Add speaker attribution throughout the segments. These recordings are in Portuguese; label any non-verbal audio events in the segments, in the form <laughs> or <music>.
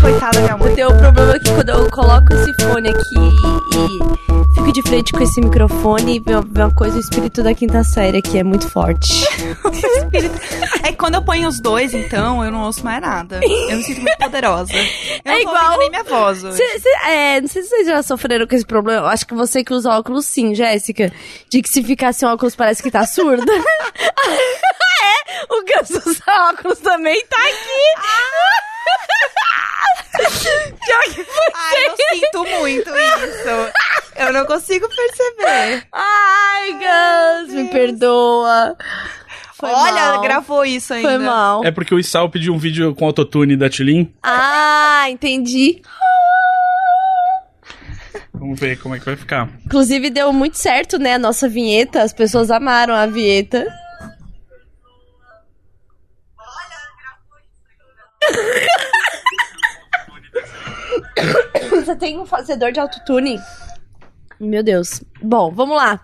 Speaker 1: Coitada minha mãe.
Speaker 2: O teu problema é que quando eu coloco esse fone aqui e, e fico de frente com esse microfone, vem uma- vem uma coisa, o espírito da quinta série aqui é muito forte.
Speaker 1: É que quando eu ponho os dois, então, eu não ouço mais nada. Eu me sinto muito poderosa. Eu
Speaker 2: É
Speaker 1: não tô
Speaker 2: igual-
Speaker 1: ouvindo nem minha voz hoje.
Speaker 2: Cê- cê- é, não sei se vocês já sofreram com esse problema. Eu acho que você que usa óculos, sim, Jéssica. De que se ficar sem óculos parece que tá surda. <laughs> é, o Gus usa óculos também, tá <laughs> aqui. Pior que foi.
Speaker 1: Ai, eu sinto muito isso. Eu não consigo perceber.
Speaker 2: Ai, Gus, me perdoa. Foi
Speaker 1: Olha,
Speaker 2: mal.
Speaker 1: gravou isso ainda.
Speaker 2: Foi mal.
Speaker 3: É porque o Isal pediu um vídeo com autotune da Tilin.
Speaker 2: Ah, entendi.
Speaker 3: Vamos ver como é que vai ficar.
Speaker 2: Inclusive, deu muito certo, né? A nossa vinheta. As pessoas amaram a vinheta. Você tem um fazedor de autotune? Meu Deus. Bom, vamos lá.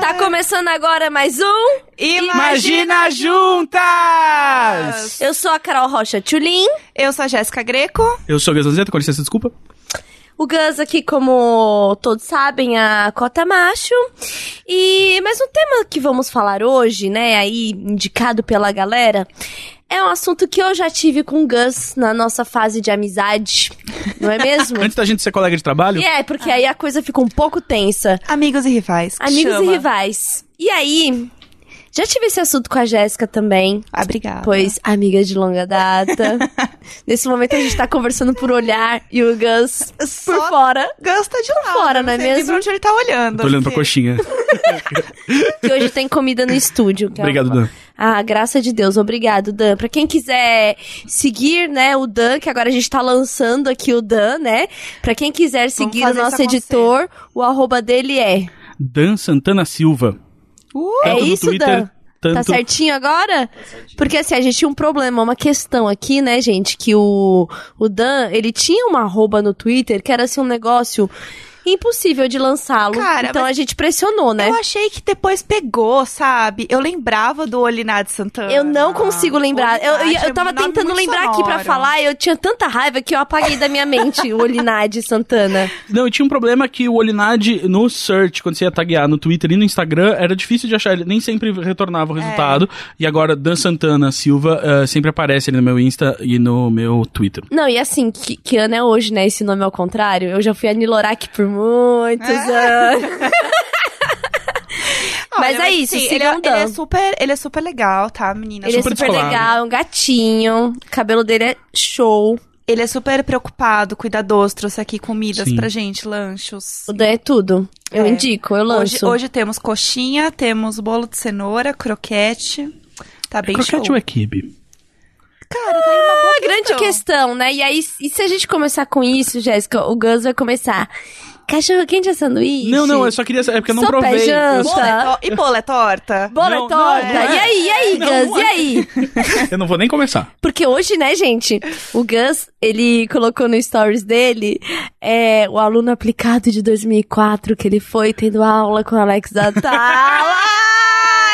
Speaker 2: Tá começando agora mais um.
Speaker 3: Imagina juntas!
Speaker 2: Eu sou a Carol Rocha Tulin.
Speaker 1: Eu sou a Jéssica Greco.
Speaker 3: Eu sou o Gazanzeta, com licença, desculpa.
Speaker 2: O Gus aqui, como todos sabem, a cota macho. E mas um tema que vamos falar hoje, né, aí indicado pela galera, é um assunto que eu já tive com o Gus na nossa fase de amizade, não é
Speaker 3: <laughs>
Speaker 2: mesmo?
Speaker 3: Antes da gente ser colega de trabalho,
Speaker 2: e é, porque aí a coisa fica um pouco tensa.
Speaker 1: Amigos e rivais. que
Speaker 2: Amigos
Speaker 1: chama.
Speaker 2: e rivais. E aí, já tive esse assunto com a Jéssica também.
Speaker 1: Ah, obrigada.
Speaker 2: Pois, amiga de
Speaker 1: <laughs>
Speaker 2: longa data. Nesse momento a gente tá conversando por olhar e o Gus por
Speaker 1: Só-
Speaker 2: fora.
Speaker 1: Gasta de lado.
Speaker 2: fora, não é
Speaker 1: sei nem
Speaker 2: mesmo?
Speaker 1: pra onde ele tá olhando.
Speaker 3: tô olhando pra
Speaker 1: assim.
Speaker 3: coxinha.
Speaker 2: tá. que hoje tem comida no estúdio. que é
Speaker 3: Obrigado,
Speaker 2: uma-
Speaker 3: Dan.
Speaker 2: Ah, graça de Deus. Obrigado, Dan. Pra quem quiser seguir, né, o Dan, que agora a gente tá lançando aqui o Dan, né? Pra quem quiser seguir o
Speaker 1: fazer isso
Speaker 2: nosso
Speaker 1: acontecer.
Speaker 2: editor, o arroba dele é.
Speaker 3: Dan Santana Silva.
Speaker 1: Uh,
Speaker 2: é
Speaker 3: Tanto no
Speaker 2: isso,
Speaker 3: Twitter,
Speaker 2: Dan?
Speaker 3: Tanto...
Speaker 2: Tá certinho agora?
Speaker 1: Tá
Speaker 2: Porque assim, a gente tinha um problema, uma questão aqui, né, gente? Que o, o Dan, ele tinha uma arroba no Twitter que era assim um negócio impossível de lançá-lo.
Speaker 1: Cara,
Speaker 2: Então
Speaker 1: mas-
Speaker 2: a gente pressionou, né?
Speaker 1: Eu achei que depois pegou, sabe? Eu lembrava do Olinar de Santana.
Speaker 2: Eu não consigo lembrar. Eu, eu,
Speaker 1: Olinade
Speaker 2: eu tava
Speaker 1: Ah, é um nome
Speaker 2: tentando
Speaker 1: muito
Speaker 2: lembrar aqui pra
Speaker 1: sonoro.
Speaker 2: falar, eu tinha tanta raiva que eu apaguei da minha mente o Olinade Santana.
Speaker 3: Não, e tinha um problema que o Olinad no search, quando você ia taguear no Twitter e no Instagram, era difícil de achar, ele nem sempre
Speaker 2: É.
Speaker 3: retornava o resultado. E agora, Dan Santana Silva eh, sempre aparece ali no meu Insta e no meu Twitter.
Speaker 2: Não, e assim, que, que ano é hoje, né? Esse nome ao contrário. Eu já fui a Nilorac por muitos
Speaker 1: É.
Speaker 2: anos. Mas é isso,
Speaker 1: sim, ele,
Speaker 2: sigam
Speaker 1: é-
Speaker 2: o
Speaker 1: ele
Speaker 2: Dan.
Speaker 1: é super, ele é super legal, tá, menina?
Speaker 2: Ele é
Speaker 1: Ele,
Speaker 3: Super
Speaker 2: super
Speaker 3: descolado.
Speaker 2: legal, é um gatinho. O cabelo dele é show.
Speaker 1: é super preocupado, cuidadoso, trouxe aqui comidas
Speaker 3: Sim.
Speaker 1: pra gente, lanchos.
Speaker 2: O Dan é tudo. Eu
Speaker 1: É.
Speaker 2: indico, eu lanço.
Speaker 1: Hoje, hoje temos coxinha, temos bolo de cenoura, croquete. Tá bem
Speaker 3: Croquete
Speaker 1: show.
Speaker 3: ou é kibe?
Speaker 1: Cara, tá aí uma boa
Speaker 2: A Ah, grande questão, né? E aí, e se a gente começar com isso, Jéssica, o Gus vai começar. Cachorro quente é sanduíche?
Speaker 3: Não, não, eu só queria... É porque eu não
Speaker 2: Sopa é
Speaker 3: provei. Eu,
Speaker 2: janta.
Speaker 1: Bolo é to- E bolo é torta?
Speaker 2: Bola
Speaker 3: Não,
Speaker 2: torta.
Speaker 3: não, não
Speaker 2: E aí, e aí,
Speaker 3: Não,
Speaker 2: Gus?
Speaker 3: não
Speaker 2: E
Speaker 3: é.
Speaker 2: aí?
Speaker 3: eu não vou nem começar.
Speaker 2: Porque hoje, né, gente, o Gus, ele colocou no stories dele é, o aluno aplicado de 2004 que ele foi tendo aula com o Alex da Tala.
Speaker 3: <laughs>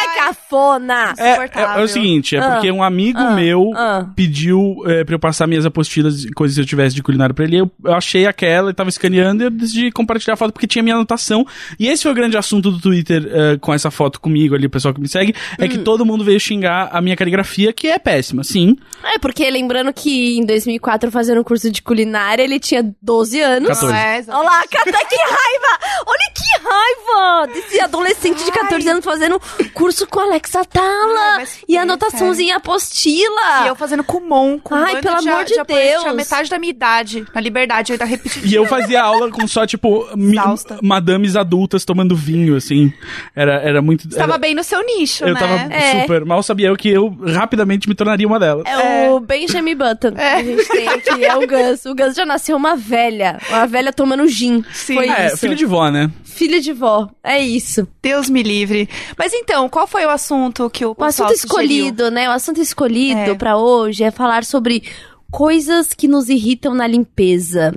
Speaker 2: Ai, Cafona!
Speaker 3: É, é, é
Speaker 1: Insuportável.
Speaker 3: o seguinte, é
Speaker 2: Ah,
Speaker 3: porque um amigo
Speaker 2: ah,
Speaker 3: meu
Speaker 2: ah.
Speaker 3: pediu é, pra eu passar minhas apostilas, de coisas que eu tivesse de culinária pra ele. Eu, eu achei aquela, e tava escaneando e eu decidi compartilhar a foto porque tinha minha anotação. E esse foi o grande assunto do Twitter é, com essa foto comigo ali, o pessoal que me segue, é
Speaker 2: Hum.
Speaker 3: que todo mundo veio xingar a minha caligrafia, que é péssima, sim.
Speaker 2: É, porque lembrando que em 2004, fazendo um curso de culinária, ele tinha 12 anos.
Speaker 3: 14.
Speaker 1: é,
Speaker 2: Olha lá, cara, que raiva! Olha que raiva! Desse adolescente de 14 anos fazendo curso com Alex Atala!
Speaker 1: Ai, vai se
Speaker 2: e
Speaker 1: fuder,
Speaker 2: anotaçãozinha apostila!
Speaker 1: E eu fazendo Kumon, com um
Speaker 2: Ai,
Speaker 1: bando
Speaker 2: pelo
Speaker 1: de,
Speaker 2: amor de
Speaker 1: de japonês,
Speaker 2: Deus.
Speaker 1: Tinha metade da minha idade na liberdade, eu ainda repetindo.
Speaker 3: E eu fazia aula com só, tipo, mi-
Speaker 1: Exausta.
Speaker 3: madames adultas tomando vinho, assim. Era, era muito.
Speaker 1: Você tava
Speaker 3: era-
Speaker 1: bem no seu nicho,
Speaker 3: eu
Speaker 1: né?
Speaker 3: tava
Speaker 2: É.
Speaker 3: super. Mal sabia eu que eu rapidamente me tornaria uma delas.
Speaker 2: É, o Benjamin Button que a gente tem aqui, é o Gus. O Gus já nasceu uma velha, uma velha tomando gin.
Speaker 1: Sim.
Speaker 2: Foi
Speaker 3: É,
Speaker 2: isso.
Speaker 3: filho de vó, né?
Speaker 2: Filho de vó, é isso.
Speaker 1: Deus me livre. Mas então, qual foi o assunto que o
Speaker 2: O
Speaker 1: pessoal
Speaker 2: assunto
Speaker 1: sugeriu?
Speaker 2: escolhido, né? O assunto escolhido
Speaker 1: É.
Speaker 2: pra hoje é falar sobre coisas que nos irritam na limpeza.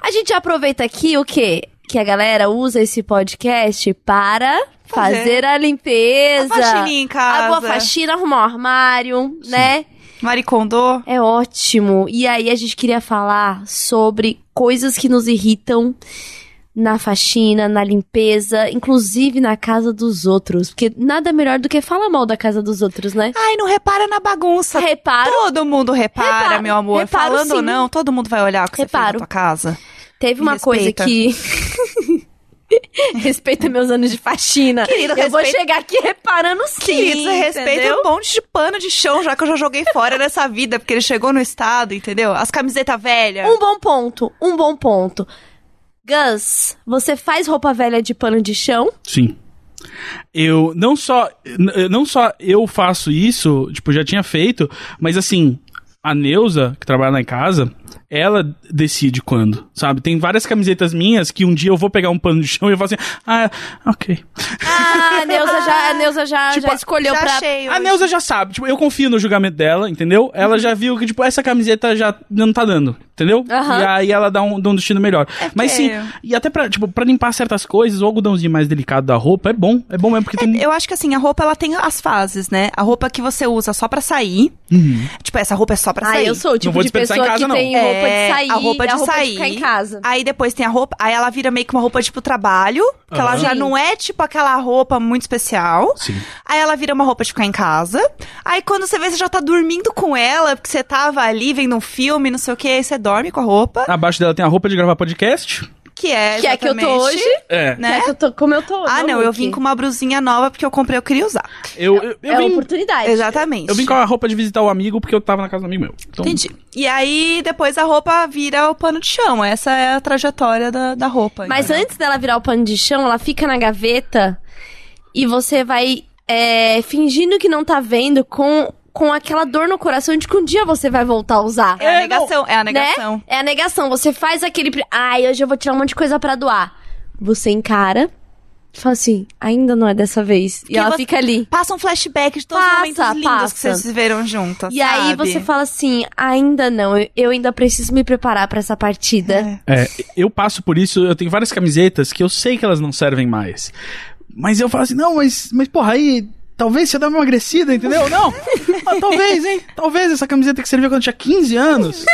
Speaker 2: A gente aproveita aqui o quê? Que a galera usa esse podcast para
Speaker 1: fazer.
Speaker 2: Fazer a limpeza.
Speaker 1: A faxininha em casa.
Speaker 2: A boa faxina, arrumar o armário, né?
Speaker 1: Maricondô.
Speaker 2: É ótimo. E aí a gente queria falar sobre coisas que nos irritam na faxina, na limpeza, inclusive na casa dos outros. Porque nada melhor do que falar mal da casa dos outros, né?
Speaker 1: Ai, não repara na bagunça.
Speaker 2: Reparo,
Speaker 1: Todo mundo repara,
Speaker 2: Reparo,
Speaker 1: meu amor.
Speaker 2: reparo
Speaker 1: Falando ou
Speaker 2: sim.
Speaker 1: não, todo mundo vai olhar o que você fez
Speaker 2: Reparo.
Speaker 1: na tua casa.
Speaker 2: teve
Speaker 1: me
Speaker 2: uma coisa
Speaker 1: respeita.
Speaker 2: que. <laughs> respeita meus anos de faxina.
Speaker 1: Querida,
Speaker 2: eu vou
Speaker 1: respeita-
Speaker 2: chegar aqui reparando sim.
Speaker 1: Querido, você respeita
Speaker 2: entendeu?
Speaker 1: um monte de pano de chão já que eu já joguei fora nessa vida, porque ele chegou no estado, entendeu? As camisetas velhas.
Speaker 2: Um bom ponto, um bom ponto. Gus, você faz roupa velha de pano de chão?
Speaker 3: Sim. Eu não só n- eh, não só eu faço isso, tipo, já tinha feito, mas assim, a Neuza, que trabalha lá em casa, ela decide quando, sabe? Tem várias camisetas minhas que um dia eu vou pegar um pano de chão e eu falo assim: "Ah, OK".
Speaker 2: Ah, <laughs> a Neuza já, a Neuza já,
Speaker 3: Tipo,
Speaker 2: já escolheu
Speaker 1: já
Speaker 2: pra. Ah,
Speaker 1: achei
Speaker 3: A
Speaker 1: hoje.
Speaker 3: Neuza já sabe, tipo, eu confio no julgamento dela, entendeu? Ela já viu que, tipo, essa camiseta já não tá dando, entendeu?
Speaker 2: Aham.
Speaker 3: E aí ela dá um, dá um destino melhor. Mas sim,
Speaker 1: que-
Speaker 3: e até pra, tipo, pra limpar certas coisas, o algodãozinho mais delicado da roupa é bom. É bom mesmo, porque tem.
Speaker 1: Eu acho que assim, a roupa ela tem as fases, né? A roupa que você usa só pra sair. Tipo, essa roupa é só pra
Speaker 2: Uhum. Ah,
Speaker 1: sair.
Speaker 2: eu sou o tipo
Speaker 3: vou
Speaker 2: de
Speaker 3: dispensar em
Speaker 2: pessoa
Speaker 3: casa,
Speaker 2: que
Speaker 3: não.
Speaker 2: tem roupa
Speaker 1: É,
Speaker 2: de sair,
Speaker 1: a roupa de sair.
Speaker 2: ficar em casa.
Speaker 1: Aí depois tem a roupa, aí ela vira meio que uma roupa tipo trabalho, porque ela
Speaker 3: Aham.
Speaker 1: já
Speaker 2: Sim.
Speaker 1: não é tipo aquela roupa muito especial.
Speaker 3: Sim.
Speaker 1: Aí ela vira uma roupa de ficar em casa. Aí quando você vê, você já tá dormindo com ela, porque você tava ali vendo um filme, não sei o que, aí você dorme com a roupa,
Speaker 3: Abaixo dela tem a roupa de gravar podcast.
Speaker 1: que é.
Speaker 2: Que é que eu tô
Speaker 1: exatamente,
Speaker 2: hoje?
Speaker 1: Né?
Speaker 2: <laughs>
Speaker 3: É.
Speaker 2: Que é que eu tô, como eu tô hoje?
Speaker 1: Ah, não, eu vim com uma brusinha nova porque eu comprei, eu queria usar.
Speaker 3: Eu, eu, eu
Speaker 2: é
Speaker 3: vim,
Speaker 2: oportunidade.
Speaker 1: Exatamente.
Speaker 3: eu vim com a roupa de visitar o amigo porque eu tava na casa do amigo meu. Então,
Speaker 1: Entendi. E aí, depois a roupa vira o pano de chão. Essa é a trajetória da, da roupa.
Speaker 2: Mas
Speaker 1: entendeu?
Speaker 2: antes dela virar o pano de chão, ela fica na gaveta e você vai é, fingindo que não tá vendo com, com aquela dor no coração de que um dia você vai voltar a usar.
Speaker 1: É a
Speaker 3: É, não.
Speaker 1: negação, é a negação.
Speaker 2: É a negação. Você faz aquele. pri- Ai, hoje eu vou tirar um monte de coisa pra doar. Você encara. Fala assim, ainda não é dessa vez. E
Speaker 1: Que
Speaker 2: ela
Speaker 1: você-
Speaker 2: fica ali.
Speaker 1: Passa um flashback de todos
Speaker 2: Passa,
Speaker 1: os momentos lindos
Speaker 2: passa.
Speaker 1: que vocês viveram juntas.
Speaker 2: E aí
Speaker 1: Tá sabe?
Speaker 2: você fala assim, ainda não, eu- eu ainda preciso me preparar pra essa partida.
Speaker 3: é, eu passo por isso, eu tenho várias camisetas que eu sei que elas não servem mais. Mas eu falo assim, não, mas, mas porra, aí. Talvez você dá uma emagrecida, entendeu? Não! Ah, talvez, hein? Talvez essa camiseta que serviu quando eu tinha 15 anos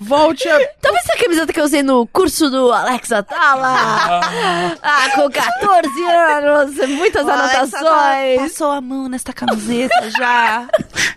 Speaker 3: volte a.
Speaker 2: Talvez Então essa camiseta que eu usei no curso do Alex Atala. ah, com 14 anos, muitas
Speaker 1: O Alex
Speaker 2: anotações.
Speaker 1: tá- Passou a mão nesta
Speaker 2: <laughs>
Speaker 1: camiseta já.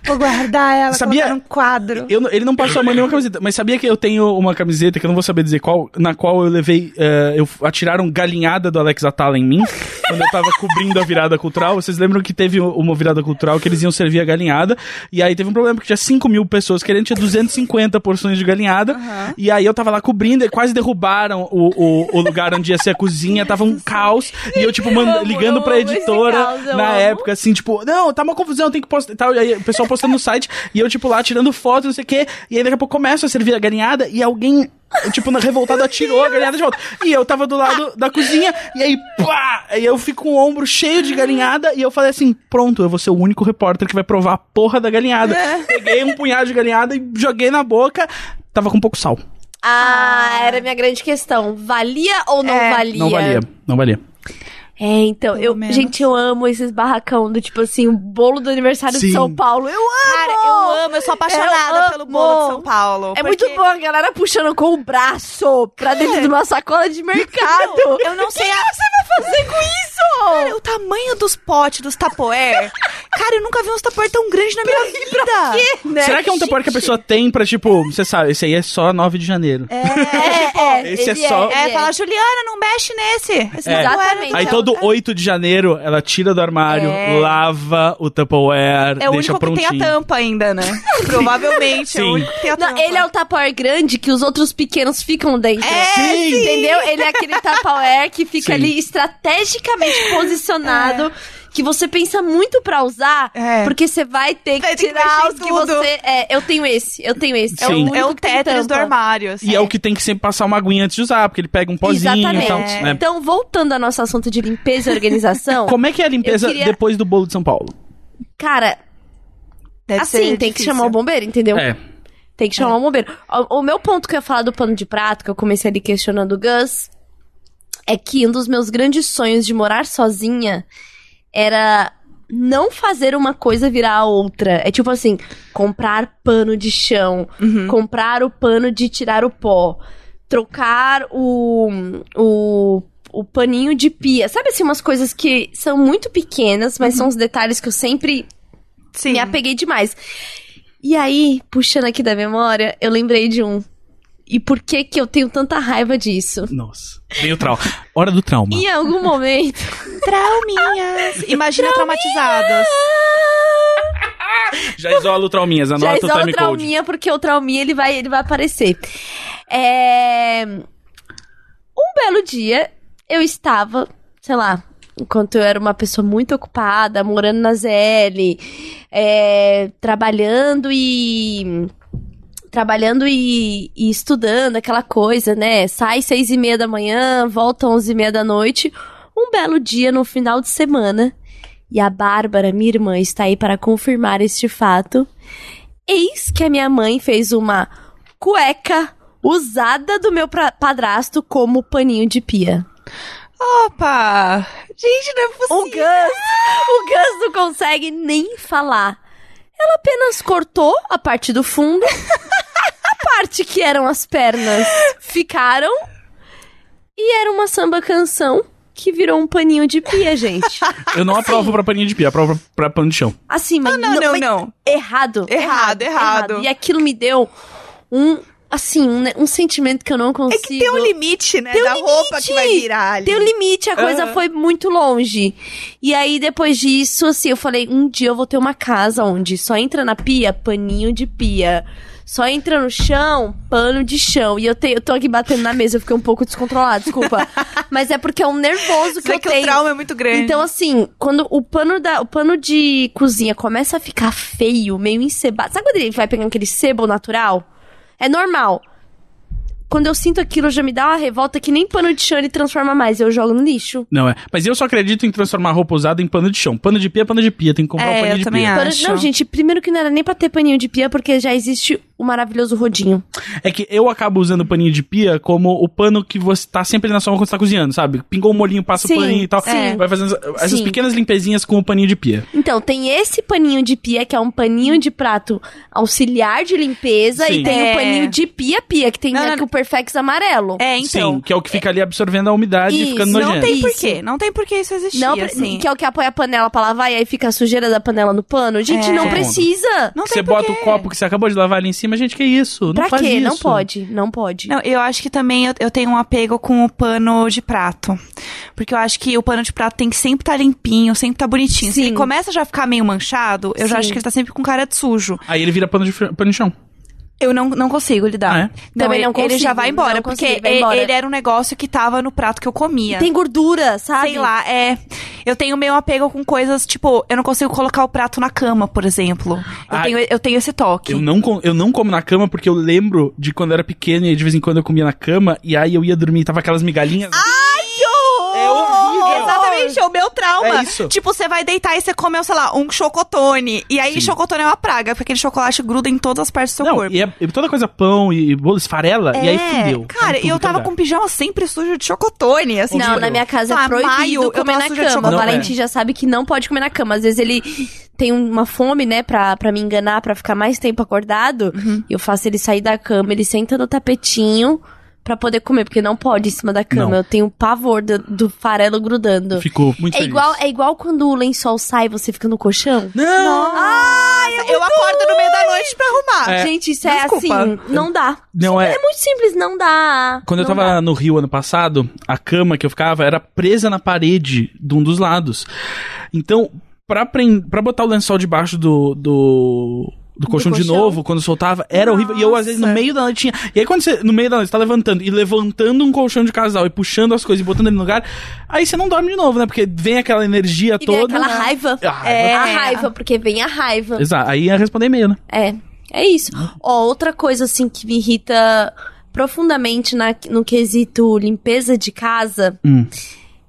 Speaker 1: Vou guardar ela,
Speaker 3: Sabia-
Speaker 1: colocar num quadro.
Speaker 3: Eu não- ele não passou a mão nenhuma camiseta, mas sabia que eu tenho uma camiseta que eu não vou saber dizer qual, na qual eu levei. eh, eu atiraram galinhada do Alex Atala em mim, <laughs> quando eu tava cobrindo a virada cultural. Vocês lembram que teve u- uma virada cultural que eles iam servir a galinhada, e aí teve um problema, porque tinha 5 mil pessoas querendo, tinha 250 porções de galinhada, e aí eu tava lá cobrindo, e quase derrubaram o, o- o lugar onde ia ser a cozinha, tava um caos, e eu, tipo, mand-
Speaker 2: amo,
Speaker 3: ligando pra
Speaker 2: eu amo esse
Speaker 3: editora
Speaker 2: caos, eu
Speaker 3: na
Speaker 2: amo.
Speaker 3: época época, assim, tipo, não, tá uma confusão, tem que postar. e Tal. E aí o pessoal postando no site, e eu, tipo, lá tirando foto, não sei o quê. E aí daqui a pouco começa a servir a galinhada e alguém. Tipo, na- revoltado, atirou a galinhada de volta. E eu tava do lado da cozinha, e aí, pá! E eu fico com o ombro cheio de galinhada, e eu falei assim: pronto, eu vou ser o único repórter que vai provar a porra da galinhada.
Speaker 2: É.
Speaker 3: Peguei um punhado de galinhada e joguei na boca, tava com pouco sal.
Speaker 2: Ah, era a minha grande questão. Valia ou não
Speaker 1: É,
Speaker 2: valia?
Speaker 3: Não valia, não valia.
Speaker 2: É, então,
Speaker 1: Pelo
Speaker 2: eu,
Speaker 1: menos.
Speaker 2: gente, eu amo esses barracão do tipo assim, o bolo do aniversário
Speaker 3: Sim.
Speaker 2: de São Paulo. Eu amo!
Speaker 1: Cara, eu amo, eu sou apaixonada
Speaker 2: Eu
Speaker 1: pelo
Speaker 2: amo.
Speaker 1: bolo de São Paulo.
Speaker 2: É
Speaker 1: porque-
Speaker 2: muito bom a galera puxando com o braço pra dentro de uma sacola de mercado.
Speaker 1: Eu
Speaker 2: <laughs>
Speaker 1: não sei. a-
Speaker 2: vai fazer
Speaker 1: <laughs>
Speaker 2: com isso?
Speaker 1: Cara, o tamanho dos potes, dos tapoer. Cara, eu nunca vi uns tapoer tão grandes na minha vida.
Speaker 2: Né,
Speaker 3: Será que é um tapoer que a pessoa tem pra, tipo, você sabe, esse aí é só 9 de janeiro.
Speaker 2: <laughs> É, é,
Speaker 3: esse é
Speaker 2: ele
Speaker 3: só-
Speaker 1: É,
Speaker 2: ele
Speaker 1: fala, Juliana, não mexe nesse. Esse tapoer
Speaker 3: É.
Speaker 1: era
Speaker 2: Exatamente.
Speaker 1: do
Speaker 3: Aí
Speaker 1: céu."
Speaker 3: todo 8 de janeiro, ela tira do armário,
Speaker 1: Então, É.
Speaker 3: lava o Tupperware,
Speaker 1: É o
Speaker 3: deixa
Speaker 1: único que
Speaker 3: prontinho.
Speaker 1: tem a tampa ainda,
Speaker 3: <laughs>
Speaker 1: né? Provavelmente. É
Speaker 3: Sim.
Speaker 1: o único que tem a
Speaker 2: Não,
Speaker 1: tampa.
Speaker 2: ele é o Tupperware grande que os outros pequenos ficam dentro.
Speaker 1: É,
Speaker 3: Sim!
Speaker 2: Entendeu? Ele é aquele Tupperware que fica
Speaker 3: Sim.
Speaker 2: ali estrategicamente
Speaker 1: É.
Speaker 2: posicionado. Que você pensa muito pra usar,
Speaker 1: É.
Speaker 2: porque você vai ter que
Speaker 1: Vai ter que
Speaker 2: tirar
Speaker 1: mexer em
Speaker 2: os que
Speaker 1: tudo.
Speaker 2: você. É, eu tenho esse, eu tenho esse. É o,
Speaker 3: Sim.
Speaker 2: único
Speaker 1: É o
Speaker 2: que tem
Speaker 1: Tetris do
Speaker 2: tampa.
Speaker 1: armário. assim.
Speaker 3: E é o que tem que sempre passar uma aguinha antes de usar, porque ele pega um pozinho
Speaker 2: Exatamente.
Speaker 3: e tal.
Speaker 1: É.
Speaker 3: né?
Speaker 2: Então, voltando ao nosso assunto de limpeza e
Speaker 3: <laughs>
Speaker 2: organização,
Speaker 3: Como é que é a limpeza
Speaker 2: Eu queria-
Speaker 3: depois do bolo de São Paulo?
Speaker 2: cara,
Speaker 1: Deve
Speaker 2: assim,
Speaker 1: ser
Speaker 2: tem que
Speaker 1: difícil.
Speaker 2: chamar o bombeiro, entendeu?
Speaker 3: É.
Speaker 2: Tem que chamar o bombeiro. O, o meu ponto que eu ia falar do pano de prato, que eu comecei ali questionando o Gus, é que um dos meus grandes sonhos de morar sozinha era não fazer uma coisa virar a outra. É tipo assim, comprar pano de chão,
Speaker 1: Uhum. Hum.
Speaker 2: comprar o pano de tirar o pó, trocar o, o, o paninho de pia. Sabe assim, umas coisas que são muito pequenas, mas são os detalhes que eu sempre
Speaker 1: Sim.
Speaker 2: me apeguei demais. E aí, puxando aqui da memória, eu lembrei de um. E por que que eu tenho tanta raiva disso?
Speaker 3: Nossa. Veio o trauma. Hora do trauma.
Speaker 2: Em algum momento.
Speaker 1: Trauminhas. <laughs> Imagina traumatizadas.
Speaker 3: Já isola é o trauminhas,
Speaker 2: Já
Speaker 3: anota o
Speaker 2: isola o
Speaker 3: time code.
Speaker 2: trauminha, porque o trauminha ele vai, ele vai aparecer. É, Um belo dia, eu estava, sei lá, enquanto eu era uma pessoa muito ocupada, morando na ZL, é, trabalhando e. Trabalhando e, e estudando, aquela coisa, né? Sai seis e meia da manhã, volta onze e meia da noite. Um belo dia, no final de semana, e a Bárbara, minha irmã, está aí para confirmar este fato. Eis que a minha mãe fez uma cueca usada do meu pra- padrasto como paninho de pia.
Speaker 1: Opa! Gente, não é
Speaker 2: O
Speaker 1: possível.
Speaker 2: Gus, o Gus não consegue nem falar. Ela apenas cortou a parte do fundo. a parte que eram as pernas ficaram. E era uma samba canção que virou um paninho de
Speaker 1: <laughs>
Speaker 2: pia, gente.
Speaker 3: Eu não aprovo pra paninha de pia, aprovo pra pano de chão.
Speaker 2: Assim, mas
Speaker 1: Ah, não, não,
Speaker 2: mas
Speaker 1: não.
Speaker 2: Errado,
Speaker 1: Errado, errado.
Speaker 2: E aquilo me deu um, assim, um, ne- um sentimento que eu não
Speaker 1: É
Speaker 2: consigo.
Speaker 1: que tem um limite, né?
Speaker 2: Tem um
Speaker 1: da roupa que vai
Speaker 2: limite!
Speaker 1: virar ali.
Speaker 2: Tem um limite, a coisa
Speaker 1: Aham.
Speaker 2: foi muito longe. E aí, depois disso, assim, eu falei: um dia eu vou ter uma casa onde só entra na pia, paninho de pia. Só entra no chão, pano de chão. E eu, te, eu tô aqui batendo na mesa, eu fiquei um pouco descontrolada, <laughs> desculpa. Mas é porque é um nervoso que
Speaker 1: Mas é
Speaker 2: eu
Speaker 1: que o
Speaker 2: tenho.
Speaker 1: trauma é muito grande.
Speaker 2: Então, assim, quando o pano, da, o pano de cozinha começa a ficar feio, meio encebado. Sabe quando ele vai pegando aquele sebo natural? É normal. Quando eu sinto aquilo, já me dá uma revolta que nem pano de chão ele transforma mais. Eu jogo no lixo.
Speaker 3: Não é. Mas eu só acredito em transformar roupa usada em pano de chão. Pano de pia é pano de pia, tem que comprar
Speaker 1: É,
Speaker 3: o paninho
Speaker 1: eu
Speaker 3: de
Speaker 1: também
Speaker 3: pia.
Speaker 2: Pano-
Speaker 1: Acho.
Speaker 2: Não, gente, primeiro que não era nem pra ter paninho de pia, porque já existe o maravilhoso rodinho.
Speaker 3: É que eu acabo usando paninho de pia como o pano que você tá sempre na sua mão quando você tá cozinhando, sabe? Pingou um molhinho, passa
Speaker 2: Sim,
Speaker 3: o paninho e tal.
Speaker 2: sim.
Speaker 3: Vai fazendo essa- essas
Speaker 2: Sim.
Speaker 3: pequenas limpezinhas com o paninho de pia.
Speaker 2: Então, tem esse paninho de pia, que é um paninho de prato auxiliar de limpeza,
Speaker 3: Sim.
Speaker 2: e tem
Speaker 1: É.
Speaker 2: o paninho de pia-pia, que tem
Speaker 1: Não,
Speaker 2: né,
Speaker 1: não,
Speaker 2: que o Perfex amarelo.
Speaker 1: É, então.
Speaker 3: Sim, que é o que fica ali absorvendo a umidade e
Speaker 2: Isso,
Speaker 3: ficando
Speaker 2: não
Speaker 1: Não
Speaker 3: nojento.
Speaker 1: tem
Speaker 2: Isso.
Speaker 1: porquê. Não tem porquê isso existir,
Speaker 2: Não, pre-
Speaker 1: assim.
Speaker 2: que é o que apoia a panela pra lavar e aí fica a sujeira da panela no pano. Gente,
Speaker 1: É.
Speaker 2: não
Speaker 3: Sim.
Speaker 2: precisa.
Speaker 1: Não
Speaker 3: Que você
Speaker 1: tem
Speaker 3: bota
Speaker 1: porquê.
Speaker 3: o copo que você acabou de lavar ali em cima, gente, que isso? Não
Speaker 2: pra
Speaker 3: faz
Speaker 2: quê?
Speaker 3: isso.
Speaker 2: Não pode, não pode.
Speaker 1: Não, eu acho que também eu, eu tenho um apego com o pano de prato. Porque eu acho que o pano de prato tem que sempre estar limpinho, sempre estar bonitinho. Se
Speaker 2: Sim.
Speaker 1: ele começa já a ficar meio manchado, eu já
Speaker 2: Sim.
Speaker 1: acho que ele tá sempre com cara de sujo.
Speaker 3: Aí ele vira pano de, fr- pano de chão.
Speaker 1: Eu não, não consigo lidar.
Speaker 2: Tá.
Speaker 3: Ah, é?
Speaker 2: Também
Speaker 1: ele,
Speaker 2: não consigo,
Speaker 1: Ele já vai embora,
Speaker 2: não
Speaker 1: porque
Speaker 2: consigo, vai
Speaker 1: e-
Speaker 2: embora.
Speaker 1: ele era um negócio que tava no prato que eu comia.
Speaker 2: Tem gordura, sabe?
Speaker 1: Sei lá, é. Eu tenho meio apego com coisas, tipo, eu não consigo colocar o prato na cama, por exemplo. Eu,
Speaker 3: Ah,
Speaker 1: tenho, eu tenho esse toque.
Speaker 3: Eu não, com- eu não como na cama porque eu lembro de quando eu era pequeno e de vez em quando eu comia na cama e aí eu ia dormir e tava aquelas migalhinhas.
Speaker 2: Ah,
Speaker 3: É horrível.
Speaker 1: Exatamente, é o meu trauma.
Speaker 3: É isso.
Speaker 1: Tipo, você vai deitar e você comeu, sei lá, um chocotone. E aí,
Speaker 3: Sim.
Speaker 1: chocotone é uma praga, porque aquele chocolate gruda em todas as partes do seu
Speaker 3: não,
Speaker 1: corpo.
Speaker 3: e é, e toda coisa pão e bolo, esfarela, e aí fudeu.
Speaker 1: Cara,
Speaker 3: Em tudo
Speaker 1: eu
Speaker 3: que é
Speaker 1: tava
Speaker 3: lugar.
Speaker 1: com um pijama sempre sujo de chocotone, assim.
Speaker 2: Não,
Speaker 1: tipo,
Speaker 2: na minha casa
Speaker 1: sei
Speaker 2: é
Speaker 1: lá,
Speaker 2: proibido
Speaker 1: maio, eu
Speaker 2: comer
Speaker 1: tava
Speaker 2: na
Speaker 1: suja de
Speaker 2: cama. O
Speaker 1: chocolate. é.
Speaker 2: Valentim já sabe que não pode comer na cama. Às vezes ele tem uma fome, né, pra, pra me enganar, pra ficar mais tempo acordado.
Speaker 1: Uhum.
Speaker 2: Eu faço ele sair da cama, ele senta no tapetinho pra poder comer, porque não pode em cima da cama.
Speaker 3: Não.
Speaker 2: Eu tenho pavor do, do farelo grudando.
Speaker 3: Ficou muito
Speaker 2: É
Speaker 3: feliz.
Speaker 2: igual, é igual quando o lençol sai e você fica no colchão? Ah,
Speaker 3: Não! é
Speaker 1: Ai, eu acordo no meio da noite pra arrumar. Um,
Speaker 2: Gente, isso é
Speaker 1: Desculpa.
Speaker 2: assim, não dá.
Speaker 3: Não é.
Speaker 2: É muito simples, não dá.
Speaker 3: Quando eu
Speaker 2: Não
Speaker 3: tava
Speaker 2: dá.
Speaker 3: no Rio ano passado, a cama que eu ficava era presa na parede de um dos lados. Então, pra, pren- pra botar o lençol debaixo do. do... Do colchão de
Speaker 2: colchão.
Speaker 3: novo, quando soltava, era horrível. E eu, às vezes, no
Speaker 1: Nossa.
Speaker 3: meio da noite tinha. E aí, quando você, no meio da noite, você tá levantando e levantando um colchão de casal e puxando as coisas e botando ele no lugar, aí você não dorme de novo, né? Porque vem aquela energia
Speaker 2: E vem
Speaker 3: toda.
Speaker 2: aquela raiva.
Speaker 3: A raiva.
Speaker 2: É, a raiva, porque vem a raiva.
Speaker 3: Exato. Aí ia responder e-mail, né?
Speaker 2: É, é isso. Ó, outra coisa, assim, que me irrita profundamente na, no quesito limpeza de casa.
Speaker 3: Hum.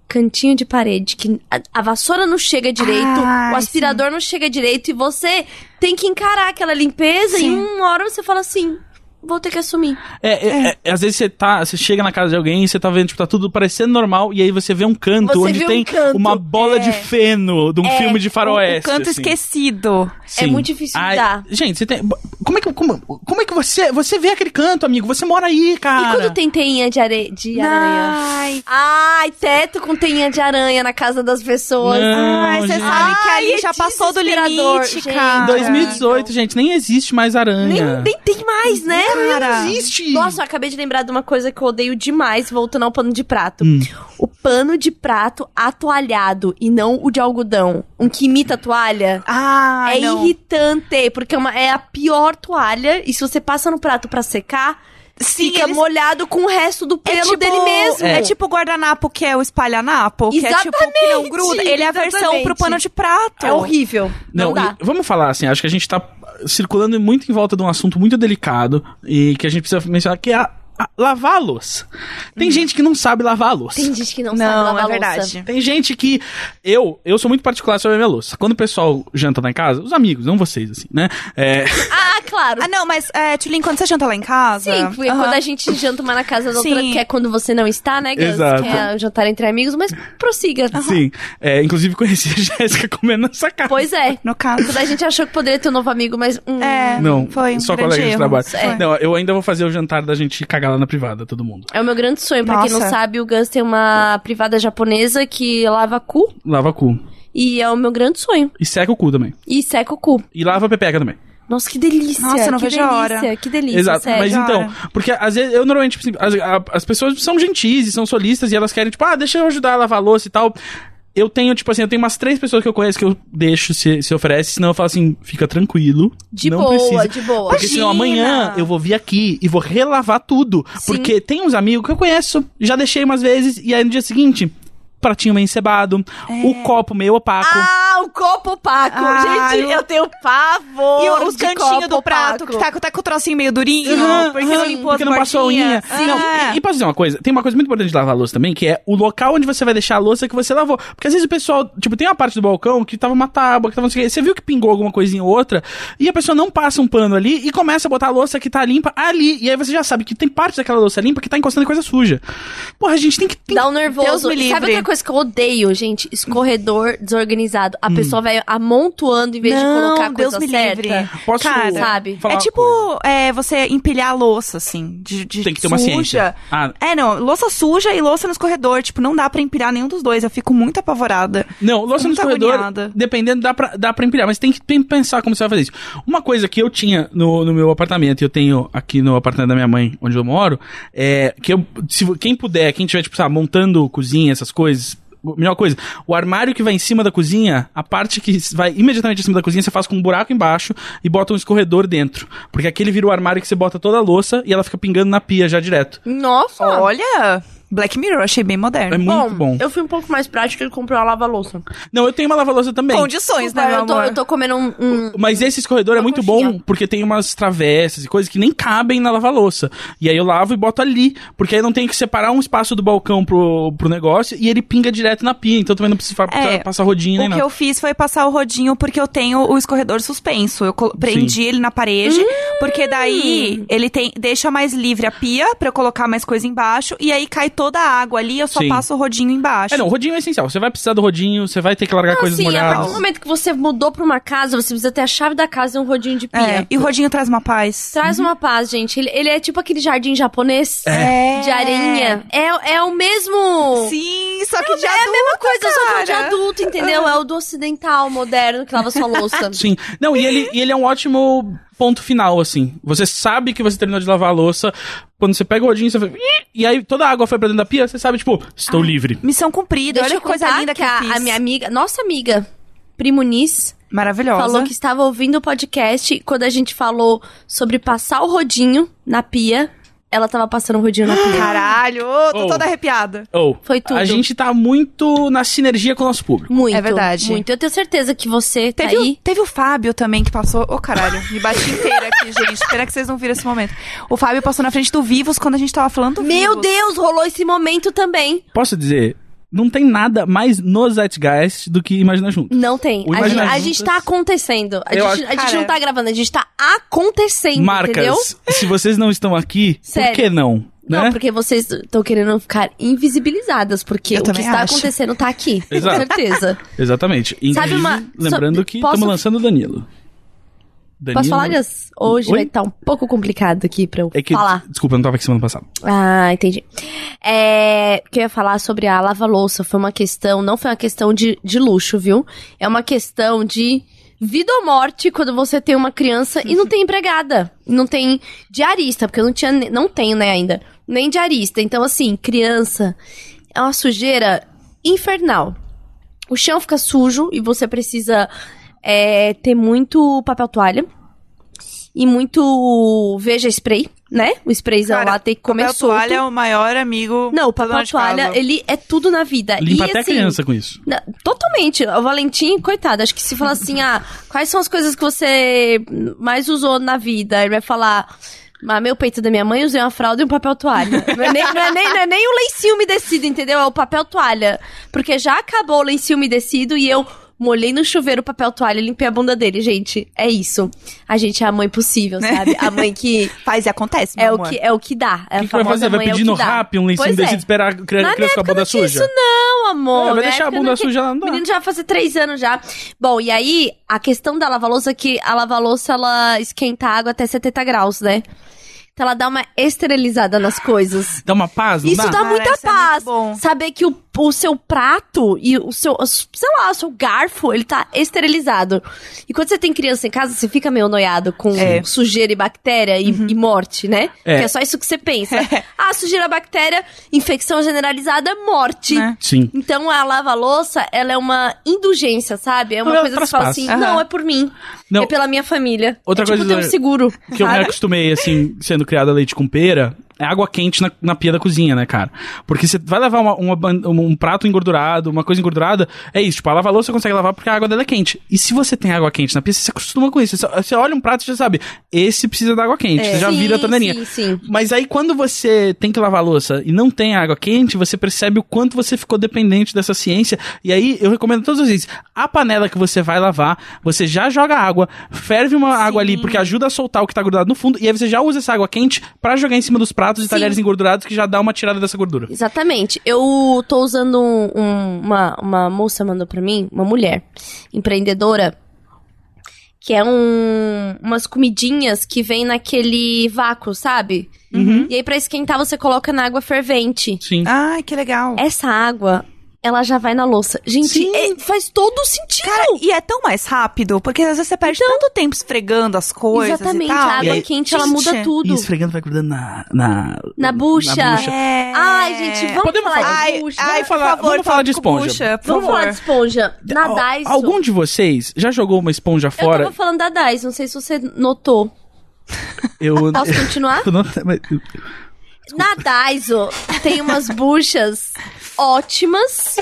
Speaker 2: Cantinho de parede, que a, a vassoura não chega direito,
Speaker 1: Ai,
Speaker 2: o aspirador não chega direito, e você tem que encarar aquela limpeza, e
Speaker 1: Sim.
Speaker 2: uma hora você fala assim: vou ter que assumir.
Speaker 3: É, é, é, às vezes você tá, você chega na casa de alguém e você tá vendo, tipo, tá tudo parecendo normal, e aí você vê um canto
Speaker 2: Você
Speaker 3: onde
Speaker 2: vê um
Speaker 3: tem
Speaker 2: canto,
Speaker 3: uma bola
Speaker 2: é.
Speaker 3: de feno de um filme de faroeste.
Speaker 1: O canto
Speaker 3: assim.
Speaker 1: esquecido.
Speaker 2: é
Speaker 3: Sim.
Speaker 2: muito difícil
Speaker 3: Ai,
Speaker 2: mudar.
Speaker 3: Gente, você tem. Como é que, como, como é que você, você vê aquele canto, amigo? Você mora aí, cara.
Speaker 2: E quando tem teinha de, are... de aranha?
Speaker 1: Ai,
Speaker 2: Ai, teto com teinha de aranha na casa das pessoas. Ah,
Speaker 3: Não,
Speaker 1: ai, você
Speaker 3: gente.
Speaker 1: sabe que
Speaker 2: Ai,
Speaker 1: ali
Speaker 2: é
Speaker 1: já passou do
Speaker 2: desesperador,
Speaker 1: limite,
Speaker 2: gente.
Speaker 1: cara.
Speaker 3: 2018, gente, nem existe mais
Speaker 2: Nem,
Speaker 3: aranha.
Speaker 2: nem tem mais, né?
Speaker 1: Cara.
Speaker 3: existe.
Speaker 2: Nossa, eu acabei de lembrar de uma coisa que eu odeio demais, voltando ao pano de prato.
Speaker 3: Hum.
Speaker 2: O pano de prato atualhado e não o de algodão. Um que imita a toalha.
Speaker 1: Ah,
Speaker 2: é
Speaker 1: não.
Speaker 2: irritante, porque é, uma- é a pior toalha. E se você passa no prato pra secar,
Speaker 1: Sim,
Speaker 2: fica
Speaker 1: eles-
Speaker 2: molhado com o resto do pelo
Speaker 1: é tipo,
Speaker 2: dele mesmo.
Speaker 1: É. tipo o guardanapo que é o espalhanapo, que é tipo que não
Speaker 2: Exatamente,
Speaker 1: gruda. Ele é a versão
Speaker 2: exatamente.
Speaker 1: pro pano de prato.
Speaker 2: É horrível. Não,
Speaker 3: Não,
Speaker 2: dá.
Speaker 3: e vamos falar assim, acho que a gente tá circulando muito em volta de um assunto muito delicado e que a gente precisa mencionar que é a, a- lavar a louça. Tem gente que não sabe lavar a louça.
Speaker 2: Hum. Tem gente que não, sabe
Speaker 1: Não,
Speaker 2: lavar
Speaker 1: é
Speaker 2: louça.
Speaker 1: verdade.
Speaker 3: Tem gente que. Eu eu sou muito particular sobre a minha louça. Quando o pessoal janta lá em casa, os amigos, não vocês, assim, né? É,
Speaker 2: Ah, claro.
Speaker 1: Ah, não, mas, é, Tulin, quando você janta lá em casa...
Speaker 2: Sim, porque
Speaker 1: Aham.
Speaker 2: quando a gente janta uma na casa da outra,
Speaker 1: Sim.
Speaker 2: que é quando você não está, né, Gus?
Speaker 3: Exato.
Speaker 2: Que é o jantar entre amigos, mas prossiga.
Speaker 3: Sim. É, inclusive conheci a Jéssica comendo essa casa.
Speaker 2: Pois é.
Speaker 1: No caso...
Speaker 2: Quando a gente achou que poderia ter um novo amigo, mas. Hum,
Speaker 1: É,
Speaker 3: Não,
Speaker 1: foi um
Speaker 3: só
Speaker 1: grande
Speaker 3: colega de
Speaker 1: erro. É.
Speaker 3: trabalho.
Speaker 1: Foi.
Speaker 3: Não, eu ainda vou fazer o jantar da gente cagar lá na privada, todo mundo.
Speaker 2: É o meu grande sonho. Pra quem não
Speaker 1: Nossa.
Speaker 2: sabe, o Gus tem uma privada japonesa que lava cu.
Speaker 3: Lava cu.
Speaker 2: E é o meu grande sonho.
Speaker 3: E seca o cu também.
Speaker 2: E seca o cu.
Speaker 3: E lava a pepeca também.
Speaker 2: Nossa, que delícia.
Speaker 1: Nossa, eu não
Speaker 2: que
Speaker 1: vejo a hora.
Speaker 2: delícia, Que delícia,
Speaker 3: Exato,
Speaker 2: é sério.
Speaker 3: mas
Speaker 1: Cara.
Speaker 3: então, porque às vezes eu normalmente, tipo, assim, as, a- as pessoas são gentis e são solistas e elas querem, tipo, ah, deixa eu ajudar a lavar a louça e tal. Eu tenho, tipo assim, eu tenho umas três pessoas que eu conheço que eu deixo se, se oferece, senão eu falo assim, fica tranquilo.
Speaker 2: De
Speaker 3: não
Speaker 2: boa,
Speaker 3: precisa.
Speaker 2: de boa.
Speaker 3: Porque senão amanhã
Speaker 1: Imagina!
Speaker 3: eu vou vir aqui e vou relavar tudo.
Speaker 2: Sim.
Speaker 3: Porque tem uns amigos que eu conheço, já deixei umas vezes, e aí no dia seguinte, pratinho meio encebado, o
Speaker 2: É.
Speaker 3: copo meio opaco.
Speaker 2: Ah, o copo opaco.
Speaker 1: Ah,
Speaker 2: gente,
Speaker 1: eu-
Speaker 2: eu... tenho pavor.
Speaker 1: E os
Speaker 2: de
Speaker 1: cantinhos
Speaker 2: copo
Speaker 1: do prato,
Speaker 2: opaco.
Speaker 1: que tá, tá com o trocinho meio durinho,
Speaker 3: Aham,
Speaker 1: porque não
Speaker 3: aham,
Speaker 1: limpou
Speaker 3: porque
Speaker 1: as
Speaker 3: não passou a unha.
Speaker 1: bordinhas.
Speaker 3: Não,
Speaker 1: É.
Speaker 3: e, e posso dizer uma coisa? Tem uma coisa muito importante de lavar a louça também, que é o local onde você vai deixar a louça que você lavou. Porque às vezes o pessoal, tipo, tem uma parte do balcão que tava uma tábua, que tava não sei o quê. Você viu que pingou alguma coisinha ou outra, e a pessoa não passa um pano ali e começa a botar a louça que tá limpa ali. E aí você já sabe que tem parte daquela louça limpa que tá encostando em coisa suja. Porra, a gente tem que. Tem...
Speaker 2: Dá um
Speaker 1: Deus
Speaker 2: nervoso.
Speaker 1: me
Speaker 2: Sabe
Speaker 1: livre.
Speaker 2: outra coisa que eu odeio, gente? Escorredor desorganizado.
Speaker 3: Hum.
Speaker 2: A pessoa vai amontoando em vez de
Speaker 1: Não,
Speaker 2: colocar a coisa
Speaker 1: Deus me
Speaker 2: certa.
Speaker 1: livre.
Speaker 3: Posso
Speaker 1: um Cara,
Speaker 2: sabe?
Speaker 3: falar
Speaker 1: é
Speaker 3: uma coisa?
Speaker 1: tipo é, você empilhar a louça, assim, de, de
Speaker 3: Tem que ter
Speaker 1: suja.
Speaker 3: uma ciência. Ah,
Speaker 1: É, não, louça suja e louça nos corredor. Tipo, não dá pra empilhar nenhum dos dois. Eu fico muito apavorada.
Speaker 3: Não, louça no
Speaker 1: Muito
Speaker 3: corredor,
Speaker 1: agoniada.
Speaker 3: dependendo, dá pra, dá pra empilhar, mas tem que tem que pensar como você vai fazer isso. Uma coisa que eu tinha no, no meu apartamento, e eu tenho aqui no apartamento da minha mãe, onde eu moro, é que eu, se, vo- quem puder, quem tiver, tipo, sabe, montando cozinha, essas coisas, a melhor coisa, o armário que vai em cima da cozinha, a parte que s- vai imediatamente em cima da cozinha, você faz com um buraco embaixo e bota um escorredor dentro. Porque aquele vira o armário que você bota toda a louça e ela fica pingando na pia já direto.
Speaker 2: Nossa.
Speaker 1: Olha, Black Mirror, achei bem
Speaker 3: É
Speaker 1: moderno.
Speaker 3: muito bom.
Speaker 2: eu fui um pouco mais prática e comprei uma lava-louça.
Speaker 3: Não, eu tenho uma lava-louça também.
Speaker 1: Condições, né, meu
Speaker 2: eu, tô,
Speaker 1: amor?
Speaker 2: eu tô comendo um... um-
Speaker 3: Mas esse escorredor é
Speaker 2: Uma
Speaker 3: muito
Speaker 2: coxinha.
Speaker 3: bom porque tem umas travessas e coisas que nem cabem na lava-louça. E aí eu lavo e boto ali, porque aí não tem que separar um espaço do balcão pro, pro negócio e ele pinga direto na pia, então também não precisa fa-
Speaker 1: É,
Speaker 3: passar rodinha nem
Speaker 1: O que
Speaker 3: nada.
Speaker 1: eu fiz foi passar o rodinho porque eu tenho o escorredor suspenso. Eu colo- prendi ele na parede,
Speaker 2: Hum.
Speaker 1: porque daí ele tem, deixa mais livre a pia pra eu colocar mais coisa embaixo. E aí cai toda a água ali, eu só
Speaker 3: Sim.
Speaker 1: passo o rodinho embaixo.
Speaker 3: É, não, o rodinho é essencial. Você vai precisar do rodinho, você vai ter que largar coisas
Speaker 2: Assim, a partir
Speaker 3: molhadas.
Speaker 2: do momento que você mudou pra uma casa, você precisa ter a chave da casa e um rodinho de pia.
Speaker 1: É, Uhum. e o rodinho traz uma paz.
Speaker 2: Traz uma paz, gente. Ele, ele é tipo aquele jardim japonês
Speaker 1: É.
Speaker 2: de arinha. É, é o mesmo...
Speaker 1: Sim, só que já
Speaker 2: é a mesma coisa, só que é o de adulto, entendeu? É o do ocidental, moderno, que lava
Speaker 1: <laughs>
Speaker 2: sua louça.
Speaker 3: Sim. Não, e ele, e ele é um ótimo ponto final, assim. Você sabe que você terminou de lavar a louça, quando você pega o rodinho, você vai... E aí toda a água foi pra dentro da pia, você sabe, tipo, estou
Speaker 2: Ah.
Speaker 3: livre.
Speaker 1: Missão cumprida,
Speaker 2: Deixa
Speaker 1: olha
Speaker 2: eu
Speaker 1: que coisa
Speaker 2: contar
Speaker 1: linda que, eu
Speaker 2: a,
Speaker 1: fiz.
Speaker 2: a minha amiga, nossa amiga, Primo Nis,
Speaker 1: Maravilhosa.
Speaker 2: falou que estava ouvindo o podcast quando a gente falou sobre passar o rodinho na pia. Ela tava passando o rodinho
Speaker 1: <gasps>
Speaker 2: na pia.
Speaker 1: Caralho, ô, tô
Speaker 3: Oh.
Speaker 1: toda arrepiada.
Speaker 3: Ou,
Speaker 2: Foi tudo.
Speaker 3: a gente tá muito na sinergia com o nosso público.
Speaker 2: Muito.
Speaker 1: É verdade.
Speaker 2: Muito. Eu tenho certeza que você tá
Speaker 1: Teve um o,
Speaker 2: aí.
Speaker 1: teve o Fábio também que passou. Ô, caralho, me bati inteira aqui, <laughs> gente. Espera que vocês não viram esse momento. O Fábio passou na frente do Vivos quando a gente tava falando do
Speaker 2: Meu
Speaker 1: Vivos.
Speaker 2: Deus, rolou esse momento também.
Speaker 3: Posso dizer não tem nada mais no Zeitgeist do que Imagina Juntos.
Speaker 2: Não tem.
Speaker 3: O
Speaker 2: A gente,
Speaker 3: Imagina
Speaker 2: a
Speaker 3: Juntas-
Speaker 2: gente tá acontecendo. A
Speaker 3: Eu
Speaker 2: gente,
Speaker 3: acho-
Speaker 2: a gente não
Speaker 1: Cara. né?
Speaker 2: tá gravando, a gente tá acontecendo,
Speaker 3: Marcas,
Speaker 2: entendeu?
Speaker 3: se vocês não estão aqui,
Speaker 2: Sério.
Speaker 3: por que não?
Speaker 2: Não,
Speaker 3: né?
Speaker 2: porque vocês estão querendo ficar invisibilizadas, porque
Speaker 1: Eu
Speaker 2: o que
Speaker 1: também
Speaker 2: está
Speaker 1: acho.
Speaker 2: acontecendo tá aqui.
Speaker 3: Exato.
Speaker 2: Com
Speaker 1: <laughs>
Speaker 2: certeza.
Speaker 3: Exatamente. Inclusive,
Speaker 2: Sabe uma-
Speaker 3: lembrando
Speaker 2: só-
Speaker 3: que
Speaker 2: posso-
Speaker 3: estamos lançando o Danilo. Danilo.
Speaker 2: Posso falar, Gus? Hoje
Speaker 3: Oi?
Speaker 2: vai estar um pouco complicado aqui pra eu
Speaker 3: É que,
Speaker 2: falar.
Speaker 3: desculpa, eu não tava aqui semana passada.
Speaker 2: Ah, entendi. É, que eu ia falar sobre a lava-louça. Foi uma questão, não foi uma questão de, de luxo, viu? É uma questão de vida ou morte quando você tem uma criança e não tem empregada. Não tem diarista, porque eu não tinha, ne- não tenho, né, ainda. Nem diarista. Então, assim, criança é uma sujeira infernal. O chão fica sujo e você precisa é, ter muito papel toalha. E muito veja spray, né? O sprayzão
Speaker 1: Cara,
Speaker 2: lá tem que comer
Speaker 1: Papel
Speaker 2: solto.
Speaker 1: toalha é o maior amigo.
Speaker 2: Não,
Speaker 1: dona
Speaker 2: o papel
Speaker 1: de casa.
Speaker 2: toalha, ele é tudo na vida.
Speaker 3: Limpa
Speaker 2: e
Speaker 3: até
Speaker 2: assim,
Speaker 3: a criança com isso.
Speaker 2: na- totalmente. O Valentim, coitado, acho que se falar assim, ah, quais são as coisas que você mais usou na vida? Ele vai falar. Ah, meu peito da minha mãe, usei uma fralda e um
Speaker 1: <laughs>
Speaker 2: papel toalha. Não é nem, não é nem, não é nem o lencinho umedecido, entendeu? É o papel toalha. Porque já acabou o lencinho umedecido e eu molhei no chuveiro o papel toalha e limpei a bunda dele, gente. É isso. A gente é a mãe possível,
Speaker 1: Né?
Speaker 2: sabe? A
Speaker 1: <laughs>
Speaker 2: mãe que
Speaker 1: Faz e acontece, meu
Speaker 2: é o
Speaker 1: amor.
Speaker 2: que, é o que dá. É
Speaker 3: O
Speaker 2: a
Speaker 3: que, que vai
Speaker 2: famosa
Speaker 3: fazer? Vai
Speaker 2: mãe é o
Speaker 3: pedir
Speaker 2: que
Speaker 3: no
Speaker 2: dá.
Speaker 3: rap um lencinho
Speaker 2: Pois é.
Speaker 3: descido e esperar a cri-
Speaker 2: Na minha
Speaker 3: criança com a
Speaker 2: época
Speaker 3: bunda
Speaker 2: não tinha
Speaker 3: suja?
Speaker 2: isso não, amor.
Speaker 3: É, vai
Speaker 2: Na
Speaker 3: deixar a
Speaker 2: época
Speaker 3: bunda
Speaker 2: não tinha-
Speaker 3: suja lá, não dá.
Speaker 2: O menino já vai fazer três anos já. Bom, e aí, a questão da lava-louça é que a lava-louça, ela esquenta a água até 70 graus, né? Então ela dá uma esterilizada nas coisas.
Speaker 3: Dá uma paz, não
Speaker 2: Isso dá,
Speaker 3: dá?
Speaker 1: Cara,
Speaker 2: muita
Speaker 1: isso é muito
Speaker 2: paz.
Speaker 1: bom.
Speaker 2: Saber que o, o seu prato e o seu, os- sei lá, o seu garfo, ele tá esterilizado. E quando você tem criança em casa, você fica meio noiado com
Speaker 1: É.
Speaker 2: sujeira e bactéria e, e morte, né?
Speaker 3: Uhum. É.
Speaker 2: É. Que é só isso que você
Speaker 3: <laughs>
Speaker 2: pensa. ah, sujeira, bactéria, infecção generalizada, morte.
Speaker 1: Né?
Speaker 3: Sim.
Speaker 2: Então a lava-louça, ela é uma indulgência, sabe? É uma
Speaker 3: Ela
Speaker 2: coisa que você
Speaker 3: traspassa.
Speaker 2: fala assim,
Speaker 1: Aham.
Speaker 2: não, é por mim.
Speaker 3: Não.
Speaker 2: É pela minha família.
Speaker 3: Outra
Speaker 2: é tipo
Speaker 3: coisa
Speaker 2: ter um
Speaker 3: da-
Speaker 2: seguro.
Speaker 3: que eu me
Speaker 2: sabe?
Speaker 3: acostumei, assim, sendo criado a leite com pera, é água quente na, na pia da cozinha, né, cara? Porque você vai lavar uma- uma ban- um, prato engordurado, uma coisa engordurada, é isso. Tipo, a lava-louça você consegue lavar porque a água dela é quente. E se você tem água quente na pia, você se acostuma com isso. Você, só- você olha um prato e já sabe, esse precisa da água quente. Você já
Speaker 2: É. Sim,
Speaker 3: vira a torneirinha.
Speaker 2: Sim, sim.
Speaker 3: Mas aí quando você tem que lavar a louça e não tem água quente, você percebe o quanto você ficou dependente dessa ciência. E aí eu recomendo a todos vocês, a panela que você vai lavar, você já joga água, ferve uma água ali porque ajuda a soltar o que tá grudado no fundo e aí você já usa essa água quente pra jogar em cima dos pratos e
Speaker 2: Sim.
Speaker 3: talheres engordurados que já dá uma tirada dessa gordura.
Speaker 2: Exatamente. Eu tô usando um- um- uma, uma moça mandou pra mim, uma mulher empreendedora, que é um, umas comidinhas que vem naquele vácuo, sabe?
Speaker 1: Uhum.
Speaker 2: E aí pra esquentar você coloca na água fervente.
Speaker 3: Sim.
Speaker 1: Ai, que legal.
Speaker 2: Essa água, ela já vai na louça. Gente,
Speaker 3: Sim.
Speaker 2: é- faz todo sentido.
Speaker 1: Cara, e é tão mais rápido, porque às vezes você perde tanto tempo esfregando as coisas
Speaker 2: Então, Exatamente,
Speaker 1: e tal.
Speaker 2: a água
Speaker 1: E aí-
Speaker 2: quente, ela muda
Speaker 1: Gente,
Speaker 2: tudo.
Speaker 3: E esfregando vai grudando na na,
Speaker 2: Na bucha.
Speaker 1: É...
Speaker 2: Ai, gente, vamos
Speaker 3: Podemos
Speaker 2: falar,
Speaker 3: falar.
Speaker 2: de
Speaker 1: Ai,
Speaker 2: bucha.
Speaker 1: ai,
Speaker 3: Vamos falar-
Speaker 1: por favor,
Speaker 3: vamos falar de
Speaker 1: fala com
Speaker 3: esponja.
Speaker 1: bucha, por
Speaker 2: vamos
Speaker 1: favor.
Speaker 2: falar de esponja. Na
Speaker 3: Al-
Speaker 2: Daiso.
Speaker 3: Algum de vocês já jogou uma esponja
Speaker 2: Eu
Speaker 3: fora?
Speaker 2: tava falando da Dais, não sei se você notou.
Speaker 3: Eu,
Speaker 2: Posso
Speaker 3: <laughs>
Speaker 2: continuar?
Speaker 3: eu não- mas-
Speaker 2: Na Daiso tem umas buchas ótimas.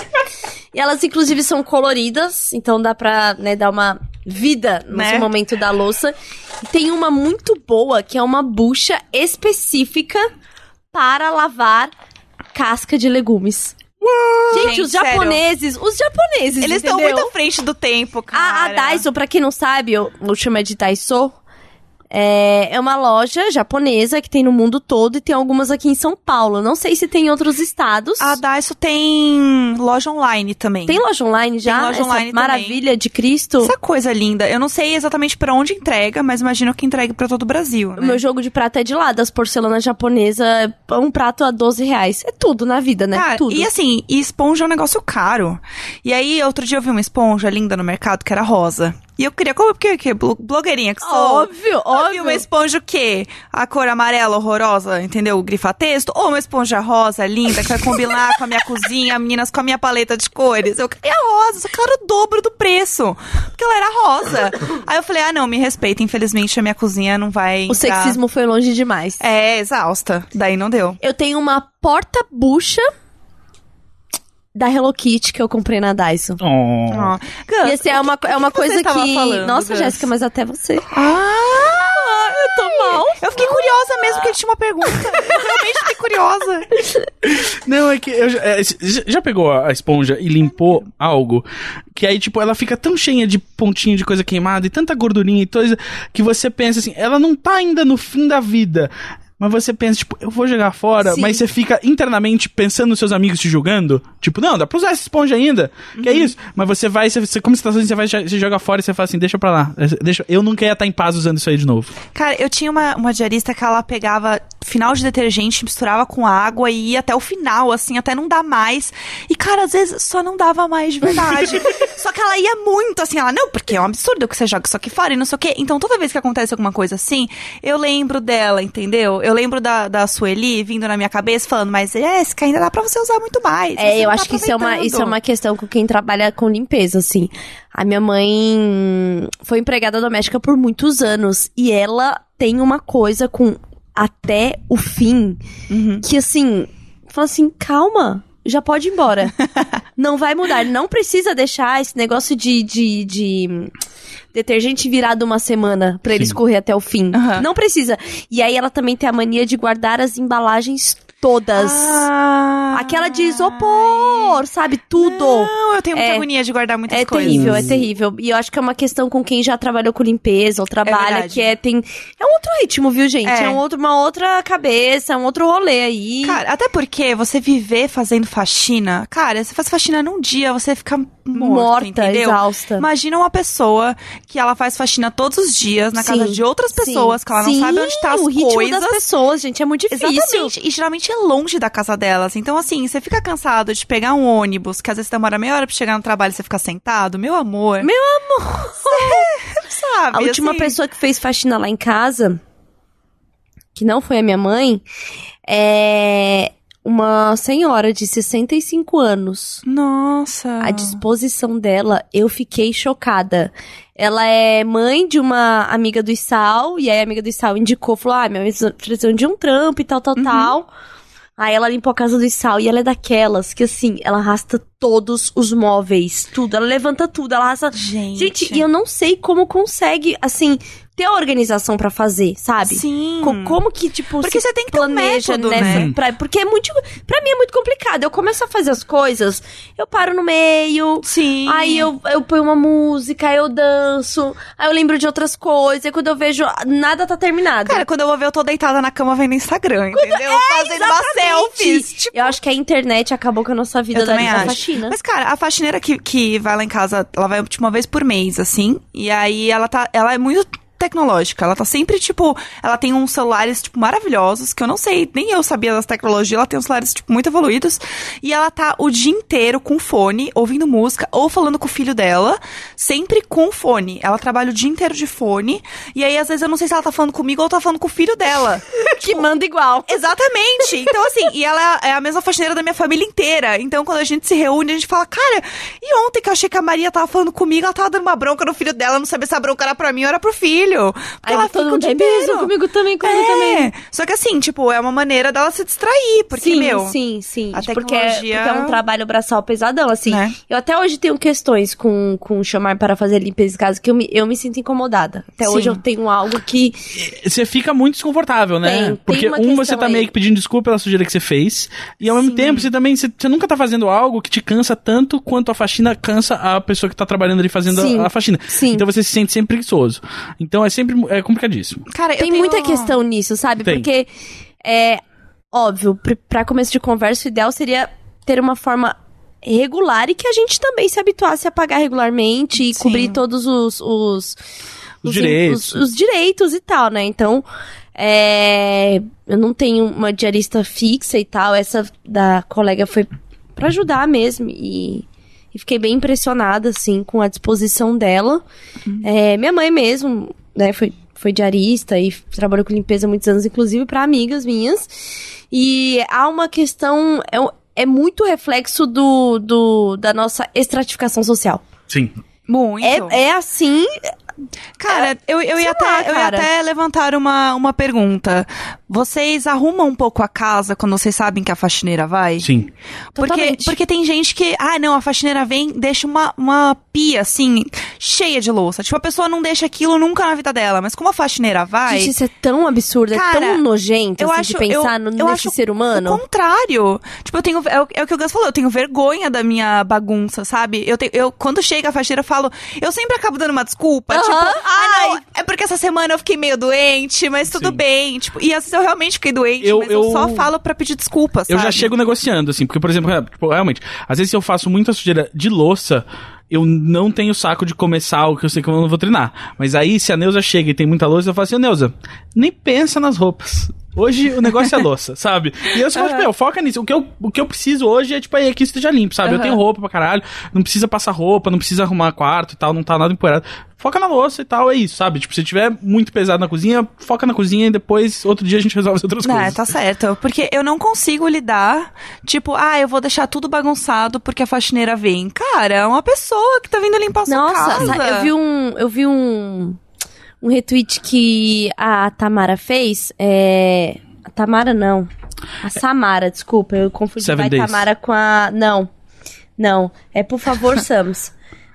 Speaker 2: E elas, inclusive, são coloridas. Então dá pra né, dar uma vida no
Speaker 1: Né?
Speaker 2: seu momento da louça. E tem uma muito boa, que é uma bucha específica para lavar casca de legumes. Gente,
Speaker 1: Gente,
Speaker 2: os
Speaker 1: sério.
Speaker 2: japoneses, os japoneses,
Speaker 1: Eles estão
Speaker 2: entendeu? Ah,
Speaker 1: muito à frente do tempo,
Speaker 2: A, a
Speaker 1: cara.
Speaker 2: Daiso, pra quem não sabe, eu, eu chamo de Daiso. É, é uma loja japonesa que tem no mundo todo e tem algumas aqui em São Paulo. Não sei se tem em outros estados.
Speaker 1: A Daiso tem loja online também.
Speaker 2: Tem loja online já?
Speaker 1: Tem loja
Speaker 2: Essa
Speaker 1: online também.
Speaker 2: maravilha de Cristo.
Speaker 1: Essa coisa linda. Eu não sei exatamente pra onde entrega, mas imagino que entregue pra todo o Brasil.
Speaker 2: O
Speaker 1: né?
Speaker 2: meu jogo de prata é de lá, das porcelanas japonesas, é um prato a 12 reais. É tudo na vida, né?
Speaker 1: Cara,
Speaker 2: tudo.
Speaker 1: E assim, e esponja é um negócio caro. E aí, outro dia eu vi uma esponja linda no mercado que era rosa. E eu queria comprar, porque que blo- blogueirinha que sou.
Speaker 2: Óbvio,
Speaker 1: Eu vi
Speaker 2: óbvio.
Speaker 1: uma esponja o quê? A cor amarela horrorosa, entendeu? Grifa texto. Ou uma esponja rosa linda que vai combinar com a minha <laughs> cozinha, meninas, com a minha paleta de cores. Eu queria rosa, só que era o dobro do preço. Porque ela era rosa. Aí eu falei, ah não, me respeita. Infelizmente a minha cozinha não vai
Speaker 2: O
Speaker 1: entrar.
Speaker 2: sexismo foi longe demais.
Speaker 1: É, exausta. Daí não deu.
Speaker 2: Eu tenho uma porta-bucha da Hello Kitty que eu comprei na Daiso.
Speaker 3: Oh.
Speaker 1: Ó. Gus,
Speaker 2: E assim, é uma, é uma
Speaker 1: você
Speaker 2: coisa
Speaker 1: tava
Speaker 2: que.
Speaker 1: falando,
Speaker 2: Nossa,
Speaker 1: Gus?
Speaker 2: Jéssica, mas até você.
Speaker 1: Ah, eu
Speaker 2: tô mal.
Speaker 1: Eu fiquei curiosa mesmo que ele tinha uma pergunta. Eu realmente fiquei curiosa.
Speaker 3: Não, é que eu já, é, j- já pegou a a esponja e limpou algo que aí, tipo, ela fica tão cheia de pontinho de coisa queimada e tanta gordurinha e coisa que você pensa assim, ela não tá ainda no fim da vida. Mas você pensa, tipo, eu vou jogar fora,
Speaker 2: Sim.
Speaker 3: mas você fica internamente pensando nos seus amigos te julgando. Tipo, não, dá pra usar essa esponja ainda. Que é isso. Mas você vai, você, você- como você tá sozinho, você vai, você joga fora e você fala assim, deixa pra lá. Deixa, eu não queria estar em paz usando isso aí de novo.
Speaker 1: Cara, eu tinha uma, uma diarista que ela pegava final de detergente, misturava com água e ia até o final, assim, até não dar mais. E, cara, às vezes só não dava mais de
Speaker 2: <laughs>
Speaker 1: verdade. só que ela ia muito, assim, ela, não, porque é um absurdo que você joga isso aqui fora e não sei o quê. Então, toda vez que acontece alguma coisa assim, eu lembro dela, entendeu? Eu lembro da, da Sueli vindo na minha cabeça falando, mas Jéssica, ainda dá pra você usar muito mais.
Speaker 2: É,
Speaker 1: você
Speaker 2: eu
Speaker 1: não tá
Speaker 2: acho que isso é, uma,
Speaker 1: aproveitando."
Speaker 2: isso é uma questão com quem trabalha com limpeza, assim. A minha mãe foi empregada doméstica por muitos anos e ela tem uma coisa com até o fim
Speaker 1: Uhum.
Speaker 2: que, assim, fala assim, calma. Já pode
Speaker 1: <laughs>
Speaker 2: ir embora. Não vai mudar. Não precisa deixar esse negócio de, de, de detergente virado uma semana pra ele
Speaker 3: Sim.
Speaker 2: escorrer até o fim.
Speaker 1: Aham.
Speaker 2: Não precisa. E aí ela também tem a mania de guardar as embalagens todas.
Speaker 1: Ah,
Speaker 2: Aquela de isopor, sabe? Tudo.
Speaker 1: Não, eu tenho muita
Speaker 2: É.
Speaker 1: agonia de guardar muitas
Speaker 2: É
Speaker 1: coisas.
Speaker 2: terrível, é terrível. E eu acho que é uma questão com quem já trabalhou com limpeza ou trabalha,
Speaker 1: verdade.
Speaker 2: que é tem é um outro ritmo, viu, gente?
Speaker 1: É.
Speaker 2: É, um outro, uma outra cabeça, é um outro rolê aí.
Speaker 1: Cara, até porque você viver fazendo faxina, cara, você faz faxina num dia, você fica morto,
Speaker 2: morta,
Speaker 1: entendeu?
Speaker 2: exausta.
Speaker 1: Imagina uma pessoa que ela faz faxina todos os dias na
Speaker 2: Sim,
Speaker 1: casa de outras pessoas,
Speaker 2: Sim.
Speaker 1: que ela não
Speaker 2: Sim,
Speaker 1: sabe onde tá as
Speaker 2: o ritmo
Speaker 1: coisas.
Speaker 2: das pessoas, gente, é muito difícil.
Speaker 1: Exatamente. E geralmente é longe da casa delas. Então, assim, você fica cansado de pegar um ônibus, que às vezes demora meia hora pra chegar no trabalho e você fica sentado. Meu amor. Meu amor. <laughs> sabe?
Speaker 2: A última
Speaker 1: assim,
Speaker 2: pessoa que fez faxina lá em casa, que não foi a minha mãe, é uma senhora de 65 anos.
Speaker 1: Nossa.
Speaker 2: A disposição dela, eu fiquei chocada. Ela é mãe de uma amiga do Sal, e aí a amiga do Sal indicou, falou: Ah, minha mãe precisando de um trampo e tal, tal,
Speaker 1: Uhum.
Speaker 2: tal. Aí ela limpou a casa do Sal e ela é daquelas que, assim, ela arrasta todos os móveis, tudo. Ela levanta tudo, ela arrasta.
Speaker 1: Gente.
Speaker 2: Gente, e eu não sei como consegue, assim, ter a organização pra fazer, sabe?
Speaker 1: Sim.
Speaker 2: Co- como que, tipo,
Speaker 1: Porque
Speaker 2: se
Speaker 1: você tem que ter um
Speaker 2: planeja
Speaker 1: método,
Speaker 2: nessa.
Speaker 1: né?
Speaker 2: pra- porque é muito. Pra mim é muito complicado. Eu começo a fazer as coisas, eu paro no meio.
Speaker 1: Sim.
Speaker 2: Aí eu, eu ponho uma música, aí eu danço, aí eu lembro de outras coisas, aí quando eu vejo, nada tá terminado.
Speaker 1: Cara, quando eu vou ver, eu tô deitada na cama vendo Instagram, entendeu? Fazendo uma selfies. Tipo,
Speaker 2: eu acho que a internet acabou com a nossa vida
Speaker 1: eu
Speaker 2: da,
Speaker 1: também
Speaker 2: da
Speaker 1: acho. <laughs>
Speaker 2: faxina.
Speaker 1: Mas, cara, a faxineira que, que vai lá em casa, ela vai tipo, uma vez por mês, assim. E aí ela tá. Ela é muito tecnológica. Ela tá sempre, tipo. Ela tem uns celulares, tipo, maravilhosos, que eu não sei, nem eu sabia das tecnologias. Ela tem uns celulares, tipo, muito evoluídos. E ela tá o dia inteiro com fone, ouvindo música, ou falando com o filho dela, sempre com fone. Ela trabalha o dia inteiro de fone. E aí, às vezes, eu não sei se ela tá falando comigo ou tá falando com o filho dela.
Speaker 2: que manda igual.
Speaker 1: Exatamente. Então, assim, e ela é a mesma faxineira da minha família inteira. Então, quando a gente se reúne, a gente fala, cara, e ontem que eu achei que a Maria tava falando comigo, ela tava dando uma bronca no filho dela, eu não sabia se a bronca era pra mim ou era pro filho. Porque
Speaker 2: Aí
Speaker 1: ela
Speaker 2: todo
Speaker 1: fica o
Speaker 2: mundo
Speaker 1: dia
Speaker 2: é mesmo,
Speaker 1: inteiro.
Speaker 2: comigo também, comigo também.
Speaker 1: É. Só que assim, tipo, é uma maneira dela se distrair, porque,
Speaker 2: sim,
Speaker 1: meu...
Speaker 2: sim, sim.
Speaker 1: a
Speaker 2: Porque-
Speaker 1: tecnologia-
Speaker 2: Porque, é um trabalho braçal pesadão, assim.
Speaker 1: Né?
Speaker 2: Eu até hoje tenho questões com, com chamar para fazer limpeza de casa, que eu me, eu me sinto incomodada. Até
Speaker 1: Sim.
Speaker 2: hoje eu tenho algo que...
Speaker 3: você fica muito desconfortável, né?
Speaker 2: Tem- tem
Speaker 3: Porque
Speaker 2: uma
Speaker 3: um
Speaker 2: questão
Speaker 3: você tá
Speaker 2: aí.
Speaker 3: meio que pedindo desculpa pela sujeira que você fez, e ao mesmo tempo você também você, você nunca tá fazendo algo que te cansa tanto quanto a faxina cansa a pessoa que tá trabalhando ali fazendo a-
Speaker 2: Sim.
Speaker 3: a, faxina.
Speaker 2: Sim.
Speaker 3: Então você se sente sempre preguiçoso. Então é sempre é complicadíssimo.
Speaker 1: Cara, eu
Speaker 2: tem
Speaker 1: tenho- um
Speaker 2: muita questão nisso, sabe?
Speaker 3: Tem.
Speaker 2: Porque, é óbvio, pr- pra começo de conversa, o ideal seria ter uma forma regular e que a gente também se habituasse a pagar regularmente e
Speaker 1: Sim.
Speaker 2: cobrir todos os... Os,
Speaker 3: Os direitos.
Speaker 2: Os, os direitos e tal, né? Então, é, eu não tenho uma diarista fixa e tal. Essa da colega foi pra ajudar mesmo e... E fiquei bem impressionada, assim, com a disposição dela.
Speaker 3: Uhum.
Speaker 2: É, minha mãe mesmo, né, foi, foi diarista e trabalhou com limpeza há muitos anos, inclusive para amigas minhas. E há uma questão, é, um- é muito reflexo do, do, da nossa estratificação social.
Speaker 3: Sim.
Speaker 1: Muito.
Speaker 2: É, é assim,
Speaker 1: Cara, eu, eu,
Speaker 2: sei
Speaker 1: ia
Speaker 2: lá,
Speaker 1: até, eu ia
Speaker 2: cara.
Speaker 1: até levantar uma, uma pergunta. Vocês arrumam um pouco a casa quando vocês sabem que a faxineira vai?
Speaker 3: Sim.
Speaker 1: Porque,
Speaker 2: Totalmente.
Speaker 1: porque tem gente que, ah, não, a faxineira vem, deixa uma, uma pia, assim, cheia de louça. Tipo, a pessoa não deixa aquilo nunca na vida dela. Mas como a faxineira vai.
Speaker 2: Gente, isso é tão absurdo,
Speaker 1: Cara,
Speaker 2: é tão nojento
Speaker 1: eu
Speaker 2: assim,
Speaker 1: acho-
Speaker 2: de pensar
Speaker 1: eu-
Speaker 2: no,
Speaker 1: eu
Speaker 2: nesse
Speaker 1: acho
Speaker 2: ser humano.
Speaker 1: O contrário. Tipo, eu tenho. É o, é o que o Gus falou, eu tenho vergonha da minha bagunça, sabe? Eu, tenho, eu Quando chega a faxineira, eu falo. Eu sempre acabo dando uma desculpa.
Speaker 2: Aham.
Speaker 1: Tipo, ah, não, é porque essa semana eu fiquei meio doente, mas tudo
Speaker 3: Sim.
Speaker 1: bem. Tipo, e às vezes eu realmente fiquei doente,
Speaker 3: Eu-
Speaker 1: mas eu,
Speaker 3: eu-
Speaker 1: só falo pra pedir desculpa, sabe?
Speaker 3: Eu já chego negociando, assim, porque, por exemplo, é, tipo, realmente, às vezes se eu faço muita sujeira de louça, eu não tenho saco de começar o que eu sei que eu não vou treinar. Mas aí, se a Neuza chega e tem muita louça, eu falo assim, Neuza, nem pensa nas roupas. Hoje o negócio é louça, <laughs> sabe? E eu só falo, tipo, meu, foca nisso. O que, eu, o que eu preciso hoje é, tipo, aí que esteja limpo, sabe? Eu
Speaker 1: Aham.
Speaker 3: tenho roupa pra caralho, não precisa passar roupa, não precisa arrumar quarto e tal, não tá nada empoeirado. Foca na louça e tal, é isso, sabe? Tipo, se tiver muito pesado na cozinha, foca na cozinha e depois, outro dia a gente resolve as outras
Speaker 1: Não,
Speaker 3: coisas.
Speaker 1: tá certo. Porque eu não consigo lidar, tipo, ah, eu vou deixar tudo bagunçado porque a faxineira vem. Cara, é uma pessoa que tá vindo limpar a sua
Speaker 2: Nossa,
Speaker 1: casa.
Speaker 2: sabe, eu vi um. Eu vi um. Um retweet que a Tamara fez. É. A Tamara não. A Samara, desculpa, eu confundi
Speaker 3: Seven
Speaker 2: a
Speaker 3: Days.
Speaker 2: Tamara com a. Não. Não. É por
Speaker 3: <laughs>
Speaker 2: favor, Sams.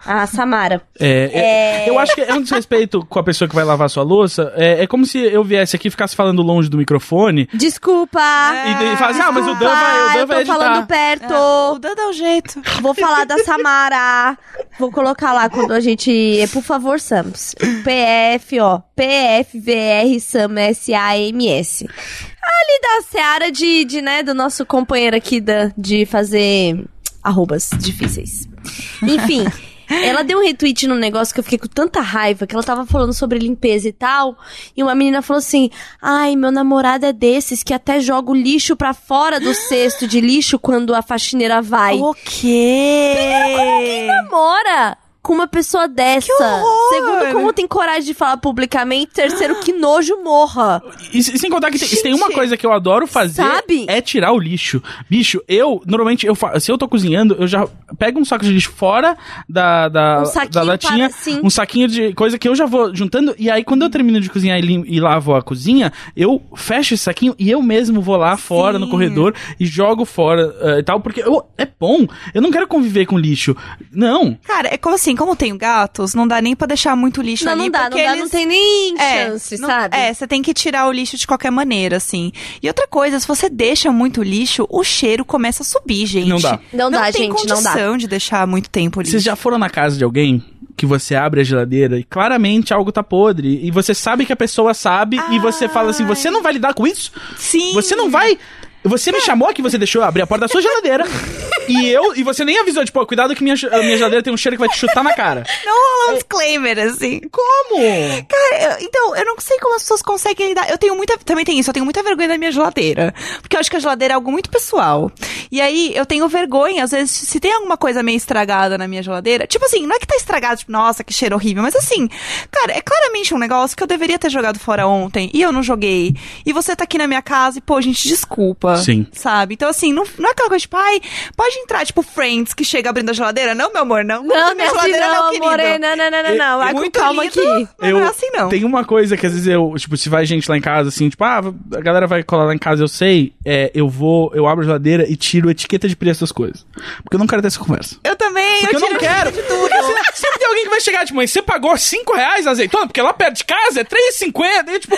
Speaker 2: A Samara.
Speaker 3: É, é- Eu acho que é um desrespeito com a pessoa que vai lavar sua louça. É, é como se eu viesse aqui e ficasse falando longe do microfone.
Speaker 2: Desculpa!
Speaker 3: E daí fala assim, ah, mas o Dan vai, o
Speaker 2: Desculpa,
Speaker 3: Dan
Speaker 2: eu
Speaker 3: vai
Speaker 2: tô
Speaker 3: editar.
Speaker 2: falando perto.
Speaker 1: O Dan dá o jeito.
Speaker 2: Vou falar da Samara. Vou colocar lá quando a gente. é, Por favor, Sams. PF, ó. PFVR Sam S-A-M-S. Ali da seara de, de, né, do nosso companheiro aqui da, de fazer arrobas difíceis. Enfim. Ela deu um retweet num negócio que eu fiquei com tanta raiva, que ela tava falando sobre limpeza e tal, e uma menina falou assim: "Ai, meu namorado é desses que até joga o lixo pra fora do cesto de lixo quando a faxineira vai"
Speaker 1: O quê?
Speaker 2: namora com uma pessoa dessa.
Speaker 1: horror!
Speaker 2: Segundo, como tem coragem de falar publicamente. Terceiro, que nojo morra.
Speaker 3: E, se- sem contar que tem, se tem uma
Speaker 1: Gente,
Speaker 3: coisa que eu adoro fazer
Speaker 2: sabe?
Speaker 3: é tirar o lixo. Bicho, eu normalmente, eu fa- se eu tô cozinhando, eu já pego um saco de lixo fora da, da,
Speaker 2: Um
Speaker 3: da
Speaker 2: saquinho
Speaker 3: latinha,
Speaker 2: para, assim.
Speaker 3: um saquinho de coisa que eu já vou juntando. E aí, quando eu termino de cozinhar e, lim- e lavo a cozinha, eu fecho esse saquinho e eu mesmo vou lá fora no
Speaker 1: Sim.
Speaker 3: corredor e jogo fora eh, e tal, porque eu- é bom. Eu não quero conviver com lixo. Não.
Speaker 1: Cara, é como assim, como eu tenho gatos, não dá nem pra deixar muito lixo
Speaker 2: Não,
Speaker 1: ali.
Speaker 2: não dá, não
Speaker 1: porque
Speaker 2: dá,
Speaker 1: eles...
Speaker 2: não tem nem
Speaker 1: É,
Speaker 2: chance,
Speaker 1: não-
Speaker 2: sabe?
Speaker 1: É, você tem que tirar o lixo de qualquer maneira, assim. E outra coisa, se você deixa muito lixo, o cheiro começa a subir, gente.
Speaker 3: Não dá.
Speaker 2: Não dá,
Speaker 1: tem
Speaker 2: gente, não dá.
Speaker 1: condição de deixar muito tempo o lixo.
Speaker 3: Vocês já foram na casa de alguém que você abre a geladeira e claramente algo tá podre e você sabe que a pessoa sabe e você fala assim: "Você não vai lidar com isso?
Speaker 1: Sim.
Speaker 3: Você não vai você me chamou aqui, você deixou eu abrir a porta da sua geladeira. e eu. E você nem avisou, tipo, ó, cuidado que minha, ge- a minha geladeira tem um cheiro que vai te chutar na cara.
Speaker 1: Não rolar um disclaimer, assim.
Speaker 3: Como?
Speaker 1: Cara, eu- então, eu não sei como as pessoas conseguem lidar. Eu tenho muita. Também tem isso, eu tenho muita vergonha da minha geladeira. Porque eu acho que a geladeira é algo muito pessoal. E aí, eu tenho vergonha, às vezes, se tem alguma coisa meio estragada na minha geladeira. Tipo assim, não é que tá estragado, tipo, nossa, que cheiro horrível. Mas assim, cara, é claramente um negócio que eu deveria ter jogado fora ontem e eu não joguei. E você tá aqui na minha casa e, pô, gente, desculpa.
Speaker 3: Sim.
Speaker 1: Sabe? Então, assim, não, não é aquela coisa, tipo, ai, pode entrar, tipo, friends que chega abrindo a geladeira. Não, meu amor, não.
Speaker 2: Não,
Speaker 1: minha
Speaker 2: minha
Speaker 1: geladeira não, é
Speaker 2: não,
Speaker 1: querido. É
Speaker 2: morena, não, não, não, não. Vai com
Speaker 1: Muito
Speaker 2: calma
Speaker 1: lindo,
Speaker 2: aqui.
Speaker 1: mas Não é assim, não.
Speaker 3: Tem uma coisa que às vezes eu, tipo, se vai gente lá em casa, assim, tipo, ah, a galera vai colar lá em casa, eu sei, é, eu vou, eu abro a geladeira e tiro a etiqueta de preço das coisas. Porque eu não quero ter essa conversa.
Speaker 1: Eu também,
Speaker 3: Porque eu,
Speaker 1: eu tiro <laughs>
Speaker 3: não quero. Porque se- Sempre tem alguém que vai chegar, tipo, mas você pagou 5 reais na azeitona? Porque lá perto de casa é 3,50. E eu, tipo,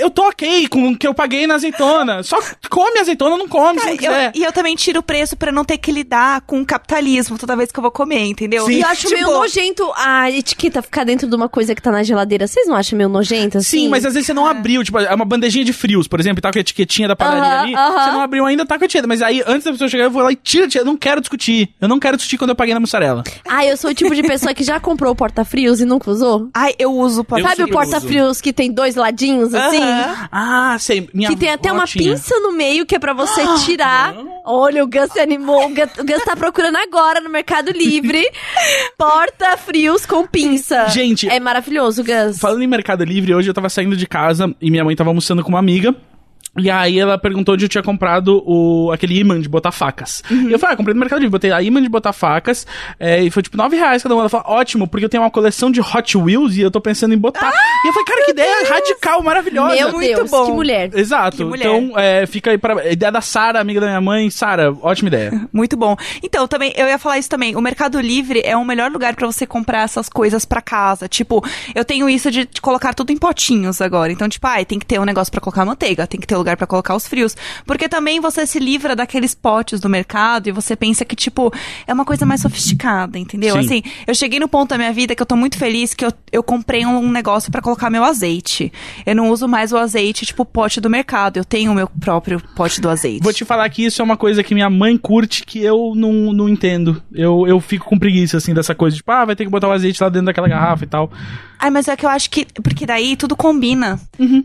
Speaker 3: eu tô ok com o que eu paguei na azeitona. Só come azeitona, não come, se não
Speaker 1: É, Eu-
Speaker 3: quiser.
Speaker 1: e eu também tiro o preço pra não ter que lidar com o capitalismo toda vez que eu vou comer, entendeu?
Speaker 3: Sim.
Speaker 2: E eu acho
Speaker 1: Tipo,
Speaker 2: meio nojento a etiqueta ficar dentro de uma coisa que tá na geladeira. Vocês não acham meio nojento assim?
Speaker 3: Sim, mas às vezes você não abriu, tipo, é uma bandejinha de frios, por exemplo, e tá com a etiquetinha da padaria
Speaker 2: Aham,
Speaker 3: ali,
Speaker 2: aham.
Speaker 3: você não abriu ainda, tá com a etiqueta. Mas aí, antes da pessoa chegar, eu vou lá e tira, a etiqueta. eu não quero discutir. Eu não quero discutir quando eu paguei na mussarela.
Speaker 2: Ah, eu sou o tipo de pessoa que já comprou o porta-frios e nunca usou.
Speaker 1: Ai, eu uso o
Speaker 3: Eu
Speaker 1: papel.
Speaker 2: Sabe o
Speaker 3: super uso.
Speaker 2: porta-frios que tem dois ladinhos assim?
Speaker 1: Aham.
Speaker 3: Ah, sei, minha
Speaker 2: Que tem até
Speaker 3: avó
Speaker 2: uma
Speaker 3: tinha.
Speaker 2: pinça no meio que é pra você tirar. Olha, o Gus se animou. O Gus, o Gus tá procurando agora no Mercado <laughs> Livre porta-frios com pinça.
Speaker 3: Gente-
Speaker 2: É maravilhoso, Gus.
Speaker 3: Falando em Mercado Livre, hoje eu tava saindo de casa e minha mãe tava almoçando com uma amiga. E aí ela perguntou onde eu tinha comprado o, aquele imã de botar facas. E eu falei, ah, comprei no Mercado Livre, botei a imã de botar facas, é, e foi tipo 9 reais cada uma. Ela falou, ótimo, porque eu tenho uma coleção de Hot Wheels e eu tô pensando em botar. e eu falei, cara, que ideia radical, maravilhosa.
Speaker 2: Meu
Speaker 1: muito
Speaker 2: Deus,
Speaker 1: bom.
Speaker 2: que mulher.
Speaker 1: Que
Speaker 3: Exato.
Speaker 1: mulher.
Speaker 3: Então, é, fica aí para ideia da Sara, amiga da minha mãe. Sara, ótima ideia.
Speaker 1: Muito bom. Então, também, eu ia falar isso também. O Mercado Livre é o melhor lugar pra você comprar essas coisas pra casa. Tipo, eu tenho isso de de colocar tudo em potinhos agora. Então, tipo, ai, tem que ter um negócio pra colocar a manteiga, tem que ter um lugar pra colocar os frios. Porque também você se livra daqueles potes do mercado e você pensa que, tipo, é uma coisa mais sofisticada, entendeu?
Speaker 3: Sim.
Speaker 1: Assim, eu cheguei no ponto da minha vida que eu tô muito feliz que eu, eu comprei um, um negócio pra colocar meu azeite. Eu não uso mais o azeite, tipo, pote do mercado. Eu tenho o meu próprio pote do azeite.
Speaker 3: Vou te falar que isso é uma coisa que minha mãe curte que eu não, não entendo. Eu, eu fico com preguiça, assim, dessa coisa, tipo, ah, vai ter que botar o azeite lá dentro daquela garrafa e tal.
Speaker 1: Ai, mas é que eu acho que. Porque daí tudo combina.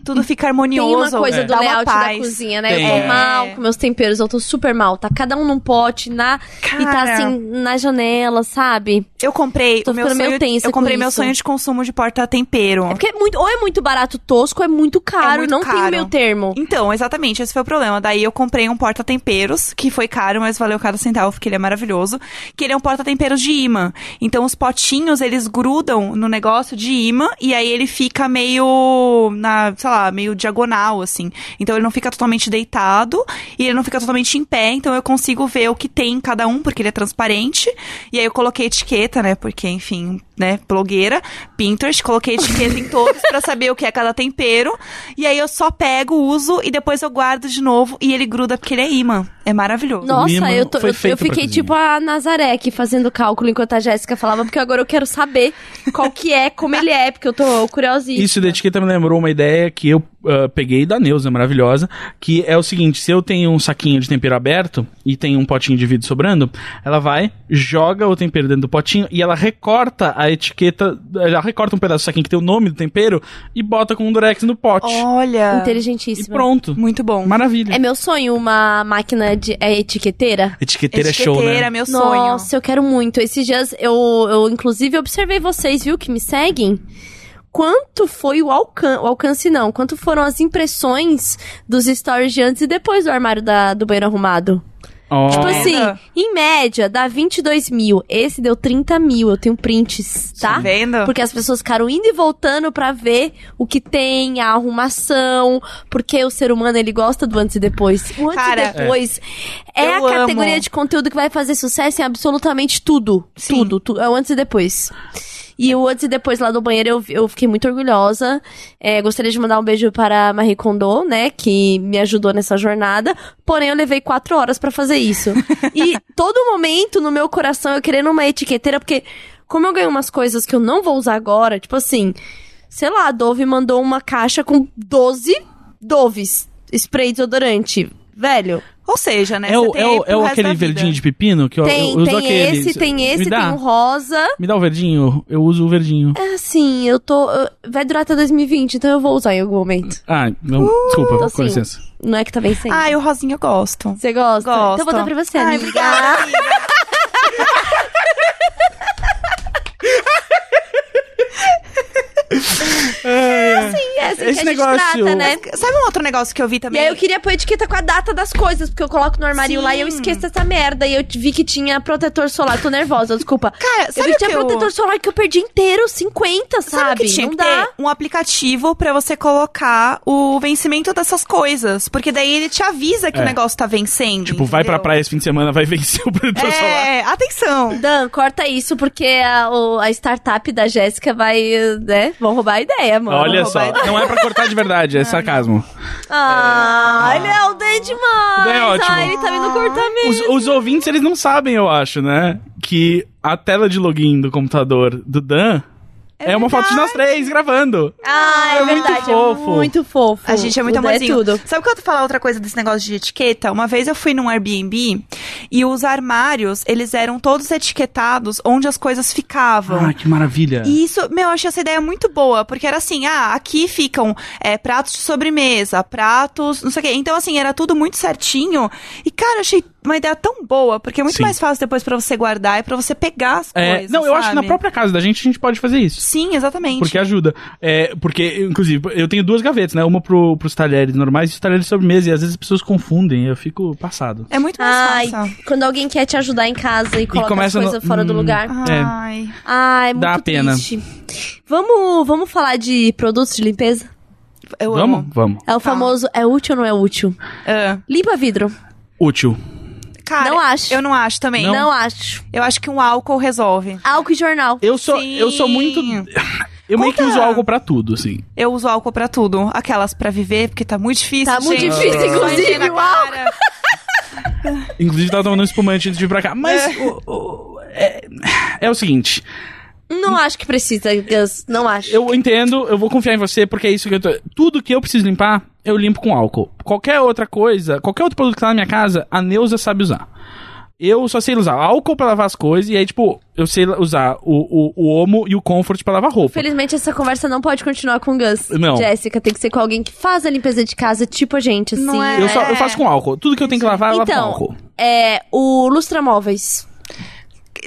Speaker 1: Tudo fica
Speaker 2: Uhum. Tem
Speaker 1: harmonioso.
Speaker 2: uma coisa
Speaker 1: né?
Speaker 2: do
Speaker 1: dá uma
Speaker 2: layout da
Speaker 1: paz.
Speaker 2: cozinha, né?
Speaker 3: Tem.
Speaker 2: Eu
Speaker 3: É.
Speaker 2: tô mal com meus temperos, eu tô super mal. Tá cada um num pote, na... E tá
Speaker 1: Cara.
Speaker 2: assim, na janela, sabe?
Speaker 1: Eu comprei
Speaker 2: Tô
Speaker 1: o meu
Speaker 2: ficando meio
Speaker 1: sonho.
Speaker 2: tensa
Speaker 1: eu comprei
Speaker 2: com
Speaker 1: meu
Speaker 2: isso.
Speaker 1: sonho de consumo de porta-tempero.
Speaker 2: É porque é muito, ou é muito barato tosco, ou é muito caro.
Speaker 1: É muito
Speaker 2: não tem
Speaker 1: caro.
Speaker 2: o meu termo.
Speaker 1: Então, exatamente, esse foi o problema. Daí eu comprei um porta-temperos, que foi caro, mas valeu cada centavo, porque ele é maravilhoso. Que ele é um porta-temperos de imã. Então, os potinhos, eles grudam no negócio de imã, e aí ele fica meio, na, sei lá, meio diagonal, assim. Então, ele não fica totalmente deitado, e ele não fica totalmente em pé, então eu consigo ver o que tem em cada um, porque ele é transparente. E aí eu coloquei etiqueta, né, porque, enfim, né, blogueira, Pinterest, coloquei etiqueta em todos pra saber o que é cada tempero. E aí eu só pego, uso e depois eu guardo de novo e ele gruda porque ele é imã. É maravilhoso.
Speaker 2: Nossa,
Speaker 3: mimo
Speaker 2: eu, tô-
Speaker 3: foi
Speaker 2: eu- eu
Speaker 3: feito pra
Speaker 2: fiquei
Speaker 3: cozinha.
Speaker 2: tipo a Nazaré aqui fazendo cálculo enquanto a Jéssica falava, porque agora eu quero saber qual que é, como ele é, porque eu tô curiosíssima.
Speaker 3: Isso da etiqueta me lembrou uma ideia que eu ah, peguei da Neuza, maravilhosa, que é o seguinte, se eu tenho um saquinho de tempero aberto e tem um potinho de vidro sobrando, ela vai, joga o tempero dentro do potinho e ela recorta a etiqueta, ela recorta um pedaço do saquinho que tem o nome do tempero e bota com um durex no pote.
Speaker 1: Olha,
Speaker 3: é e
Speaker 2: Inteligentíssima.
Speaker 3: pronto.
Speaker 1: muito bom.
Speaker 3: Maravilha.
Speaker 2: É meu sonho uma máquina de é, etiqueteira?
Speaker 3: Etiqueteira é show, né?
Speaker 1: meu sonho.
Speaker 2: Nossa, eu quero muito. Esses dias eu, eu inclusive observei vocês, viu, que me seguem. Quanto foi o alcance, o alcance não, quanto foram as impressões dos stories de antes e depois do armário da, do banheiro arrumado?
Speaker 3: Ó,
Speaker 2: Tipo
Speaker 1: Olha.
Speaker 2: assim, em média, dá 22 mil. Esse deu 30 mil, eu tenho prints, tá?
Speaker 1: Tá vendo?
Speaker 2: Porque as pessoas ficaram indo e voltando pra ver o que tem, a arrumação, porque o ser humano ele gosta do antes e depois. O antes
Speaker 1: Cara,
Speaker 2: e depois é,
Speaker 1: Eu
Speaker 2: a
Speaker 1: amo.
Speaker 2: categoria de conteúdo que vai fazer sucesso em absolutamente tudo.
Speaker 1: Sim.
Speaker 2: Tudo, tu- é o antes e depois. E o antes e depois lá do banheiro eu, eu fiquei muito orgulhosa. É, gostaria de mandar um beijo para a Marie Kondo, né, que me ajudou nessa jornada. Porém, eu levei quatro horas pra fazer isso. e todo momento no meu coração eu querendo uma etiqueteira, porque como eu ganho umas coisas que eu não vou usar agora, tipo assim, sei lá, a Dove mandou uma caixa com 12 Doves spray desodorante. Velho,
Speaker 1: Ou seja, né?
Speaker 3: É
Speaker 1: você
Speaker 3: o,
Speaker 1: tem
Speaker 3: é
Speaker 1: aí
Speaker 3: o,
Speaker 1: pro
Speaker 3: é o
Speaker 1: resto da
Speaker 3: aquele
Speaker 1: vida.
Speaker 3: verdinho de pepino que eu,
Speaker 2: tem,
Speaker 3: eu uso
Speaker 2: tem
Speaker 3: aquele.
Speaker 2: esse, tem esse,
Speaker 3: Me dá,
Speaker 2: tem o rosa.
Speaker 3: me dá o verdinho, eu uso o verdinho.
Speaker 2: É assim, eu tô. eu- Vai durar até 2020, então eu vou usar em algum momento.
Speaker 3: Ah, não, desculpa,
Speaker 2: Então,
Speaker 3: com
Speaker 2: assim,
Speaker 3: licença.
Speaker 2: Não é que tá vencendo.
Speaker 1: Ai, Ah, o rosinho eu gosto.
Speaker 2: Você gosta?
Speaker 1: Gosto.
Speaker 2: Então eu vou dar pra você,
Speaker 1: Ai,
Speaker 2: amiga.
Speaker 1: obrigada, amiga.
Speaker 2: <laughs> E é assim que
Speaker 3: Esse
Speaker 2: a gente
Speaker 3: negócio-
Speaker 2: trata, né?
Speaker 1: Sabe um outro negócio que eu vi
Speaker 2: E
Speaker 1: também?
Speaker 2: aí eu queria pôr etiqueta com a data das coisas, porque eu coloco no armário
Speaker 1: Sim.
Speaker 2: lá e eu esqueço essa merda. E eu t- vi que tinha protetor solar. Tô nervosa, desculpa.
Speaker 1: Cara, sabe
Speaker 2: eu vi
Speaker 1: o
Speaker 2: que
Speaker 1: que
Speaker 2: tinha
Speaker 1: eu...
Speaker 2: protetor solar que eu perdi inteiro, 50, sabe?
Speaker 1: Sabe o que tinha
Speaker 2: Não
Speaker 1: que
Speaker 2: dá.
Speaker 1: ter? Um aplicativo pra você colocar o vencimento dessas coisas. Porque daí ele te avisa que
Speaker 3: É.
Speaker 1: o negócio tá vencendo.
Speaker 3: Tipo, vai pra
Speaker 1: entendeu?
Speaker 3: praia esse fim de semana, vai <laughs> vencer o protetor solar.
Speaker 1: É, atenção.
Speaker 2: Dan, corta isso, porque a, o- a startup da Jéssica vai, né? Vão roubar a ideia, mano.
Speaker 3: Olha
Speaker 1: não
Speaker 3: só,
Speaker 1: vai-
Speaker 3: não é pra cortar de verdade, é sarcasmo.
Speaker 2: Ah, ele é o Dan demais.
Speaker 3: Dan é ótimo. é
Speaker 2: Ai, ele tá vindo cortar mesmo.
Speaker 3: Os, os ouvintes, eles não sabem, eu acho, né? Que a tela de login do computador do Dan é, uma foto de nós três gravando.
Speaker 2: Ah, é,
Speaker 3: É muito
Speaker 2: verdade.
Speaker 3: fofo.
Speaker 2: É muito fofo.
Speaker 1: A gente é muito
Speaker 2: O Dan
Speaker 1: amorzinho.
Speaker 2: É tudo.
Speaker 1: Sabe quando eu falar outra coisa desse negócio de etiqueta? Uma vez eu fui num Airbnb E os armários, eles eram todos etiquetados onde as coisas ficavam.
Speaker 3: Ah, que maravilha.
Speaker 1: E isso, meu, eu achei essa ideia muito boa, porque era assim, ah, aqui ficam é, pratos de sobremesa, pratos, não sei o quê. Então, assim, era tudo muito certinho. E, cara, eu achei uma ideia tão boa, porque é muito
Speaker 3: Sim.
Speaker 1: mais fácil depois pra você guardar e pra você pegar as
Speaker 3: É,
Speaker 1: coisas.
Speaker 3: não, eu acho
Speaker 1: sabe?
Speaker 3: que na própria casa da gente a gente pode fazer isso.
Speaker 1: Sim, exatamente.
Speaker 3: Porque ajuda. É, porque, inclusive, eu tenho duas gavetas, né? Uma pro, pros talheres normais e os talheres de sobremesa. E às vezes as pessoas confundem, eu fico passado.
Speaker 1: É muito
Speaker 2: Ai,
Speaker 1: mais fácil.
Speaker 2: quando alguém quer te ajudar em casa e coloca as
Speaker 3: começa no-
Speaker 2: coisas fora do
Speaker 3: Hum.
Speaker 2: lugar.
Speaker 1: Ah.
Speaker 3: É.
Speaker 1: Ai.
Speaker 2: Ai, muito
Speaker 3: Dá pena.
Speaker 2: triste. Vamos, vamos falar de produtos de limpeza?
Speaker 1: Eu
Speaker 3: vamos?
Speaker 1: amo.
Speaker 3: Vamos.
Speaker 2: É o famoso é útil ou não é útil?
Speaker 1: Ah,
Speaker 2: Limpa vidro.
Speaker 3: Útil.
Speaker 1: cara,
Speaker 2: Não acho.
Speaker 1: Eu não acho também.
Speaker 2: Não, acho.
Speaker 1: Eu acho que um álcool resolve.
Speaker 2: Álcool e jornal.
Speaker 3: Eu sou,
Speaker 1: Sim.
Speaker 3: eu sou muito. Eu meio que
Speaker 1: Conta.
Speaker 3: uso álcool pra tudo, assim.
Speaker 1: Eu uso álcool pra tudo. Aquelas pra viver, porque tá muito difícil.
Speaker 2: Tá muito
Speaker 1: gente.
Speaker 2: difícil,
Speaker 1: Só
Speaker 2: inclusive,
Speaker 1: encher na
Speaker 2: o álcool.
Speaker 1: cara.
Speaker 3: Inclusive, tava tomando um espumante antes de vir pra cá. Mas. o- o- é, é o seguinte.
Speaker 2: Não acho que precisa, Gus. Não acho.
Speaker 3: Hum. Eu entendo, eu vou confiar em você, porque é isso que eu tô. Tudo que eu preciso limpar, eu limpo com álcool. Qualquer outra coisa, qualquer outro produto que tá na minha casa, a Neuza sabe usar. Eu só sei usar álcool pra lavar as coisas, e aí, tipo, eu sei usar o, o, o Omo e o Comfort pra lavar roupa.
Speaker 2: Felizmente, essa conversa não pode continuar com o Gus.
Speaker 3: Não.
Speaker 2: Jéssica, tem que ser com alguém que faz a limpeza de casa, tipo a gente, assim.
Speaker 1: Não é?
Speaker 3: Eu, só, eu faço com álcool. Tudo que eu tenho que lavar, eu lavo com
Speaker 2: Então,
Speaker 3: álcool.
Speaker 2: é o lustramóveis.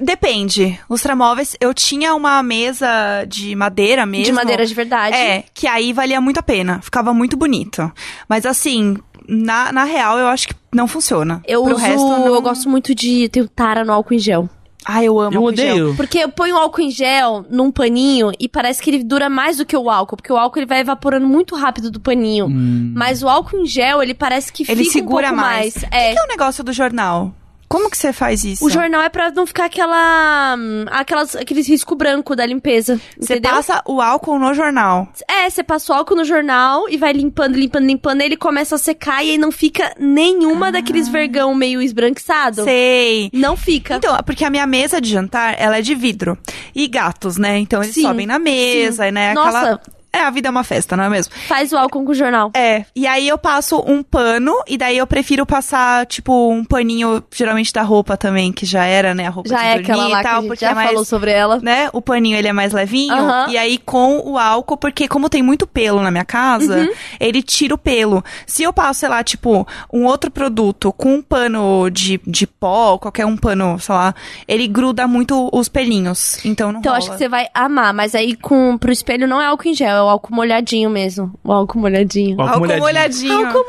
Speaker 1: Depende. Lustramóveis, eu tinha uma mesa de madeira mesmo.
Speaker 2: De madeira de verdade.
Speaker 1: É, que aí valia muito a pena. Ficava muito bonito. Mas assim, na, na real, eu acho que não funciona.
Speaker 2: Eu
Speaker 1: Pro
Speaker 2: uso,
Speaker 1: resto, não...
Speaker 2: eu gosto muito de ter tara no álcool em gel.
Speaker 1: Ah, eu amo
Speaker 3: Eu
Speaker 1: álcool em gel.
Speaker 3: odeio.
Speaker 2: Porque eu ponho o álcool em gel num paninho e parece que ele dura mais do que o álcool, porque o álcool ele vai evaporando muito rápido do paninho.
Speaker 3: Hum.
Speaker 2: Mas o álcool em gel, ele parece que
Speaker 1: Ele
Speaker 2: fica
Speaker 1: segura
Speaker 2: um pouco
Speaker 1: mais.
Speaker 2: mais.
Speaker 1: O
Speaker 2: É.
Speaker 1: que é o negócio do jornal? Como que você faz isso?
Speaker 2: O jornal é pra não ficar aquela. hum, Aquelas, aqueles risco branco da limpeza.
Speaker 1: Você
Speaker 2: entendeu?
Speaker 1: passa o álcool no jornal.
Speaker 2: É, você passa o álcool no jornal e vai limpando, limpando, limpando, e ele começa a secar e aí não fica nenhuma daqueles vergão meio esbranquiçado.
Speaker 1: Ah. Sei.
Speaker 2: Não fica.
Speaker 1: Então, porque a minha mesa de jantar, ela é de vidro. E gatos, né? Então eles
Speaker 2: Sim,
Speaker 1: sobem na mesa, né?
Speaker 2: Nossa.
Speaker 1: Aquela... É, a vida é uma festa, não é mesmo?
Speaker 2: Faz o álcool com o jornal.
Speaker 1: É. E aí eu passo um pano, e daí eu prefiro passar, tipo, um paninho, geralmente da roupa também, que já era, né? A roupa
Speaker 2: Já
Speaker 1: de
Speaker 2: é
Speaker 1: dormir
Speaker 2: aquela lá
Speaker 1: e tal,
Speaker 2: que a gente
Speaker 1: porque
Speaker 2: já
Speaker 1: é mais.
Speaker 2: falou sobre ela.
Speaker 1: Né? O paninho ele é mais levinho.
Speaker 2: Aham.
Speaker 1: E aí, com o álcool, porque como tem muito pelo na minha casa,
Speaker 2: Uhum.
Speaker 1: ele tira o pelo. Se eu passo, sei lá, tipo, um outro produto com um pano de, de pó, qualquer um pano, sei lá, ele gruda muito os pelinhos. Então não
Speaker 2: Então
Speaker 1: rola.
Speaker 2: acho que você vai amar, mas aí com, pro espelho não é álcool em gel, é o álcool molhadinho mesmo. O álcool molhadinho.
Speaker 3: Ó, com
Speaker 1: Álcool
Speaker 3: molhadinho.
Speaker 1: molhadinho.
Speaker 2: Álcool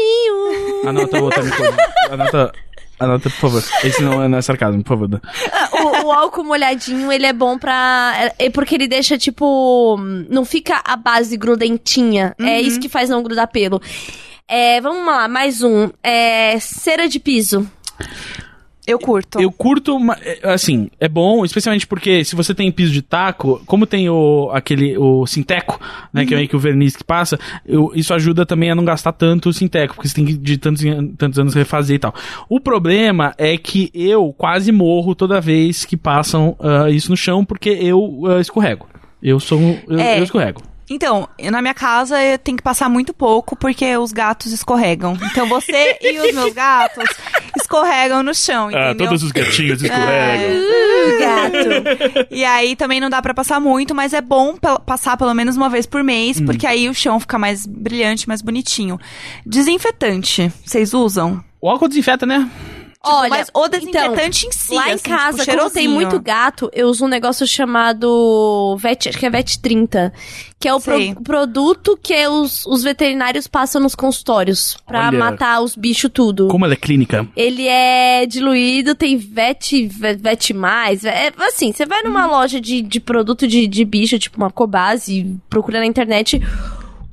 Speaker 2: molhadinho!
Speaker 3: Anota outra, me conta. Anota. Anota, por favor. Esse não, não é sarcasmo, por
Speaker 2: <laughs>
Speaker 3: favor.
Speaker 2: o, o álcool molhadinho, ele é bom pra. É é porque ele deixa, tipo. Não fica a base grudentinha.
Speaker 1: Uhum.
Speaker 2: É isso que faz não grudar pelo. É, vamos lá, mais um. É, cera de piso.
Speaker 1: Eu curto.
Speaker 3: Eu curto, ma- é, assim, é bom, especialmente porque se você tem piso de taco, como tem o aquele o sinteco, né,
Speaker 1: Uhum.
Speaker 3: que é meio que o verniz que passa, eu- isso ajuda também a não gastar tanto o sinteco, porque você tem que de tantos, em- tantos anos refazer e tal. O problema é que eu quase morro toda vez que passam ah, isso no chão, porque eu ah, escorrego. Eu sou um- eu,
Speaker 1: É.
Speaker 3: eu escorrego.
Speaker 1: Então, eu- na minha casa eu tenho que passar muito pouco porque os gatos escorregam. Então
Speaker 2: <laughs>
Speaker 1: você e os meus gatos escorregam no chão, entendeu?
Speaker 3: Ah, os
Speaker 2: <laughs>
Speaker 3: gatinhos
Speaker 1: Gato. E aí também não dá pra passar muito, mas é bom pel- passar pelo menos uma vez por mês, porque aí o chão fica mais brilhante, mais bonitinho. Desinfetante, vocês usam?
Speaker 3: O álcool desinfeta, né?
Speaker 2: Olha,
Speaker 1: Tipo, mas o
Speaker 2: então,
Speaker 1: desinfetante em si,
Speaker 2: Lá em
Speaker 1: assim, tipo,
Speaker 2: casa, quando tem
Speaker 1: cheirosinho.
Speaker 2: muito gato, eu uso um negócio chamado VET, acho que é VET 30, que é o pro-
Speaker 1: Sei.
Speaker 2: produto que os, os veterinários passam nos consultórios pra
Speaker 3: Olha.
Speaker 2: matar os bichos tudo.
Speaker 3: Como ela é clínica.
Speaker 2: Ele é diluído, tem VET, ve- VET+, mais, é, assim, você vai numa loja de, de produto de, de bicho, tipo uma cobase, e procura na internet...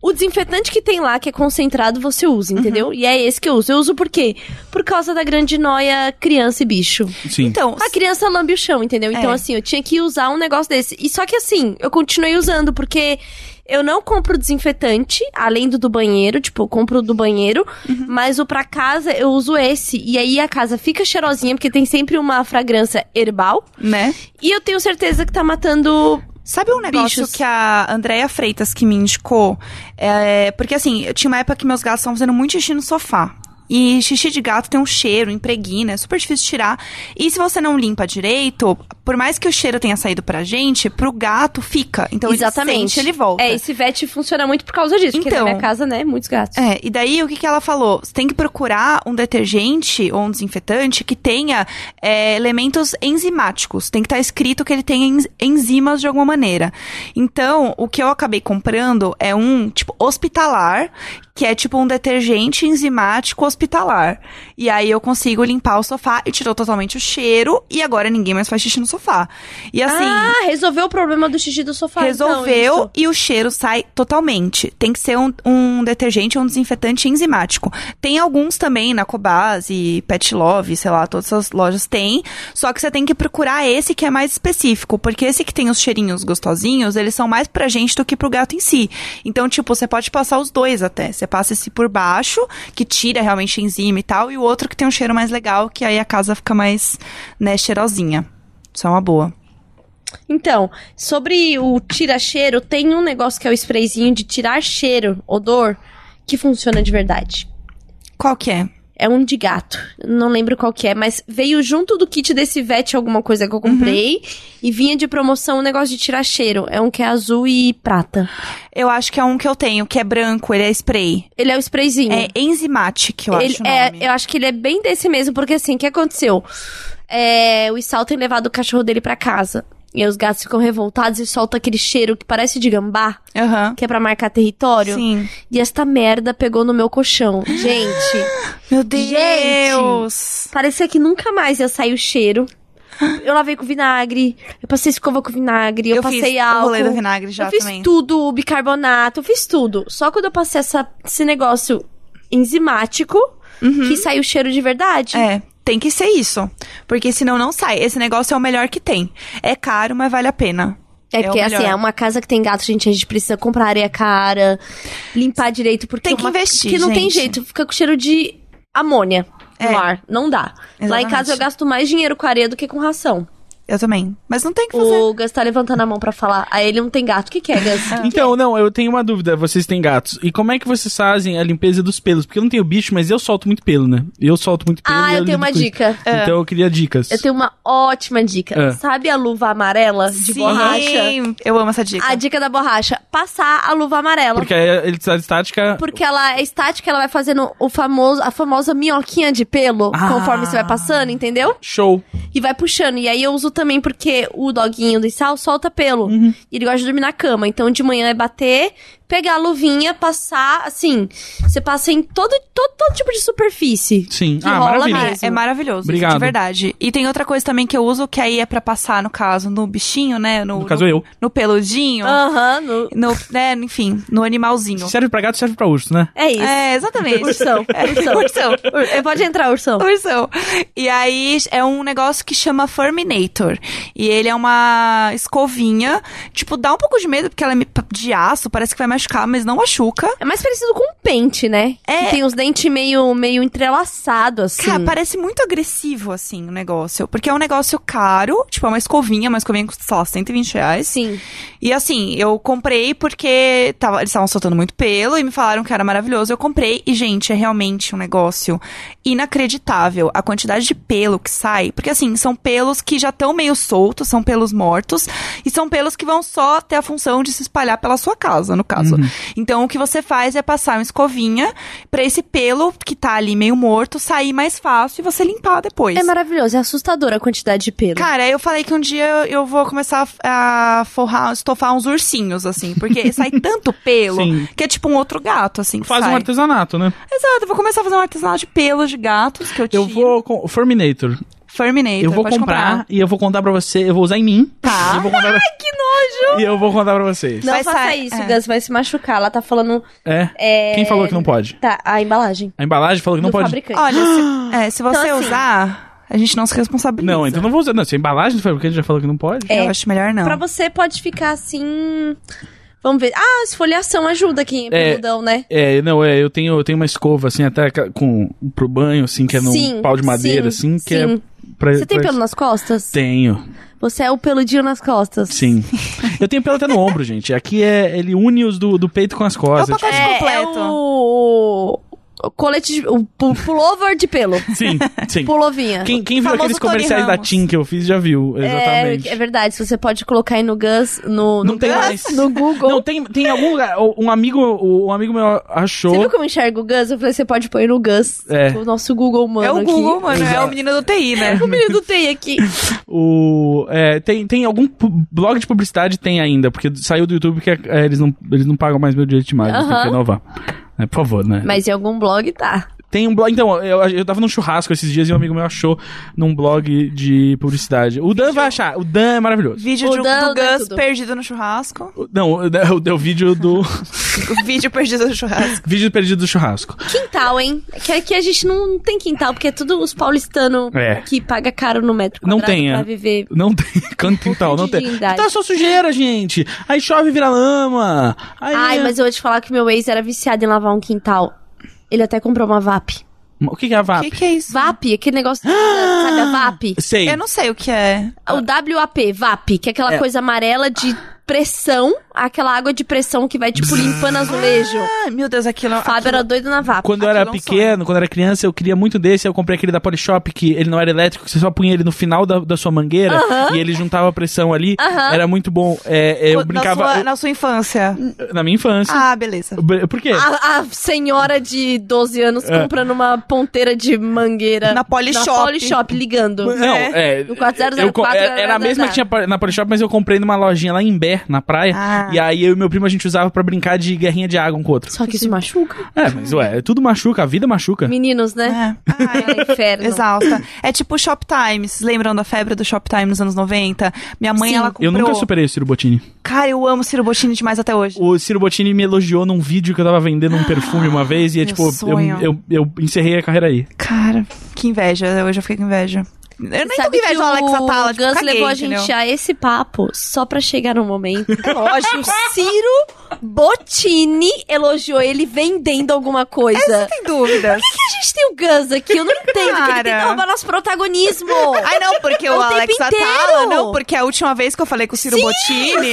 Speaker 2: O desinfetante que tem lá, que é concentrado, você usa, entendeu? E é esse que eu uso. Eu uso por quê? Por causa da grande noia criança e bicho.
Speaker 3: Sim.
Speaker 1: Então,
Speaker 2: A criança lambe o chão, entendeu? Então,
Speaker 1: É.
Speaker 2: assim, eu tinha que usar um negócio desse. E só que, assim, eu continuei usando, porque eu não compro desinfetante, além do do banheiro. Tipo, eu compro o do banheiro,
Speaker 1: Uhum.
Speaker 2: mas o pra casa eu uso esse. E aí a casa fica cheirosinha, porque tem sempre uma fragrância herbal.
Speaker 1: né?
Speaker 2: E eu tenho certeza que tá matando.
Speaker 1: Sabe um negócio
Speaker 2: Bichos.
Speaker 1: que a Andrea Freitas que me indicou? É, porque assim, eu tinha uma época que meus gatos estavam fazendo muito xixi no sofá. E xixi de gato tem um cheiro, impregna, é super difícil de tirar. E se você não limpa direito, por mais que o cheiro tenha saído pra gente, pro gato fica. Então ele
Speaker 2: Exatamente.
Speaker 1: sente, ele volta.
Speaker 2: É, esse vet funciona muito por causa disso, porque na
Speaker 1: Então.
Speaker 2: minha casa, né, muitos gatos.
Speaker 1: É, e daí o que, que ela falou? Você tem que procurar um detergente ou um desinfetante que tenha é, elementos enzimáticos. Tem que estar escrito que ele tenha enz- enzimas de alguma maneira. Então, o que eu acabei comprando é um, tipo, hospitalar, que é tipo um detergente enzimático hospitalar. E aí eu consigo limpar o sofá e tirou totalmente o cheiro, e agora ninguém mais faz xixi no sofá. E assim.
Speaker 2: ah, resolveu o problema do xixi do sofá. então,
Speaker 1: Resolveu
Speaker 2: isso.
Speaker 1: e o cheiro sai totalmente. Tem que ser um, um detergente ou um desinfetante enzimático. Tem alguns também na Cobase, Pet Love, sei lá, todas essas lojas têm. Só que você tem que procurar esse que é mais específico, porque esse que tem os cheirinhos gostosinhos, eles são mais pra gente do que pro gato em si. Então, tipo, você pode passar os dois até. Você passa esse por baixo, que tira realmente a enzima e tal, e o outro que tem um cheiro mais legal, que aí a casa fica mais, né, cheirosinha. Isso é uma boa.
Speaker 2: Então, sobre o tira-cheiro, tem um negócio que é o sprayzinho de tirar cheiro, odor, que funciona de verdade.
Speaker 1: Qual que é?
Speaker 2: É um de gato. Não lembro qual que é, mas veio junto do kit desse Vete alguma coisa que eu comprei.
Speaker 1: Uhum.
Speaker 2: E vinha de promoção um negócio de tirar cheiro. É um que é azul e prata.
Speaker 1: Eu acho que é um que eu tenho, que é branco, ele é spray.
Speaker 2: Ele é o sprayzinho.
Speaker 1: É Enzymatic, eu
Speaker 2: Ele-
Speaker 1: acho o
Speaker 2: é,
Speaker 1: nome.
Speaker 2: eu acho que ele é bem desse mesmo, porque assim, o que aconteceu? É, o Isal tem levado o cachorro dele pra casa. E aí os gatos ficam revoltados e solta aquele cheiro que parece de gambá,
Speaker 1: Aham.
Speaker 2: que é pra marcar território.
Speaker 1: Sim.
Speaker 2: E esta merda pegou no meu colchão.
Speaker 1: <gasps>
Speaker 2: Gente,
Speaker 1: Meu
Speaker 2: Deus!
Speaker 1: Deus!
Speaker 2: parecia que nunca mais ia sair o cheiro. Eu lavei com vinagre, eu passei escova com vinagre, eu, passei
Speaker 1: fiz
Speaker 2: álcool.
Speaker 1: o rolê do vinagre já
Speaker 2: eu fiz
Speaker 1: também.
Speaker 2: tudo, o bicarbonato, eu fiz tudo. Só quando eu passei essa- esse negócio enzimático,
Speaker 1: Uhum.
Speaker 2: que saiu o cheiro de verdade.
Speaker 1: É, tem que ser isso. Porque senão não sai. Esse negócio é o melhor que tem. É caro, mas vale a pena.
Speaker 2: É porque,
Speaker 1: o
Speaker 2: assim,
Speaker 1: melhor.
Speaker 2: é uma casa que tem gato, gente, a gente precisa comprar areia cara, limpar direito, porque...
Speaker 1: Tem que
Speaker 2: uma-
Speaker 1: investir,
Speaker 2: Porque não tem
Speaker 1: gente.
Speaker 2: jeito, fica com cheiro de amônia no
Speaker 1: É.
Speaker 2: ar, não dá. Lá em
Speaker 1: Exatamente.
Speaker 2: casa eu gasto mais dinheiro com areia do que com ração.
Speaker 1: Eu também. Mas não tem o que fazer.
Speaker 2: O Gus tá levantando a mão pra falar, aí ele não tem gato, o que que é,
Speaker 1: <laughs>
Speaker 2: Gus?
Speaker 1: Ah.
Speaker 3: Então, não, eu tenho uma dúvida. Vocês têm gatos. E como é que vocês fazem a limpeza dos pelos? Porque eu não tenho bicho, mas eu solto muito pelo, né? Eu solto muito pelo.
Speaker 2: Ah,
Speaker 3: e
Speaker 2: eu tenho
Speaker 3: lido
Speaker 2: uma
Speaker 3: é com isso.
Speaker 2: dica. Ah.
Speaker 3: Então eu queria dicas.
Speaker 2: Eu tenho uma ótima dica.
Speaker 3: É.
Speaker 2: Sabe a luva amarela de
Speaker 1: Sim,
Speaker 2: borracha?
Speaker 1: Eu amo essa dica.
Speaker 2: A dica da borracha, passar a luva amarela.
Speaker 3: Porque aí a eletricidade estática.
Speaker 2: Porque ela é estática, ela vai fazendo o famoso, a famosa minhoquinha de pelo,
Speaker 3: Ah.
Speaker 2: conforme você vai passando, entendeu?
Speaker 3: Show.
Speaker 2: E vai puxando. E aí eu uso também porque o doguinho do sal solta pelo. E ele gosta de dormir na cama. Então de manhã é bater, pegar a luvinha, passar, assim. Você passa em todo, todo, todo tipo de superfície.
Speaker 3: Sim.
Speaker 2: Que
Speaker 3: Ah,
Speaker 2: rola
Speaker 3: maravilha.
Speaker 1: Ah,
Speaker 2: mesmo.
Speaker 1: é maravilhoso, isso,
Speaker 3: Obrigado.
Speaker 1: de verdade. E tem outra coisa também que eu uso, que aí é pra passar, no caso, no bichinho, né? No,
Speaker 3: No caso, eu.
Speaker 1: no peludinho.
Speaker 2: Aham, no-
Speaker 1: No, né, enfim, no animalzinho.
Speaker 3: Se serve pra gato, serve pra urso, né?
Speaker 2: é isso.
Speaker 1: É, exatamente.
Speaker 2: <laughs> Ursão,
Speaker 1: É,
Speaker 2: ursão.
Speaker 1: ursão.
Speaker 2: Ur- é, Pode entrar, ursão.
Speaker 1: Ursão. E aí é um negócio que chama Ferminator. E ele é uma escovinha. Tipo, dá um pouco de medo, porque ela é me- de aço, parece que vai machucar, mas não machuca.
Speaker 2: É mais parecido com um pente, né?
Speaker 1: É.
Speaker 2: Que tem os dentes meio, meio entrelaçados, assim.
Speaker 1: Cara, parece muito agressivo, assim, o negócio. Porque é um negócio caro, tipo, é uma escovinha, uma escovinha custa, sei lá, 120 reais.
Speaker 2: Sim.
Speaker 1: E assim, eu comprei porque tava, eles estavam soltando muito pelo e me falaram que era maravilhoso. Eu comprei e, gente, é realmente um negócio inacreditável. A quantidade de pelo que sai. Porque assim, são pelos que já estão meio soltos, são pelos mortos. E são pelos que vão só ter a função de se espalhar pela sua casa, no caso. Então, o que você faz é passar uma escovinha pra esse pelo que tá ali meio morto sair mais fácil e você limpar depois.
Speaker 2: É maravilhoso, é assustadora a quantidade de pelo.
Speaker 1: Cara, eu falei que um dia eu- eu vou começar a a forrar, estofar uns ursinhos, assim,
Speaker 3: <laughs>
Speaker 1: porque sai tanto pelo
Speaker 3: Sim.
Speaker 1: que é tipo um outro gato, assim. que
Speaker 3: Faz
Speaker 1: sai.
Speaker 3: um artesanato, né?
Speaker 1: Exato, eu vou começar a fazer um artesanato de pelos de gatos que eu tiro.
Speaker 3: Eu vou. Com... Ferminator.
Speaker 1: Ferminator,
Speaker 2: Então,
Speaker 3: eu vou
Speaker 1: pode
Speaker 3: comprar, e eu vou contar pra você. Eu vou usar em mim.
Speaker 1: Tá.
Speaker 3: Eu
Speaker 2: <laughs>
Speaker 3: vou contar pra... que nojo! E eu vou contar pra vocês.
Speaker 2: Não
Speaker 1: vai
Speaker 2: faça
Speaker 1: sair-
Speaker 2: isso,
Speaker 1: é.
Speaker 2: Gus, vai se machucar. Ela tá falando.
Speaker 3: É.
Speaker 2: É...
Speaker 3: Quem falou que não pode?
Speaker 2: Tá, a embalagem.
Speaker 3: A embalagem falou que não
Speaker 2: do
Speaker 3: pode.
Speaker 2: fabricante.
Speaker 1: Olha,
Speaker 3: <gasps>
Speaker 1: se, é, se você
Speaker 2: Então, assim-
Speaker 1: usar, a gente não se responsabiliza.
Speaker 3: Não, então não vou usar. Não, se a embalagem do fabricante já falou que não pode.
Speaker 1: Eu acho melhor não.
Speaker 2: <gasps> É, Pra você pode ficar assim. Vamos ver. Ah, esfoliação ajuda quem é
Speaker 3: É.
Speaker 2: peludão, né?
Speaker 3: É, não, é, eu tenho, eu tenho uma escova, assim, até ca- com, pro banho, assim, que é num
Speaker 2: Sim,
Speaker 3: pau de madeira,
Speaker 2: sim,
Speaker 3: assim, que é
Speaker 2: sim.
Speaker 3: pra...
Speaker 2: Você tem
Speaker 3: pra-
Speaker 2: pelo nas costas?
Speaker 3: Tenho,
Speaker 2: Você é o peludinho nas costas.
Speaker 3: sim. eu tenho pelo até no ombro, gente. Gente, Aqui é, ele une os do, do peito com as
Speaker 1: é o
Speaker 3: costas.
Speaker 1: pacote
Speaker 2: É,
Speaker 1: completo.
Speaker 2: é o... colete de, o pu- pullover de pelo.
Speaker 3: É. Sim, sim.
Speaker 2: Pulovinha.
Speaker 3: Quem, quem viu
Speaker 1: Famoso
Speaker 3: aqueles
Speaker 1: Tony
Speaker 3: comerciais da
Speaker 1: Ramos.
Speaker 3: Tim que eu fiz já viu,
Speaker 2: É,
Speaker 3: exatamente.
Speaker 2: é verdade, se você pode colocar aí no Gus, no,
Speaker 3: Não
Speaker 2: no
Speaker 3: tem
Speaker 2: Gus,
Speaker 3: mais.
Speaker 2: no Google.
Speaker 3: Não, tem, tem algum lugar. Um amigo, um amigo meu achou.
Speaker 2: Você viu como enxerga o Gus? Eu falei, você pode pôr no Gus.
Speaker 3: É.
Speaker 2: O nosso Google, mano.
Speaker 1: É o
Speaker 2: aqui.
Speaker 1: Google, mano. É
Speaker 3: Exato. É.
Speaker 1: o menino do TI, né?
Speaker 2: <laughs> O menino tem
Speaker 3: <laughs>
Speaker 2: aqui.
Speaker 3: O, é, tem, tem algum pu- blog de publicidade? Tem ainda, porque saiu do YouTube que é, eles, não, eles não pagam mais meu direito de imagem, eles têm que
Speaker 2: Aham.
Speaker 3: renovar. É, por favor, né?
Speaker 2: Mas em algum blog tá.
Speaker 3: Tem um blog. Então, eu, eu tava num churrasco esses dias e um amigo meu achou num blog de publicidade. O Dan vai achar, o Dan é maravilhoso.
Speaker 1: Vídeo
Speaker 2: O
Speaker 1: de, um-
Speaker 2: Dan,
Speaker 1: do
Speaker 2: né,
Speaker 1: Gus
Speaker 2: tudo.
Speaker 1: perdido no churrasco. <laughs>
Speaker 3: O- Não, o, Dan- o, Dan- o vídeo do.
Speaker 1: O vídeo perdido no churrasco.
Speaker 3: vídeo perdido do churrasco.
Speaker 2: Quintal, hein? É Que aqui a gente não, não tem quintal, porque é tudo os paulistanos
Speaker 3: É.
Speaker 2: que paga caro no metro
Speaker 3: Não é.
Speaker 2: quadrado
Speaker 3: tenha.
Speaker 2: pra viver.
Speaker 3: Não tem <laughs> canto quintal, não
Speaker 2: de
Speaker 3: tem.
Speaker 2: dignidade.
Speaker 3: Tá só sujeira, gente. Aí chove e vira lama. Aí é
Speaker 2: Ai, mas eu vou te falar que meu ex era viciado em lavar um quintal. Ele até comprou uma VAP.
Speaker 3: O que que é a
Speaker 1: O
Speaker 3: VAP?
Speaker 1: que, que é isso?
Speaker 2: VAP, aquele negócio,
Speaker 3: <gasps>
Speaker 2: sabe a VAP?
Speaker 3: Sei.
Speaker 1: Eu não sei o que é.
Speaker 2: O WAP, VAP, que é aquela
Speaker 3: É.
Speaker 2: coisa amarela de pressão, aquela água de pressão que vai, tipo, limpando
Speaker 3: <gasps>
Speaker 2: azulejo.
Speaker 1: Ah, meu Deus, aquilo...
Speaker 2: Fábio era doido na VAP.
Speaker 3: Quando eu era
Speaker 1: Aquilo é um
Speaker 3: pequeno, quando eu era criança, eu queria muito desse. aí Eu comprei aquele da Polishop, que ele não era elétrico, que você só punha ele no final da, da sua mangueira e ele juntava a pressão ali.
Speaker 2: Aham.
Speaker 3: Era muito bom. É, é, eu
Speaker 1: Na
Speaker 3: brincava
Speaker 1: sua-
Speaker 3: eu-
Speaker 1: na sua infância.
Speaker 2: Hum,
Speaker 3: na... minha infância.
Speaker 1: Ah, beleza.
Speaker 3: Eu br- Por quê?
Speaker 2: A, a senhora de 12 anos comprando uma ponteira de mangueira.
Speaker 1: Na Polishop.
Speaker 2: Na Polishop, ligando.
Speaker 3: Não,
Speaker 1: né?
Speaker 3: é.
Speaker 2: No 4004,
Speaker 3: eu co- é- era, a
Speaker 2: era-
Speaker 3: mesma que tinha pa- na Polishop, mas eu comprei numa lojinha lá em Bé, na praia.
Speaker 1: Ah.
Speaker 3: E aí eu e meu primo a gente usava pra brincar de guerrinha de água um com o outro.
Speaker 2: Só que isso machuca.
Speaker 3: É, mas ué, tudo machuca, a vida machuca.
Speaker 2: Meninos, né?
Speaker 1: É. Ai,
Speaker 2: <laughs> Ai, inferno.
Speaker 1: Exausta. É tipo Shoptime. Vocês lembram da febre do Shoptime nos anos 90? Minha mãe,
Speaker 2: Sim.
Speaker 1: ela comprou.
Speaker 3: Eu nunca superei o Ciro Bottini.
Speaker 1: Cara, eu amo Ciro Bottini demais até hoje.
Speaker 3: O Ciro Bottini me elogiou num vídeo que eu tava vendendo
Speaker 1: <gasps>
Speaker 3: um perfume uma vez e, é,
Speaker 1: Meu
Speaker 3: tipo, eu,
Speaker 1: sonho.
Speaker 3: eu, eu encerrei a carreira aí.
Speaker 1: Cara, que inveja. Hoje eu fiquei com inveja. Eu nem tô com
Speaker 2: Sabe
Speaker 1: inveja
Speaker 2: que
Speaker 1: do Alex Atala.
Speaker 2: o
Speaker 1: Tipo,
Speaker 2: Gus
Speaker 1: caguei,
Speaker 2: levou a
Speaker 1: entendeu?
Speaker 2: gente a esse papo só pra chegar no momento. Lógico,
Speaker 1: <laughs>
Speaker 2: Ciro Bottini elogiou ele vendendo alguma coisa.
Speaker 1: Sem dúvidas.
Speaker 2: Por que a gente tem o Gus
Speaker 1: <laughs>
Speaker 2: aqui? Eu não entendo. porque ele
Speaker 1: Cara.
Speaker 2: tenta roubar nosso protagonismo.
Speaker 1: Ai, não, porque o,
Speaker 2: <laughs> O tempo
Speaker 1: Alex
Speaker 2: inteiro.
Speaker 1: Atala... Não, porque a última vez que eu falei com o Ciro Bottini...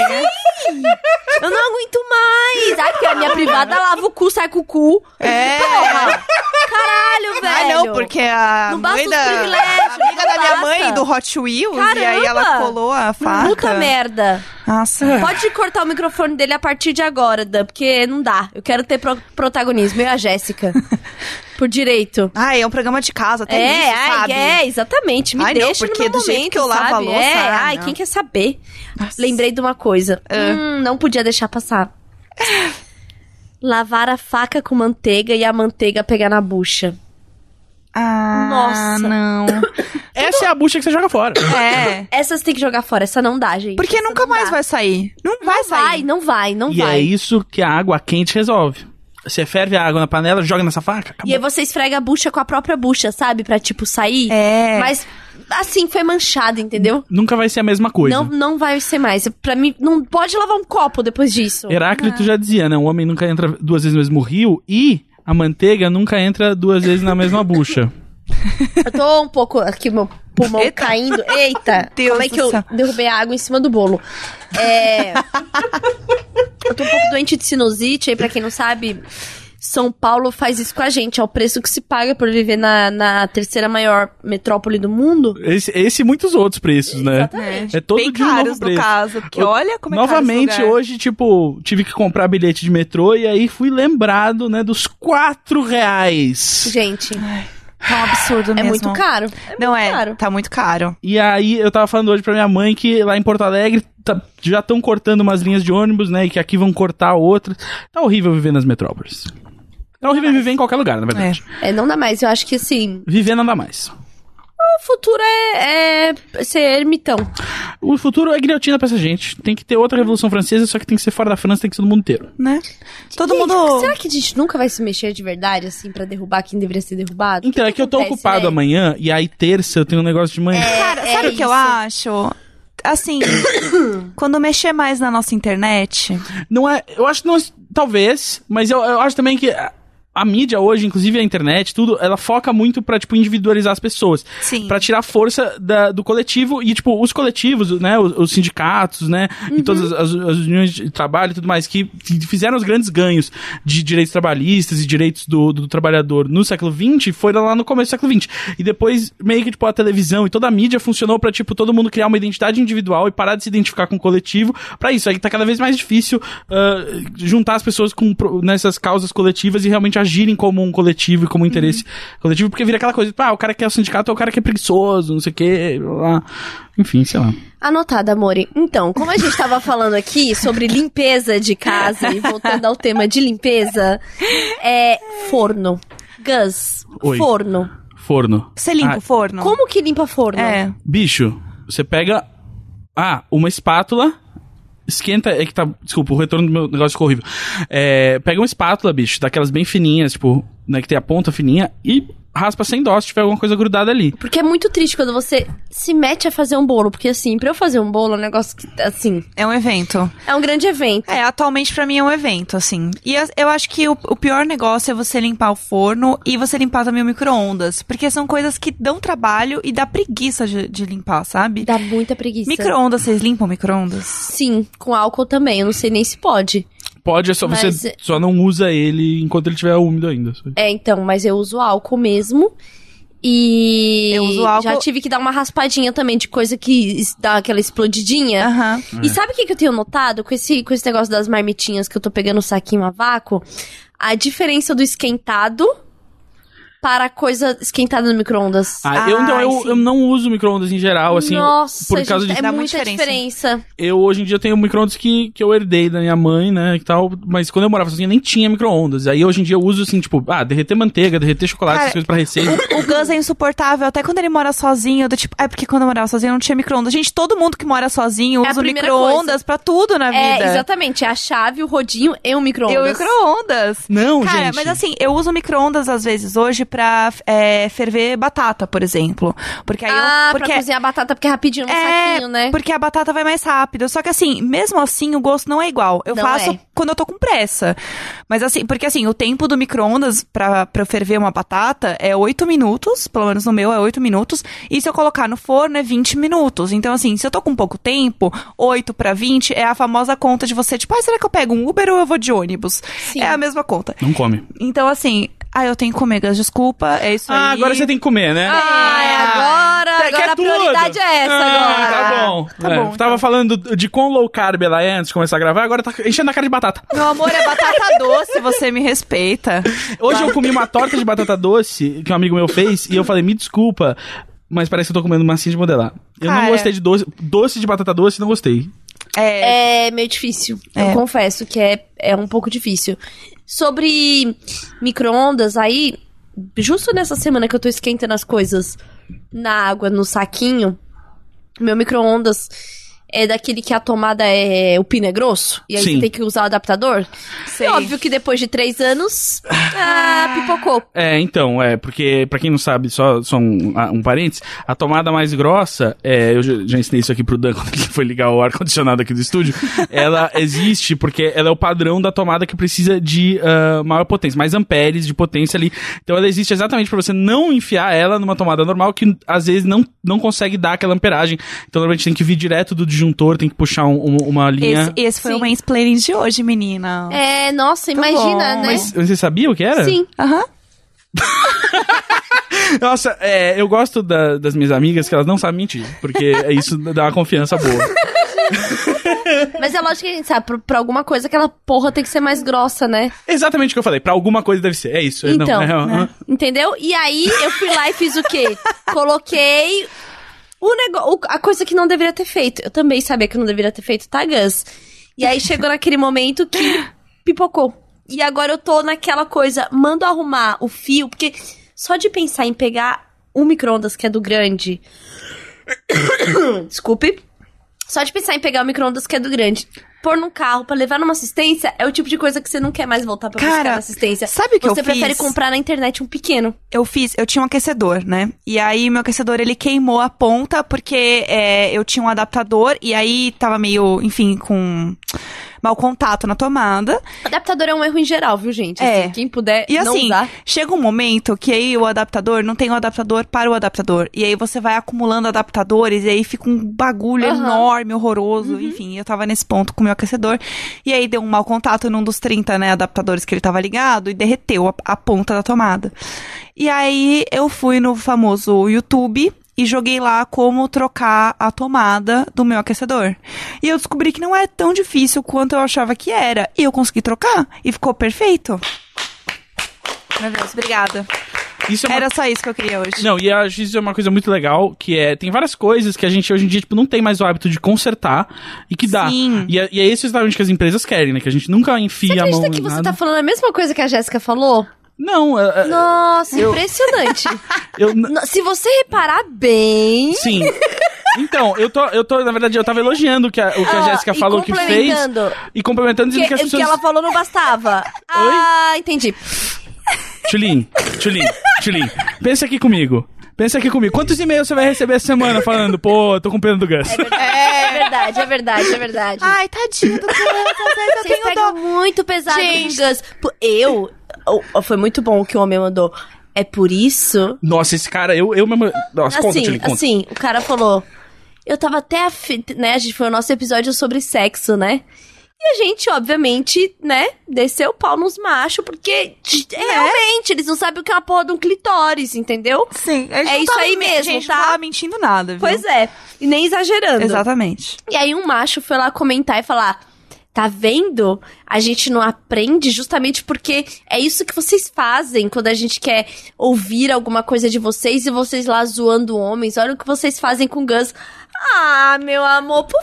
Speaker 2: Eu não aguento mais. Ai, porque a minha privada lava o cu, sai com o cu.
Speaker 1: É.
Speaker 2: Porra. Caralho,
Speaker 1: Ah,
Speaker 2: velho.
Speaker 1: não, porque a
Speaker 2: Não basta
Speaker 1: mãe
Speaker 2: os
Speaker 1: da...
Speaker 2: privilégios,
Speaker 1: a amiga
Speaker 2: não
Speaker 1: da minha mãe,
Speaker 2: basta.
Speaker 1: do Hot Wheels, e aí
Speaker 2: Caramba.
Speaker 1: ela colou a faca.
Speaker 2: Puta merda.
Speaker 1: Nossa.
Speaker 2: Pode cortar o microfone dele a partir de agora, Dan, porque não dá. Eu quero ter pro- protagonismo. Eu e
Speaker 1: <laughs>
Speaker 2: a Jéssica. Por direito.
Speaker 1: Ai, é um programa de casa, tem
Speaker 2: é,
Speaker 1: isso,
Speaker 2: ai,
Speaker 1: sabe?
Speaker 2: é, exatamente. Me
Speaker 1: Ai, não,
Speaker 2: deixa
Speaker 1: porque
Speaker 2: no meu
Speaker 1: do jeito
Speaker 2: momento,
Speaker 1: que eu lavo a
Speaker 2: sabe?
Speaker 1: louça,
Speaker 2: É,
Speaker 1: ah,
Speaker 2: ai,
Speaker 1: não. Ah.
Speaker 2: quem quer saber? Lembrei de uma coisa. Hum, não podia
Speaker 1: <laughs>
Speaker 2: deixar passar. Lavar a faca com manteiga e a manteiga pegar na bucha.
Speaker 1: Ah,
Speaker 2: Nossa.
Speaker 1: não.
Speaker 3: Essa é a bucha que você joga fora.
Speaker 1: É.
Speaker 2: Essas tem que jogar fora, essa não dá,
Speaker 1: <laughs>
Speaker 2: gente.
Speaker 1: Porque
Speaker 2: Essa
Speaker 1: nunca
Speaker 2: não
Speaker 1: mais
Speaker 2: dá.
Speaker 1: vai sair. Não vai
Speaker 2: Não
Speaker 1: sair. né?
Speaker 2: vai, não vai, não
Speaker 3: e
Speaker 2: vai.
Speaker 3: é isso que a água quente resolve. Você ferve a água na panela, joga nessa faca,
Speaker 1: Tá
Speaker 3: acabou.
Speaker 2: E aí você esfrega a bucha com a própria bucha, sabe? Pra, tipo, sair.
Speaker 1: É.
Speaker 2: Mas, assim, foi manchada, entendeu?
Speaker 3: Nunca vai ser a mesma coisa.
Speaker 1: é.
Speaker 2: Não, não vai ser mais. Pra mim, não pode lavar um copo depois disso.
Speaker 1: É.
Speaker 3: Heráclito já dizia, né? O homem nunca entra duas vezes no mesmo rio e a manteiga nunca entra duas vezes na
Speaker 1: <laughs>
Speaker 3: mesma bucha.
Speaker 2: Eu tô um pouco aqui, meu pulmão
Speaker 1: Eita. <laughs>
Speaker 2: caindo. Eita!
Speaker 1: Deus
Speaker 2: como é
Speaker 1: do
Speaker 2: que eu
Speaker 1: céu.
Speaker 2: derrubei a água em cima do bolo? É. eu tô um pouco doente de sinusite, aí, pra quem não sabe. São Paulo faz isso com a gente, é o preço que se paga por viver na, na terceira maior metrópole do mundo.
Speaker 3: Esse, esse e muitos outros preços, né?
Speaker 2: Exatamente.
Speaker 3: É todo
Speaker 1: Bem
Speaker 3: dia um novo
Speaker 1: caros, no
Speaker 3: preço.
Speaker 1: caso. Porque
Speaker 3: Eu-
Speaker 1: olha como é caro esse
Speaker 3: Novamente,
Speaker 1: lugar.
Speaker 3: hoje, tipo, tive que comprar bilhete de metrô e aí fui lembrado, né, dos quatro reais.
Speaker 2: Gente,
Speaker 1: Tá um absurdo
Speaker 2: é
Speaker 1: mesmo.
Speaker 2: muito caro.
Speaker 1: Não é,
Speaker 2: caro.
Speaker 1: tá muito caro.
Speaker 3: E aí eu tava falando hoje pra minha mãe que lá em Porto Alegre tá- já estão cortando umas linhas de ônibus, né, e que aqui vão cortar outras. Tá horrível viver nas metrópoles. Tá horrível viver em qualquer lugar, na verdade.
Speaker 2: É, não dá mais. Eu acho que assim,
Speaker 3: Viver nada mais.
Speaker 2: o futuro é, é ser ermitão.
Speaker 3: O futuro é guilhotina pra essa gente. Tem que ter outra Revolução Francesa, só que tem que ser fora da França, tem que ser no mundo inteiro.
Speaker 1: Né? Todo
Speaker 2: Gente,
Speaker 1: mundo.
Speaker 2: Será que a gente nunca vai se mexer de verdade, assim, pra derrubar quem deveria ser derrubado?
Speaker 3: Então, é que eu tô
Speaker 2: acontece,
Speaker 3: ocupado
Speaker 2: né?
Speaker 3: amanhã, e aí terça eu tenho um negócio de manhã.
Speaker 1: Cara,
Speaker 2: É
Speaker 1: sabe o que eu
Speaker 2: isso.
Speaker 1: acho? Assim, <coughs> quando mexer mais na nossa internet.
Speaker 3: é, Não é. Eu acho que não. Talvez, mas eu, eu acho também que. a- a mídia hoje, inclusive a internet, tudo, ela foca muito pra, tipo, individualizar as pessoas.
Speaker 1: Sim.
Speaker 3: Pra tirar a força da- do coletivo e, tipo, os coletivos, né? Os, os sindicatos, né? E todas as, as- as uniões de trabalho e tudo mais, que f- fizeram os grandes ganhos de direitos trabalhistas e direitos do, do trabalhador no século XX, foram lá no começo do século XX. E depois, meio que, tipo, a televisão e toda a mídia funcionou pra, tipo, todo mundo criar uma identidade individual e parar de se identificar com o coletivo. Pra isso, aí tá cada vez mais difícil ah, juntar as pessoas com, pro- nessas causas coletivas e realmente agirem como um coletivo e como um interesse coletivo, porque vira aquela coisa, ah, o cara que é o sindicato é o cara que é preguiçoso, não sei o quê, blá, blá. enfim, sei lá.
Speaker 2: Anotada, amore. Então, como a gente tava <laughs> falando aqui sobre limpeza de casa e voltando ao tema de limpeza, é forno. Gus,
Speaker 3: Oi.
Speaker 2: forno.
Speaker 3: Forno.
Speaker 1: Você limpa
Speaker 3: Ah,
Speaker 1: o forno?
Speaker 2: Como que limpa forno?
Speaker 1: É.
Speaker 3: Bicho, você pega. Ah, uma espátula. Esquenta. É que tá. Desculpa, o retorno do meu negócio ficou horrível. É, pega uma espátula, bicho, daquelas bem fininhas, tipo, né, que tem a ponta fininha, e raspa sem dó se tiver alguma coisa grudada ali.
Speaker 2: Porque é muito triste quando você se mete a fazer um bolo. Porque, assim, pra eu fazer um bolo, é um negócio que, assim,
Speaker 1: É um evento.
Speaker 2: é um grande evento.
Speaker 1: É, atualmente pra mim é um evento, assim. E as- eu acho que o, o pior negócio é você limpar o forno e você limpar também o micro-ondas. Porque são coisas que dão trabalho e dá preguiça de, de limpar, sabe?
Speaker 2: Dá muita preguiça.
Speaker 1: Micro-ondas, vocês limpam micro-ondas?
Speaker 2: Sim, com álcool também. Eu não sei nem se pode.
Speaker 3: Pode, é só
Speaker 2: Mas-
Speaker 3: você só não usa ele enquanto ele estiver úmido ainda. só isso.
Speaker 2: É, então, mas eu uso álcool mesmo. E
Speaker 1: Eu uso álcool-
Speaker 2: já tive que dar uma raspadinha também de coisa que es- dá aquela explodidinha.
Speaker 1: Aham.
Speaker 2: E sabe o que, que eu tenho notado com esse, com esse negócio das marmitinhas que eu tô pegando o saquinho a vácuo? A diferença do esquentado para a coisa esquentada no micro-ondas.
Speaker 3: Ah, eu, então,
Speaker 1: Ah,
Speaker 3: eu,
Speaker 1: sim.
Speaker 3: eu não uso micro-ondas em geral, assim.
Speaker 2: Nossa,
Speaker 3: por causa
Speaker 2: gente,
Speaker 3: de-
Speaker 2: é
Speaker 1: Dá
Speaker 2: muita
Speaker 1: muita
Speaker 2: diferença.
Speaker 3: Eu hoje em dia tenho micro-ondas que, que eu herdei da minha mãe, né, e tal. Mas quando eu morava sozinha, nem tinha micro-ondas. Aí hoje em dia eu uso, assim, tipo, ah, derreter manteiga, derreter chocolate,
Speaker 1: Cara,
Speaker 3: essas coisas pra receita.
Speaker 1: O Gus é insuportável, até quando ele mora sozinho, do tipo, é porque quando eu morava sozinho não tinha micro-ondas. Gente, todo mundo que mora sozinho
Speaker 2: É a
Speaker 1: usa o
Speaker 2: primeira
Speaker 1: micro-ondas pra tudo na
Speaker 2: É,
Speaker 1: vida.
Speaker 2: exatamente. É a chave, o rodinho e o micro-ondas.
Speaker 1: Eu micro-ondas.
Speaker 3: Não,
Speaker 1: Cara,
Speaker 3: gente.
Speaker 1: mas assim, eu uso micro-ondas às vezes hoje pra é, ferver batata, por exemplo. Porque aí
Speaker 2: Ah,
Speaker 1: eu. Porque
Speaker 2: pra cozinhar batata, porque é rapidinho no
Speaker 1: é,
Speaker 2: saquinho, né?
Speaker 1: porque a batata vai mais rápido. Só que assim, mesmo assim, o gosto não é igual. Eu
Speaker 2: Não
Speaker 1: faço
Speaker 2: é.
Speaker 1: quando eu tô com pressa. Mas assim, porque assim, o tempo do micro-ondas pra, pra eu ferver uma batata é 8 minutos, pelo menos no meu é 8 minutos. E se eu colocar no forno é 20 minutos. Então assim, se eu tô com pouco tempo, 8 pra 20 é a famosa conta de você, tipo, ah, será que eu pego um Uber ou eu vou de ônibus?
Speaker 2: Sim.
Speaker 1: É a mesma conta.
Speaker 3: Não come.
Speaker 1: Então, assim, ah, eu tenho que comer, Gus, desculpa, é isso aí.
Speaker 3: Ah, agora você tem que comer, né?
Speaker 2: Ah, é agora,
Speaker 3: Você
Speaker 2: agora
Speaker 3: quer
Speaker 2: a prioridade
Speaker 3: tudo?
Speaker 2: é essa
Speaker 3: Ah,
Speaker 2: agora. então.
Speaker 3: Tá bom.
Speaker 1: Tá
Speaker 3: É,
Speaker 1: bom,
Speaker 3: Tava falando de quão low carb ela é antes de começar a gravar, agora tá enchendo a cara de batata.
Speaker 1: Meu amor, é
Speaker 3: <laughs>
Speaker 1: batata doce, você me respeita.
Speaker 3: Hoje eu comi uma torta de batata doce que um amigo meu fez e eu falei, me desculpa, mas parece que eu tô comendo massinha de modelar. Eu
Speaker 1: Cara.
Speaker 3: não gostei de doce, doce de batata doce, não gostei.
Speaker 1: É,
Speaker 2: É meio difícil. Eu confesso que é, é um pouco difícil. Sobre micro-ondas, aí, justo nessa semana que eu tô esquentando as coisas na água, no saquinho, meu micro-ondas é daquele que a tomada é o pino é grosso, e aí
Speaker 3: Sim.
Speaker 2: você tem que usar o adaptador.
Speaker 1: Sei.
Speaker 2: É óbvio que depois de três anos, ah, pipocou.
Speaker 3: É, então, é, porque, pra quem não sabe, só, só um, a- um parênteses, a tomada mais grossa, é, eu já, já ensinei isso aqui pro Dan <laughs> quando ele foi ligar o ar-condicionado aqui do estúdio, ela existe porque ela é o padrão da tomada que precisa de ah, maior potência, mais amperes de potência ali. Então ela existe exatamente pra você não enfiar ela numa tomada normal que às vezes não, não consegue dar aquela amperagem. Então normalmente tem que vir direto do disjuntor, tem que puxar um- um- uma linha.
Speaker 1: esse, esse foi
Speaker 2: Sim.
Speaker 1: o mansplaining de hoje, menina.
Speaker 2: É, nossa,
Speaker 1: Ah. Tá
Speaker 2: imagina,
Speaker 1: bom.
Speaker 2: né?
Speaker 1: Mas-
Speaker 3: Você sabia o que era?
Speaker 2: Sim.
Speaker 1: Aham.
Speaker 3: Nossa, é, eu gosto da- das minhas amigas que elas não sabem mentir, porque é isso dá uma confiança boa.
Speaker 2: Mas é lógico que a gente sabe, pra, pra alguma coisa aquela porra tem que ser mais grossa, né?
Speaker 3: Exatamente o que eu falei, pra alguma coisa deve ser. É isso. é,
Speaker 2: Então,
Speaker 3: não, é,
Speaker 2: né? entendeu? E aí eu fui lá e fiz o quê? Coloquei o negócio, a coisa que não deveria ter feito. Eu também sabia que eu não deveria ter feito, tá, Gus? E aí chegou naquele momento que pipocou. E agora eu tô naquela coisa, mando arrumar o fio, porque só de pensar em pegar o micro-ondas que é do grande. <coughs> Desculpe. Só de pensar em pegar o micro-ondas que é do grande, pôr num carro pra levar numa assistência, é o tipo de coisa que você não quer mais voltar pra buscar
Speaker 1: Cara,
Speaker 2: na assistência.
Speaker 1: sabe o que eu
Speaker 2: Você prefere
Speaker 1: fiz?
Speaker 2: comprar na internet um pequeno.
Speaker 1: Eu fiz, eu tinha um aquecedor, né? E aí meu aquecedor ele queimou a ponta porque é, eu tinha um adaptador e aí tava meio, enfim, com mau contato na tomada.
Speaker 2: Adaptador é um erro em geral, viu, gente?
Speaker 1: É.
Speaker 2: Assim, quem puder
Speaker 1: E
Speaker 2: não
Speaker 1: assim,
Speaker 2: usar.
Speaker 1: chega um momento que aí o adaptador não tem o adaptador para o adaptador. E aí você vai acumulando adaptadores e aí fica um bagulho
Speaker 2: Aham. Uhum.
Speaker 1: enorme, horroroso. Enfim, eu tava nesse ponto com o meu aquecedor. E aí deu um mau contato num dos 30, né, adaptadores que ele tava ligado e derreteu a, a ponta da tomada. E aí eu fui no famoso YouTube. E joguei lá como trocar a tomada do meu aquecedor. E eu descobri que não é tão difícil quanto eu achava que era. E eu consegui trocar. E ficou perfeito. Meu Deus, obrigada.
Speaker 3: Isso é uma
Speaker 1: Era só isso que eu queria hoje.
Speaker 3: Não, e a isso é uma coisa muito legal, que é, tem várias coisas que a gente hoje em dia, tipo, não tem mais o hábito de consertar e que dá.
Speaker 1: Sim.
Speaker 3: E é, e é isso exatamente que as empresas querem, né? Que a gente nunca enfia a mão
Speaker 2: Acredita
Speaker 3: em
Speaker 2: que você
Speaker 3: nada.
Speaker 2: tá falando a mesma coisa que a Jéssica falou?
Speaker 3: Não, é, é,
Speaker 1: <laughs>
Speaker 2: Nossa, impressionante.
Speaker 3: eu... n-
Speaker 2: No- Se você reparar bem.
Speaker 3: Sim. Então, eu tô, eu tô, na verdade, eu tava elogiando o que a, o que a
Speaker 2: Ah,
Speaker 3: Jéssica
Speaker 2: e
Speaker 3: falou que fez.
Speaker 2: complementando.
Speaker 3: E complementando, dizendo
Speaker 2: Que,
Speaker 3: que, as
Speaker 2: que
Speaker 3: pessoas...
Speaker 2: ela falou não
Speaker 3: <laughs>
Speaker 2: bastava. Ah, entendi.
Speaker 3: Tchulin, Tchulin, Tchulin, pensa aqui comigo. Pensa aqui comigo. Quantos e-mails você vai receber essa semana falando, pô, tô com pena do Gus?
Speaker 2: É. verdade, é verdade, é verdade.
Speaker 1: Ai, tadinho do criança, eu
Speaker 2: Vocês
Speaker 1: tenho
Speaker 2: pegam
Speaker 1: dó.
Speaker 2: muito pesado
Speaker 1: Gente.
Speaker 2: com Gus. Pô, Eu. oh, Foi muito bom o que o homem mandou. É por isso
Speaker 3: Nossa, esse cara, eu, eu mesmo... Nossa, conta,
Speaker 2: assim,
Speaker 3: Tchulin, conta.
Speaker 2: assim, o cara falou. Eu tava até afim, né? A gente foi o nosso episódio sobre sexo, né? E a gente, obviamente, né, desceu o pau nos machos, porque de- realmente eles não sabem o que é uma porra de um clitóris, entendeu?
Speaker 1: Sim,
Speaker 2: É isso aí mesmo,
Speaker 1: gente,
Speaker 2: tá?
Speaker 1: não tava mentindo nada, viu?
Speaker 2: Pois é, e nem exagerando.
Speaker 1: Exatamente.
Speaker 2: E aí um macho foi lá comentar e falar: Tá vendo? A gente não aprende justamente porque é isso que vocês fazem quando a gente quer ouvir alguma coisa de vocês e vocês lá zoando homens. Olha o que vocês fazem com Gus. Ah, meu amor, por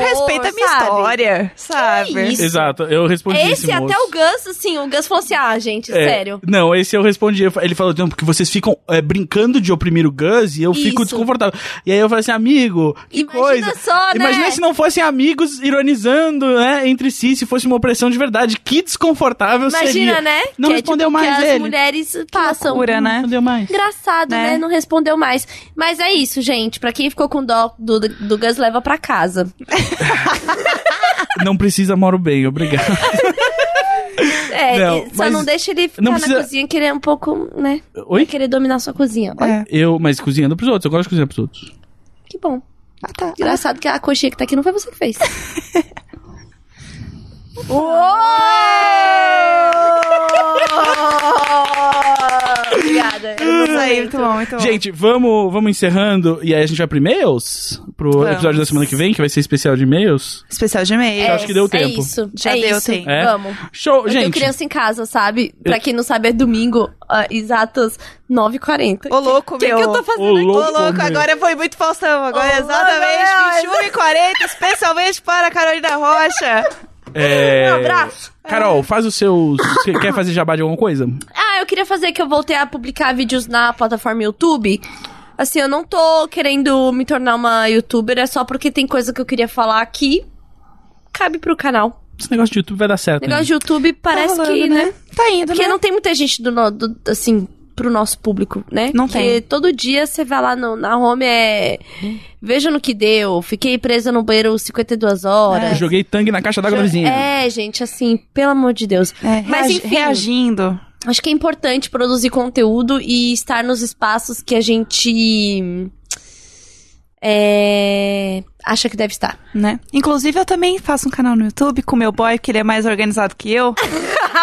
Speaker 1: Não respeita a minha
Speaker 2: sabe?
Speaker 1: história, sabe?
Speaker 2: isso?
Speaker 3: Exato, eu respondi
Speaker 2: Esse até
Speaker 3: moço.
Speaker 2: o Gus, assim, o Gus falou assim: ah, gente,
Speaker 3: É,
Speaker 2: sério.
Speaker 3: Não, esse eu respondi. eu fa- Ele falou, não, porque vocês ficam é, brincando de oprimir o Gus e eu fico
Speaker 2: Isso.
Speaker 3: desconfortável. E aí eu falei assim, amigo, que
Speaker 2: Imagina
Speaker 3: coisa.
Speaker 2: só, né?
Speaker 3: Imagina se não fossem amigos ironizando, né, entre si, se fosse uma opressão de verdade. Que desconfortável seria.
Speaker 2: Imagina, né?
Speaker 3: Não
Speaker 2: Que é
Speaker 3: respondeu
Speaker 2: tipo
Speaker 3: mais
Speaker 2: que as
Speaker 3: ele.
Speaker 2: mulheres passam.
Speaker 1: loucura,
Speaker 3: Não
Speaker 1: né?
Speaker 3: respondeu mais.
Speaker 2: Engraçado, né?
Speaker 1: Né?
Speaker 2: Não respondeu mais. Mas é isso, gente. Pra quem ficou com dó do, do Gus, leva pra casa.
Speaker 3: Não precisa, moro
Speaker 2: <laughs>
Speaker 3: bem, obrigado.
Speaker 2: É,
Speaker 3: Não,
Speaker 2: e- só
Speaker 3: mas
Speaker 2: não deixa ele ficar
Speaker 3: não precisa-
Speaker 2: na cozinha querer um pouco, né?
Speaker 3: Oi?
Speaker 2: Querer dominar sua cozinha. Olha,
Speaker 1: É.
Speaker 3: Eu, mas cozinhando pros outros, eu gosto de cozinhar pros outros.
Speaker 2: que bom.
Speaker 1: Ah, tá.
Speaker 2: Engraçado que a coxinha que tá aqui não foi você que fez. Obrigada.
Speaker 1: Isso aí, muito bom,
Speaker 2: Tá
Speaker 1: muito bom.
Speaker 3: Gente, vamos, vamos encerrando e aí a gente vai pro e-mails? Pro
Speaker 1: Vamos.
Speaker 3: episódio da semana que vem, que vai ser especial de e-mails?
Speaker 1: especial de e-mail.
Speaker 3: Eu acho que deu tempo.
Speaker 2: É isso.
Speaker 1: Já
Speaker 2: é
Speaker 1: deu
Speaker 2: isso.
Speaker 1: tempo.
Speaker 3: É?
Speaker 2: Vamos.
Speaker 3: Show,
Speaker 2: Eu tenho
Speaker 3: gente.
Speaker 2: criança em casa, sabe? Pra quem não sabe, é domingo, ah, exatas 9h40.
Speaker 1: Ô, louco,
Speaker 2: O que, que
Speaker 1: meu.
Speaker 2: eu tô fazendo
Speaker 3: Ô,
Speaker 2: aqui?
Speaker 1: Ô,
Speaker 3: louco,
Speaker 1: louco,
Speaker 3: meu.
Speaker 1: agora foi muito Faustão. Agora é
Speaker 2: Ô,
Speaker 1: exatamente
Speaker 2: louco,
Speaker 1: 21 e 40 especialmente para a Carolina Rocha.
Speaker 3: É...
Speaker 2: Um abraço.
Speaker 3: Carol, faz os seus. Você quer fazer jabá de alguma coisa?
Speaker 2: Ah, eu queria fazer que eu voltei a publicar vídeos na plataforma YouTube. Assim, eu não tô querendo me tornar uma youtuber, é só porque tem coisa que eu queria falar aqui. Cabe pro canal.
Speaker 3: Esse negócio de YouTube vai dar certo. né?
Speaker 2: Negócio
Speaker 3: hein?
Speaker 2: de YouTube parece
Speaker 1: Tá rolando,
Speaker 2: que, né?
Speaker 1: Tá indo,
Speaker 2: Porque
Speaker 1: né?
Speaker 2: não tem muita gente do, no- do- assim, pro nosso público, né?
Speaker 1: Não
Speaker 2: Porque
Speaker 1: tem.
Speaker 2: todo dia você vai lá no- na home é. Veja no que deu. Fiquei presa no banheiro 52
Speaker 3: Eu
Speaker 2: horas.
Speaker 3: Joguei tangue na caixa d'água da vizinha.
Speaker 2: É, gente, assim, pelo amor de Deus.
Speaker 1: É,
Speaker 2: Mas,
Speaker 1: reagi-
Speaker 2: enfim.
Speaker 1: reagindo.
Speaker 2: Acho que é importante produzir conteúdo e estar nos espaços que a gente. é, acha que deve estar.
Speaker 1: né? Inclusive, eu também faço um canal no YouTube com meu boy, que ele é mais organizado que eu.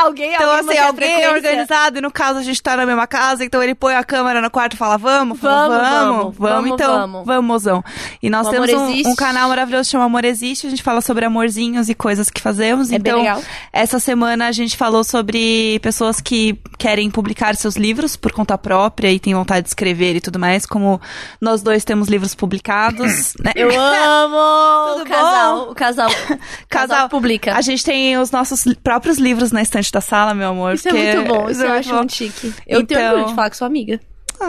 Speaker 2: alguém
Speaker 1: Então, assim, <laughs> alguém é organizado, e no caso a gente tá na mesma casa, então ele põe a câmera no quarto e fala: Vamos, fala,
Speaker 2: Vamos,
Speaker 1: vamos,
Speaker 2: vamos,
Speaker 1: vamos,
Speaker 2: vamos,
Speaker 1: então,
Speaker 2: vamos."
Speaker 1: vamos, mozão. E nós
Speaker 2: O
Speaker 1: temos
Speaker 2: Amor
Speaker 1: um-
Speaker 2: Existe.
Speaker 1: um, canal maravilhoso que chama Amor Existe, a gente fala sobre amorzinhos e coisas que fazemos.
Speaker 2: É bem
Speaker 1: então,
Speaker 2: legal.
Speaker 1: essa semana a gente falou sobre pessoas que querem publicar seus livros por conta própria e têm vontade de escrever e tudo mais, como nós dois temos livros publicados, né?
Speaker 2: Eu amo! o
Speaker 1: Tudo
Speaker 2: casal, o casal. O casal
Speaker 1: Casal.
Speaker 2: publica.
Speaker 1: <laughs> A gente tem os nossos li- próprios livros na estante da sala, meu amor.
Speaker 2: Isso é
Speaker 1: porque-
Speaker 2: muito bom, isso eu
Speaker 1: é
Speaker 2: acho
Speaker 1: muito
Speaker 2: muito chique. Eu tenho
Speaker 1: Então-
Speaker 2: orgulho de falar que sou amiga.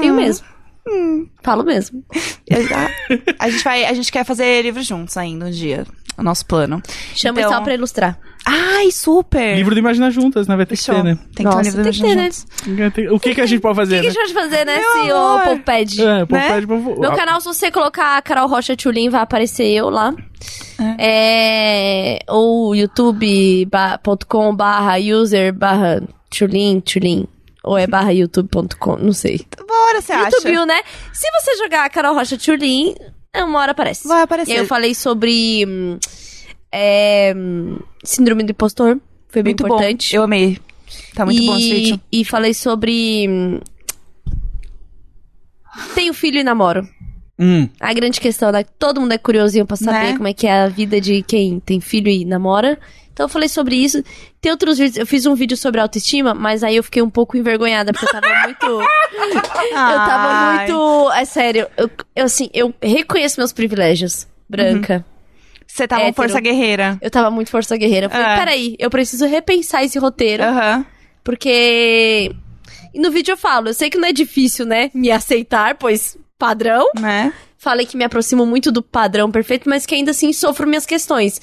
Speaker 2: Tenho mesmo. Hum, falo mesmo. tá?
Speaker 1: <laughs> A gente, vai, a gente quer fazer livro juntos ainda um dia. O nosso plano.
Speaker 2: Chama então... o Itaú pra ilustrar.
Speaker 1: Ai, super!
Speaker 3: Livro do Imaginar Juntas, né? Vai ter
Speaker 1: Show.
Speaker 3: que ter, né?
Speaker 1: Tem que ter um
Speaker 2: Nossa,
Speaker 1: livro do
Speaker 2: É. tem que ter,
Speaker 1: Imaginar
Speaker 2: né?
Speaker 1: Juntas.
Speaker 3: O que, que a gente pode
Speaker 2: O que,
Speaker 3: fazer,
Speaker 2: que a
Speaker 3: né?
Speaker 2: gente pode fazer, né?
Speaker 1: Meu
Speaker 2: se o
Speaker 1: amor.
Speaker 2: povo pede.
Speaker 3: É, o povo
Speaker 1: né?
Speaker 3: pede pra vo-
Speaker 2: Meu
Speaker 3: a-
Speaker 2: canal, se você colocar Carol Rocha Tchulin, vai aparecer eu lá. É. ou youtube.com barra user barra Tchulin, Tchulin. Ou é barra youtube.com, não sei.
Speaker 1: Bora, você acha?
Speaker 2: YouTube, né? Se você jogar Carol Rocha Tchulin, uma hora aparece.
Speaker 1: Vai aparecer.
Speaker 2: E aí eu falei sobre hum, é, hum, síndrome do impostor. Foi bem
Speaker 1: muito
Speaker 2: importante.
Speaker 1: bom. Eu amei. Tá muito
Speaker 2: e,
Speaker 1: bom esse vídeo.
Speaker 2: E falei sobre. hum, Tenho filho e namoro.
Speaker 3: Hum,
Speaker 2: A grande questão, né? Todo mundo é curiosinho pra saber
Speaker 1: Né?
Speaker 2: como é que é a vida de quem tem filho e namora. Então eu falei sobre isso. Tem outros vídeos. Eu fiz um vídeo sobre autoestima, mas aí eu fiquei um pouco envergonhada, porque eu
Speaker 1: <laughs>
Speaker 2: tava muito. <laughs> Eu tava muito. É sério, eu, eu, assim, eu reconheço meus privilégios. Branca.
Speaker 1: Uhum. Você tava
Speaker 2: hétero.
Speaker 1: uma força guerreira.
Speaker 2: Eu tava muito força guerreira. Eu falei,
Speaker 1: É.
Speaker 2: peraí, eu preciso repensar esse roteiro,
Speaker 1: Aham.
Speaker 2: porque. E no vídeo eu falo, eu sei que não é difícil, né? Me aceitar, pois padrão.
Speaker 1: Né?
Speaker 2: Falei que me aproximo muito do padrão perfeito, mas que ainda assim sofro minhas questões.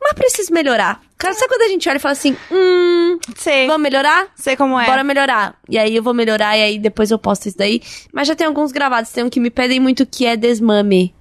Speaker 2: Mas preciso melhorar. Cara, sabe quando a gente olha e fala assim, hum,
Speaker 1: Sei.
Speaker 2: vamos melhorar?
Speaker 1: Sei como é.
Speaker 2: Bora melhorar. E aí eu vou melhorar e aí depois eu posto isso daí. Mas já tem alguns gravados. Tem um que me pedem muito que é desmame.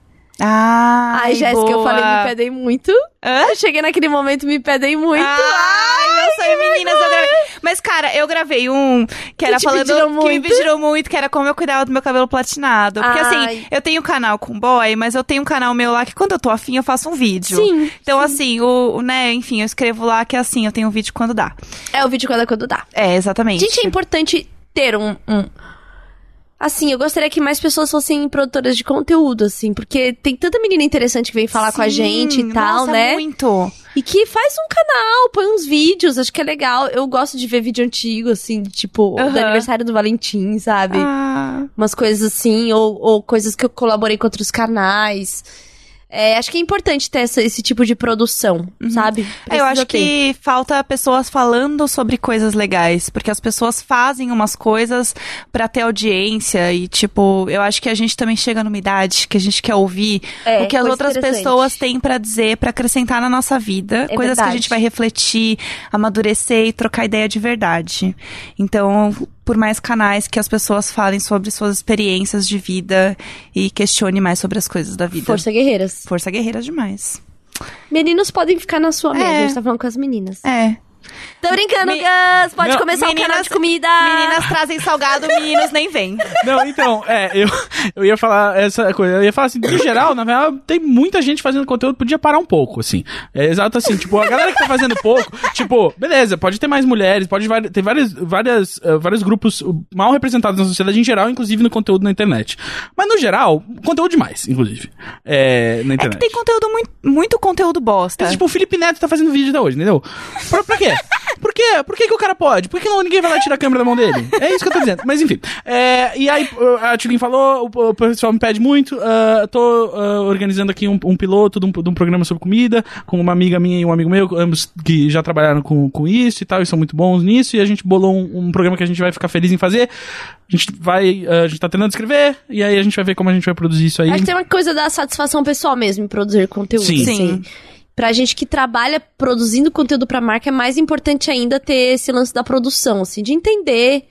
Speaker 1: Ah,
Speaker 2: Ai, Jéssica, eu
Speaker 1: boa.
Speaker 2: falei me pedem muito.
Speaker 1: Hã? Ah,
Speaker 2: Eu cheguei naquele momento me pedem muito.
Speaker 1: Ai, meu sonho, meninas, eu gravei. Mas, cara, eu gravei um que era
Speaker 2: te
Speaker 1: falando
Speaker 2: pediram
Speaker 1: que me
Speaker 2: muito.
Speaker 1: pediram muito, que era como eu cuidava do meu cabelo platinado. Porque
Speaker 2: Ai.
Speaker 1: assim, eu tenho um canal com boy, mas eu tenho um canal meu lá que quando eu tô afim, eu faço um vídeo.
Speaker 2: Sim,
Speaker 1: Então, assim, o, o, né, enfim, eu escrevo lá que é assim, eu tenho um vídeo quando dá.
Speaker 2: É o vídeo quando, quando dá.
Speaker 1: É, exatamente.
Speaker 2: Gente, é importante ter um, um- Assim, eu gostaria que mais pessoas fossem produtoras de conteúdo, assim, porque tem tanta menina interessante que vem falar com a
Speaker 1: Sim,
Speaker 2: gente e tal,
Speaker 1: nossa, é
Speaker 2: né?
Speaker 1: Muito.
Speaker 2: E que faz um canal, põe uns vídeos, acho que é legal. Eu gosto de ver vídeo antigo, assim, tipo, do
Speaker 1: Aham.
Speaker 2: aniversário do Valentim, sabe?
Speaker 1: Ah,
Speaker 2: umas coisas assim, ou, ou coisas que eu colaborei com outros canais. É, acho que é importante ter essa- esse tipo de produção, sabe?
Speaker 1: É, eu
Speaker 2: Precisa
Speaker 1: acho
Speaker 2: ter.
Speaker 1: que falta pessoas falando sobre coisas legais, porque as pessoas fazem umas coisas pra ter audiência e tipo, eu acho que a gente também chega numa idade que a gente quer ouvir
Speaker 2: É,
Speaker 1: o que as
Speaker 2: coisa
Speaker 1: outras
Speaker 2: interessante.
Speaker 1: pessoas têm pra dizer, pra acrescentar na nossa vida,
Speaker 2: É
Speaker 1: coisas que a
Speaker 2: verdade.
Speaker 1: gente vai refletir, amadurecer e trocar ideia de verdade. Então, por mais canais que as pessoas falem sobre suas experiências de vida e questione mais sobre as coisas da vida.
Speaker 2: Força Guerreiras.
Speaker 1: Força guerreira demais.
Speaker 2: Meninos podem ficar na sua mesa,
Speaker 1: É.
Speaker 2: a gente tá falando com as meninas.
Speaker 1: É.
Speaker 2: Tô brincando,
Speaker 1: Me-
Speaker 2: Gus! Pode
Speaker 3: Não,
Speaker 2: começar o canal
Speaker 1: meninas-
Speaker 2: de comida!
Speaker 1: Meninas trazem salgado, meninos nem vêm.
Speaker 3: Não, então, é, eu, eu ia falar essa coisa. Eu ia falar assim, no geral, na verdade, tem muita gente fazendo conteúdo, podia parar um pouco, assim. É exato assim, tipo, a galera que tá fazendo pouco, tipo, beleza, pode ter mais mulheres, pode vari- ter várias, várias, eh, vários grupos mal representados na sociedade em geral, inclusive no conteúdo na internet. Mas no geral, conteúdo demais, inclusive. É, na
Speaker 1: É
Speaker 3: internet.
Speaker 1: que tem conteúdo muito, muito conteúdo bosta.
Speaker 3: Mas, tipo, o Felipe Neto tá fazendo vídeo até hoje, entendeu? Pra, pra quê? Por quê? Por que, que o cara pode? Por que não, ninguém vai lá tirar a câmera da mão dele? É isso que eu tô dizendo. Mas enfim. É, e aí, uh, a Tilin falou, o, o pessoal me pede muito. ah, tô ah, organizando aqui um, um piloto de um, de um programa sobre comida com uma amiga minha e um amigo meu, ambos que já trabalharam com, com isso e tal, e são muito bons nisso. E a gente bolou um, um programa que a gente vai ficar feliz em fazer. A gente vai. ah, a gente tá tentando escrever, e aí a gente vai ver como a gente vai produzir isso aí.
Speaker 2: Acho que tem uma coisa da satisfação pessoal mesmo em produzir conteúdo.
Speaker 3: Sim.
Speaker 2: assim.
Speaker 1: Sim.
Speaker 2: Pra gente que trabalha produzindo conteúdo pra marca, é mais importante ainda ter esse lance da produção, assim, de entender.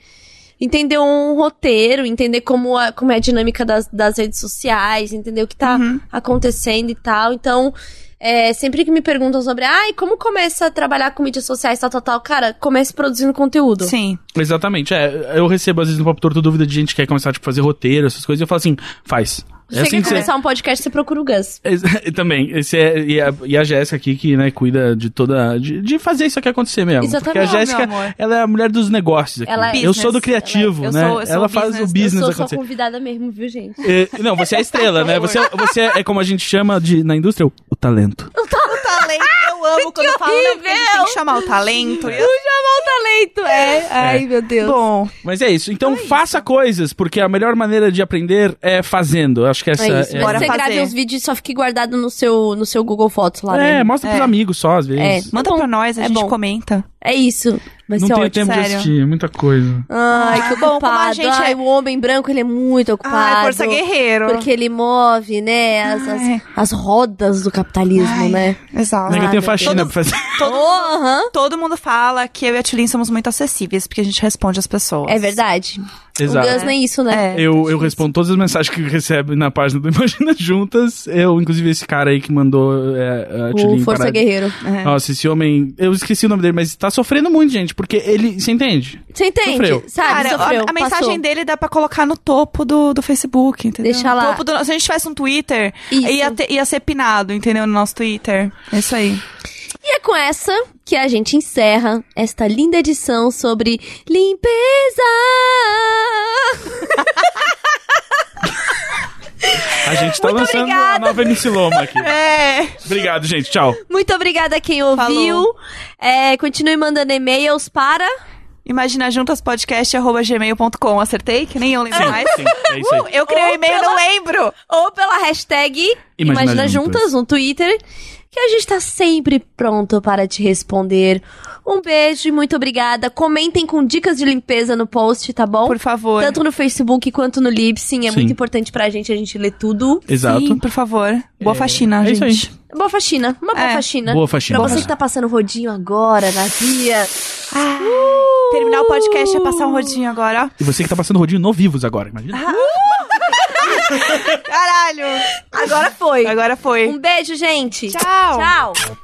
Speaker 2: Entender um roteiro, entender como, a- como é a dinâmica das, das redes sociais, entender o que tá
Speaker 1: Uhum.
Speaker 2: acontecendo e tal. Então, é, sempre que me perguntam sobre, ai, como começa a trabalhar com mídias sociais, tal, tal, tal, cara, comece produzindo conteúdo.
Speaker 1: Sim.
Speaker 3: Exatamente, é. Eu recebo, às vezes, no Papo Torto dúvida de gente que quer começar, tipo, fazer roteiro, essas coisas, e eu falo assim, faz.
Speaker 2: Se
Speaker 3: assim
Speaker 2: você quer começar um podcast, você procura o Gus.
Speaker 3: Ex- <laughs> Também, esse é, e a, e a Jéssica aqui, que né, cuida de toda. De, de fazer isso aqui acontecer mesmo. Porque a
Speaker 2: Exatamente,
Speaker 1: meu
Speaker 3: Jéssica,
Speaker 1: amor.
Speaker 3: ela é a mulher dos negócios aqui.
Speaker 2: Ela é
Speaker 3: eu
Speaker 1: business,
Speaker 3: sou do criativo,
Speaker 1: ela é-
Speaker 3: né?
Speaker 1: eu sou- eu sou
Speaker 3: ela
Speaker 1: o
Speaker 3: faz
Speaker 1: business,
Speaker 3: o business
Speaker 2: eu sou
Speaker 3: acontecer.
Speaker 2: sua convidada mesmo, viu, gente?
Speaker 3: Eh, não, você é a estrela, né? Você, você é como a gente chama de, na indústria o- o talento.
Speaker 1: O talento, eu amo quando falam, não, porque a gente tem que chamar o talento. Eu...
Speaker 2: chamar o talento, é. Ai, meu Deus.
Speaker 1: Bom,
Speaker 3: Mas é isso. Então faça coisas, porque a melhor maneira de aprender é fazendo. Eu Acho que essa
Speaker 2: é isso.
Speaker 3: é.
Speaker 2: Mas
Speaker 1: Bora
Speaker 2: você grave
Speaker 1: fazer.
Speaker 2: os vídeos e só fique guardado no seu, no seu Google Fotos lá,
Speaker 3: É,
Speaker 2: né?
Speaker 3: mostra pros
Speaker 1: É.
Speaker 3: amigos só, às vezes.
Speaker 2: É.
Speaker 1: manda pra nós, a
Speaker 2: é
Speaker 1: gente
Speaker 2: bom.
Speaker 1: comenta.
Speaker 2: É isso. Vai
Speaker 3: não
Speaker 2: ser
Speaker 3: tenho
Speaker 2: ótimo.
Speaker 3: tempo de
Speaker 1: sério.
Speaker 3: assistir, é muita coisa.
Speaker 2: Ai, que
Speaker 1: Ah, bom,
Speaker 2: ocupado.
Speaker 1: como a gente
Speaker 2: Ai,
Speaker 1: é-
Speaker 2: o homem branco, ele é muito ocupado.
Speaker 1: Ai, Ah, Força Guerreiro.
Speaker 2: Porque ele move, né, as,
Speaker 3: Ah,
Speaker 2: as,
Speaker 3: é.
Speaker 1: Ai.
Speaker 2: as rodas do capitalismo,
Speaker 1: Ai,
Speaker 2: né?
Speaker 1: Exato.
Speaker 3: Nega, eu
Speaker 2: meu
Speaker 3: tenho faxina
Speaker 1: Ah, Deus.
Speaker 3: pra fazer.
Speaker 2: Todo... aham.
Speaker 1: Todo mundo fala que eu e a Tilin somos muito acessíveis, porque a gente responde as pessoas.
Speaker 2: É verdade.
Speaker 3: Exato.
Speaker 2: O Gus nem isso, né?
Speaker 1: É.
Speaker 3: Eu, eu respondo todas as mensagens que recebe na página do <laughs> Imagina Juntas. Eu, inclusive, esse cara aí que mandou é, a
Speaker 2: O
Speaker 3: Tilin
Speaker 2: Força
Speaker 3: parar de-
Speaker 2: Guerreiro.
Speaker 1: É.
Speaker 3: Nossa, esse homem. Eu esqueci o nome dele, mas tá sofrendo muito, gente, porque ele. Você entende?
Speaker 2: Você entende?
Speaker 3: Sofreu.
Speaker 2: Sabe,
Speaker 1: Cara,
Speaker 2: sofreu.
Speaker 1: a, a mensagem
Speaker 2: passou.
Speaker 1: dele dá pra colocar no topo do, do Facebook, entendeu?
Speaker 2: Deixa lá.
Speaker 1: No topo do- se a gente tivesse um Twitter,
Speaker 2: Isso.
Speaker 1: ia, ter- ia ser pinado, entendeu? No nosso Twitter. É isso aí.
Speaker 2: E é com essa que a gente encerra esta linda edição sobre limpeza.
Speaker 3: A gente tá lançando a
Speaker 2: obrigada.
Speaker 3: nova Emiciloma aqui.
Speaker 1: É.
Speaker 3: Obrigado, gente. Tchau.
Speaker 2: Muito obrigada a quem ouviu.
Speaker 1: Falou.
Speaker 2: É, continue mandando e-mails para.
Speaker 1: Imagina juntas podcast.gmail.com. Acertei? Que nem eu lembro mais.
Speaker 3: Sim, é isso aí.
Speaker 1: Eu criei o
Speaker 2: Ou
Speaker 1: e-mail e não lembro.
Speaker 2: Ou pela hashtag
Speaker 3: Imagina
Speaker 2: Imagina Juntas,
Speaker 3: Juntas
Speaker 2: no Twitter. Que a gente tá sempre pronto para te responder. Um beijo e muito obrigada. Comentem com dicas de limpeza no post, tá bom?
Speaker 1: Por favor.
Speaker 2: Tanto no Facebook quanto no Libsyn. É
Speaker 3: Sim.
Speaker 2: muito importante pra gente, a gente lê tudo.
Speaker 3: Exato.
Speaker 1: Sim, por favor. Boa
Speaker 3: É,
Speaker 1: faxina,
Speaker 3: é isso
Speaker 1: gente.
Speaker 3: aí.
Speaker 2: Boa faxina. Uma boa
Speaker 1: É.
Speaker 2: faxina.
Speaker 3: Boa faxina.
Speaker 2: Pra você que tá passando rodinho agora, na via. Uh!
Speaker 1: Ah, Terminar o podcast é passar um rodinho agora, ó.
Speaker 3: E você que tá passando rodinho no vivos agora, imagina.
Speaker 1: Caralho!
Speaker 2: Agora foi.
Speaker 1: Agora foi.
Speaker 2: Um beijo, gente.
Speaker 1: Tchau.
Speaker 2: Tchau.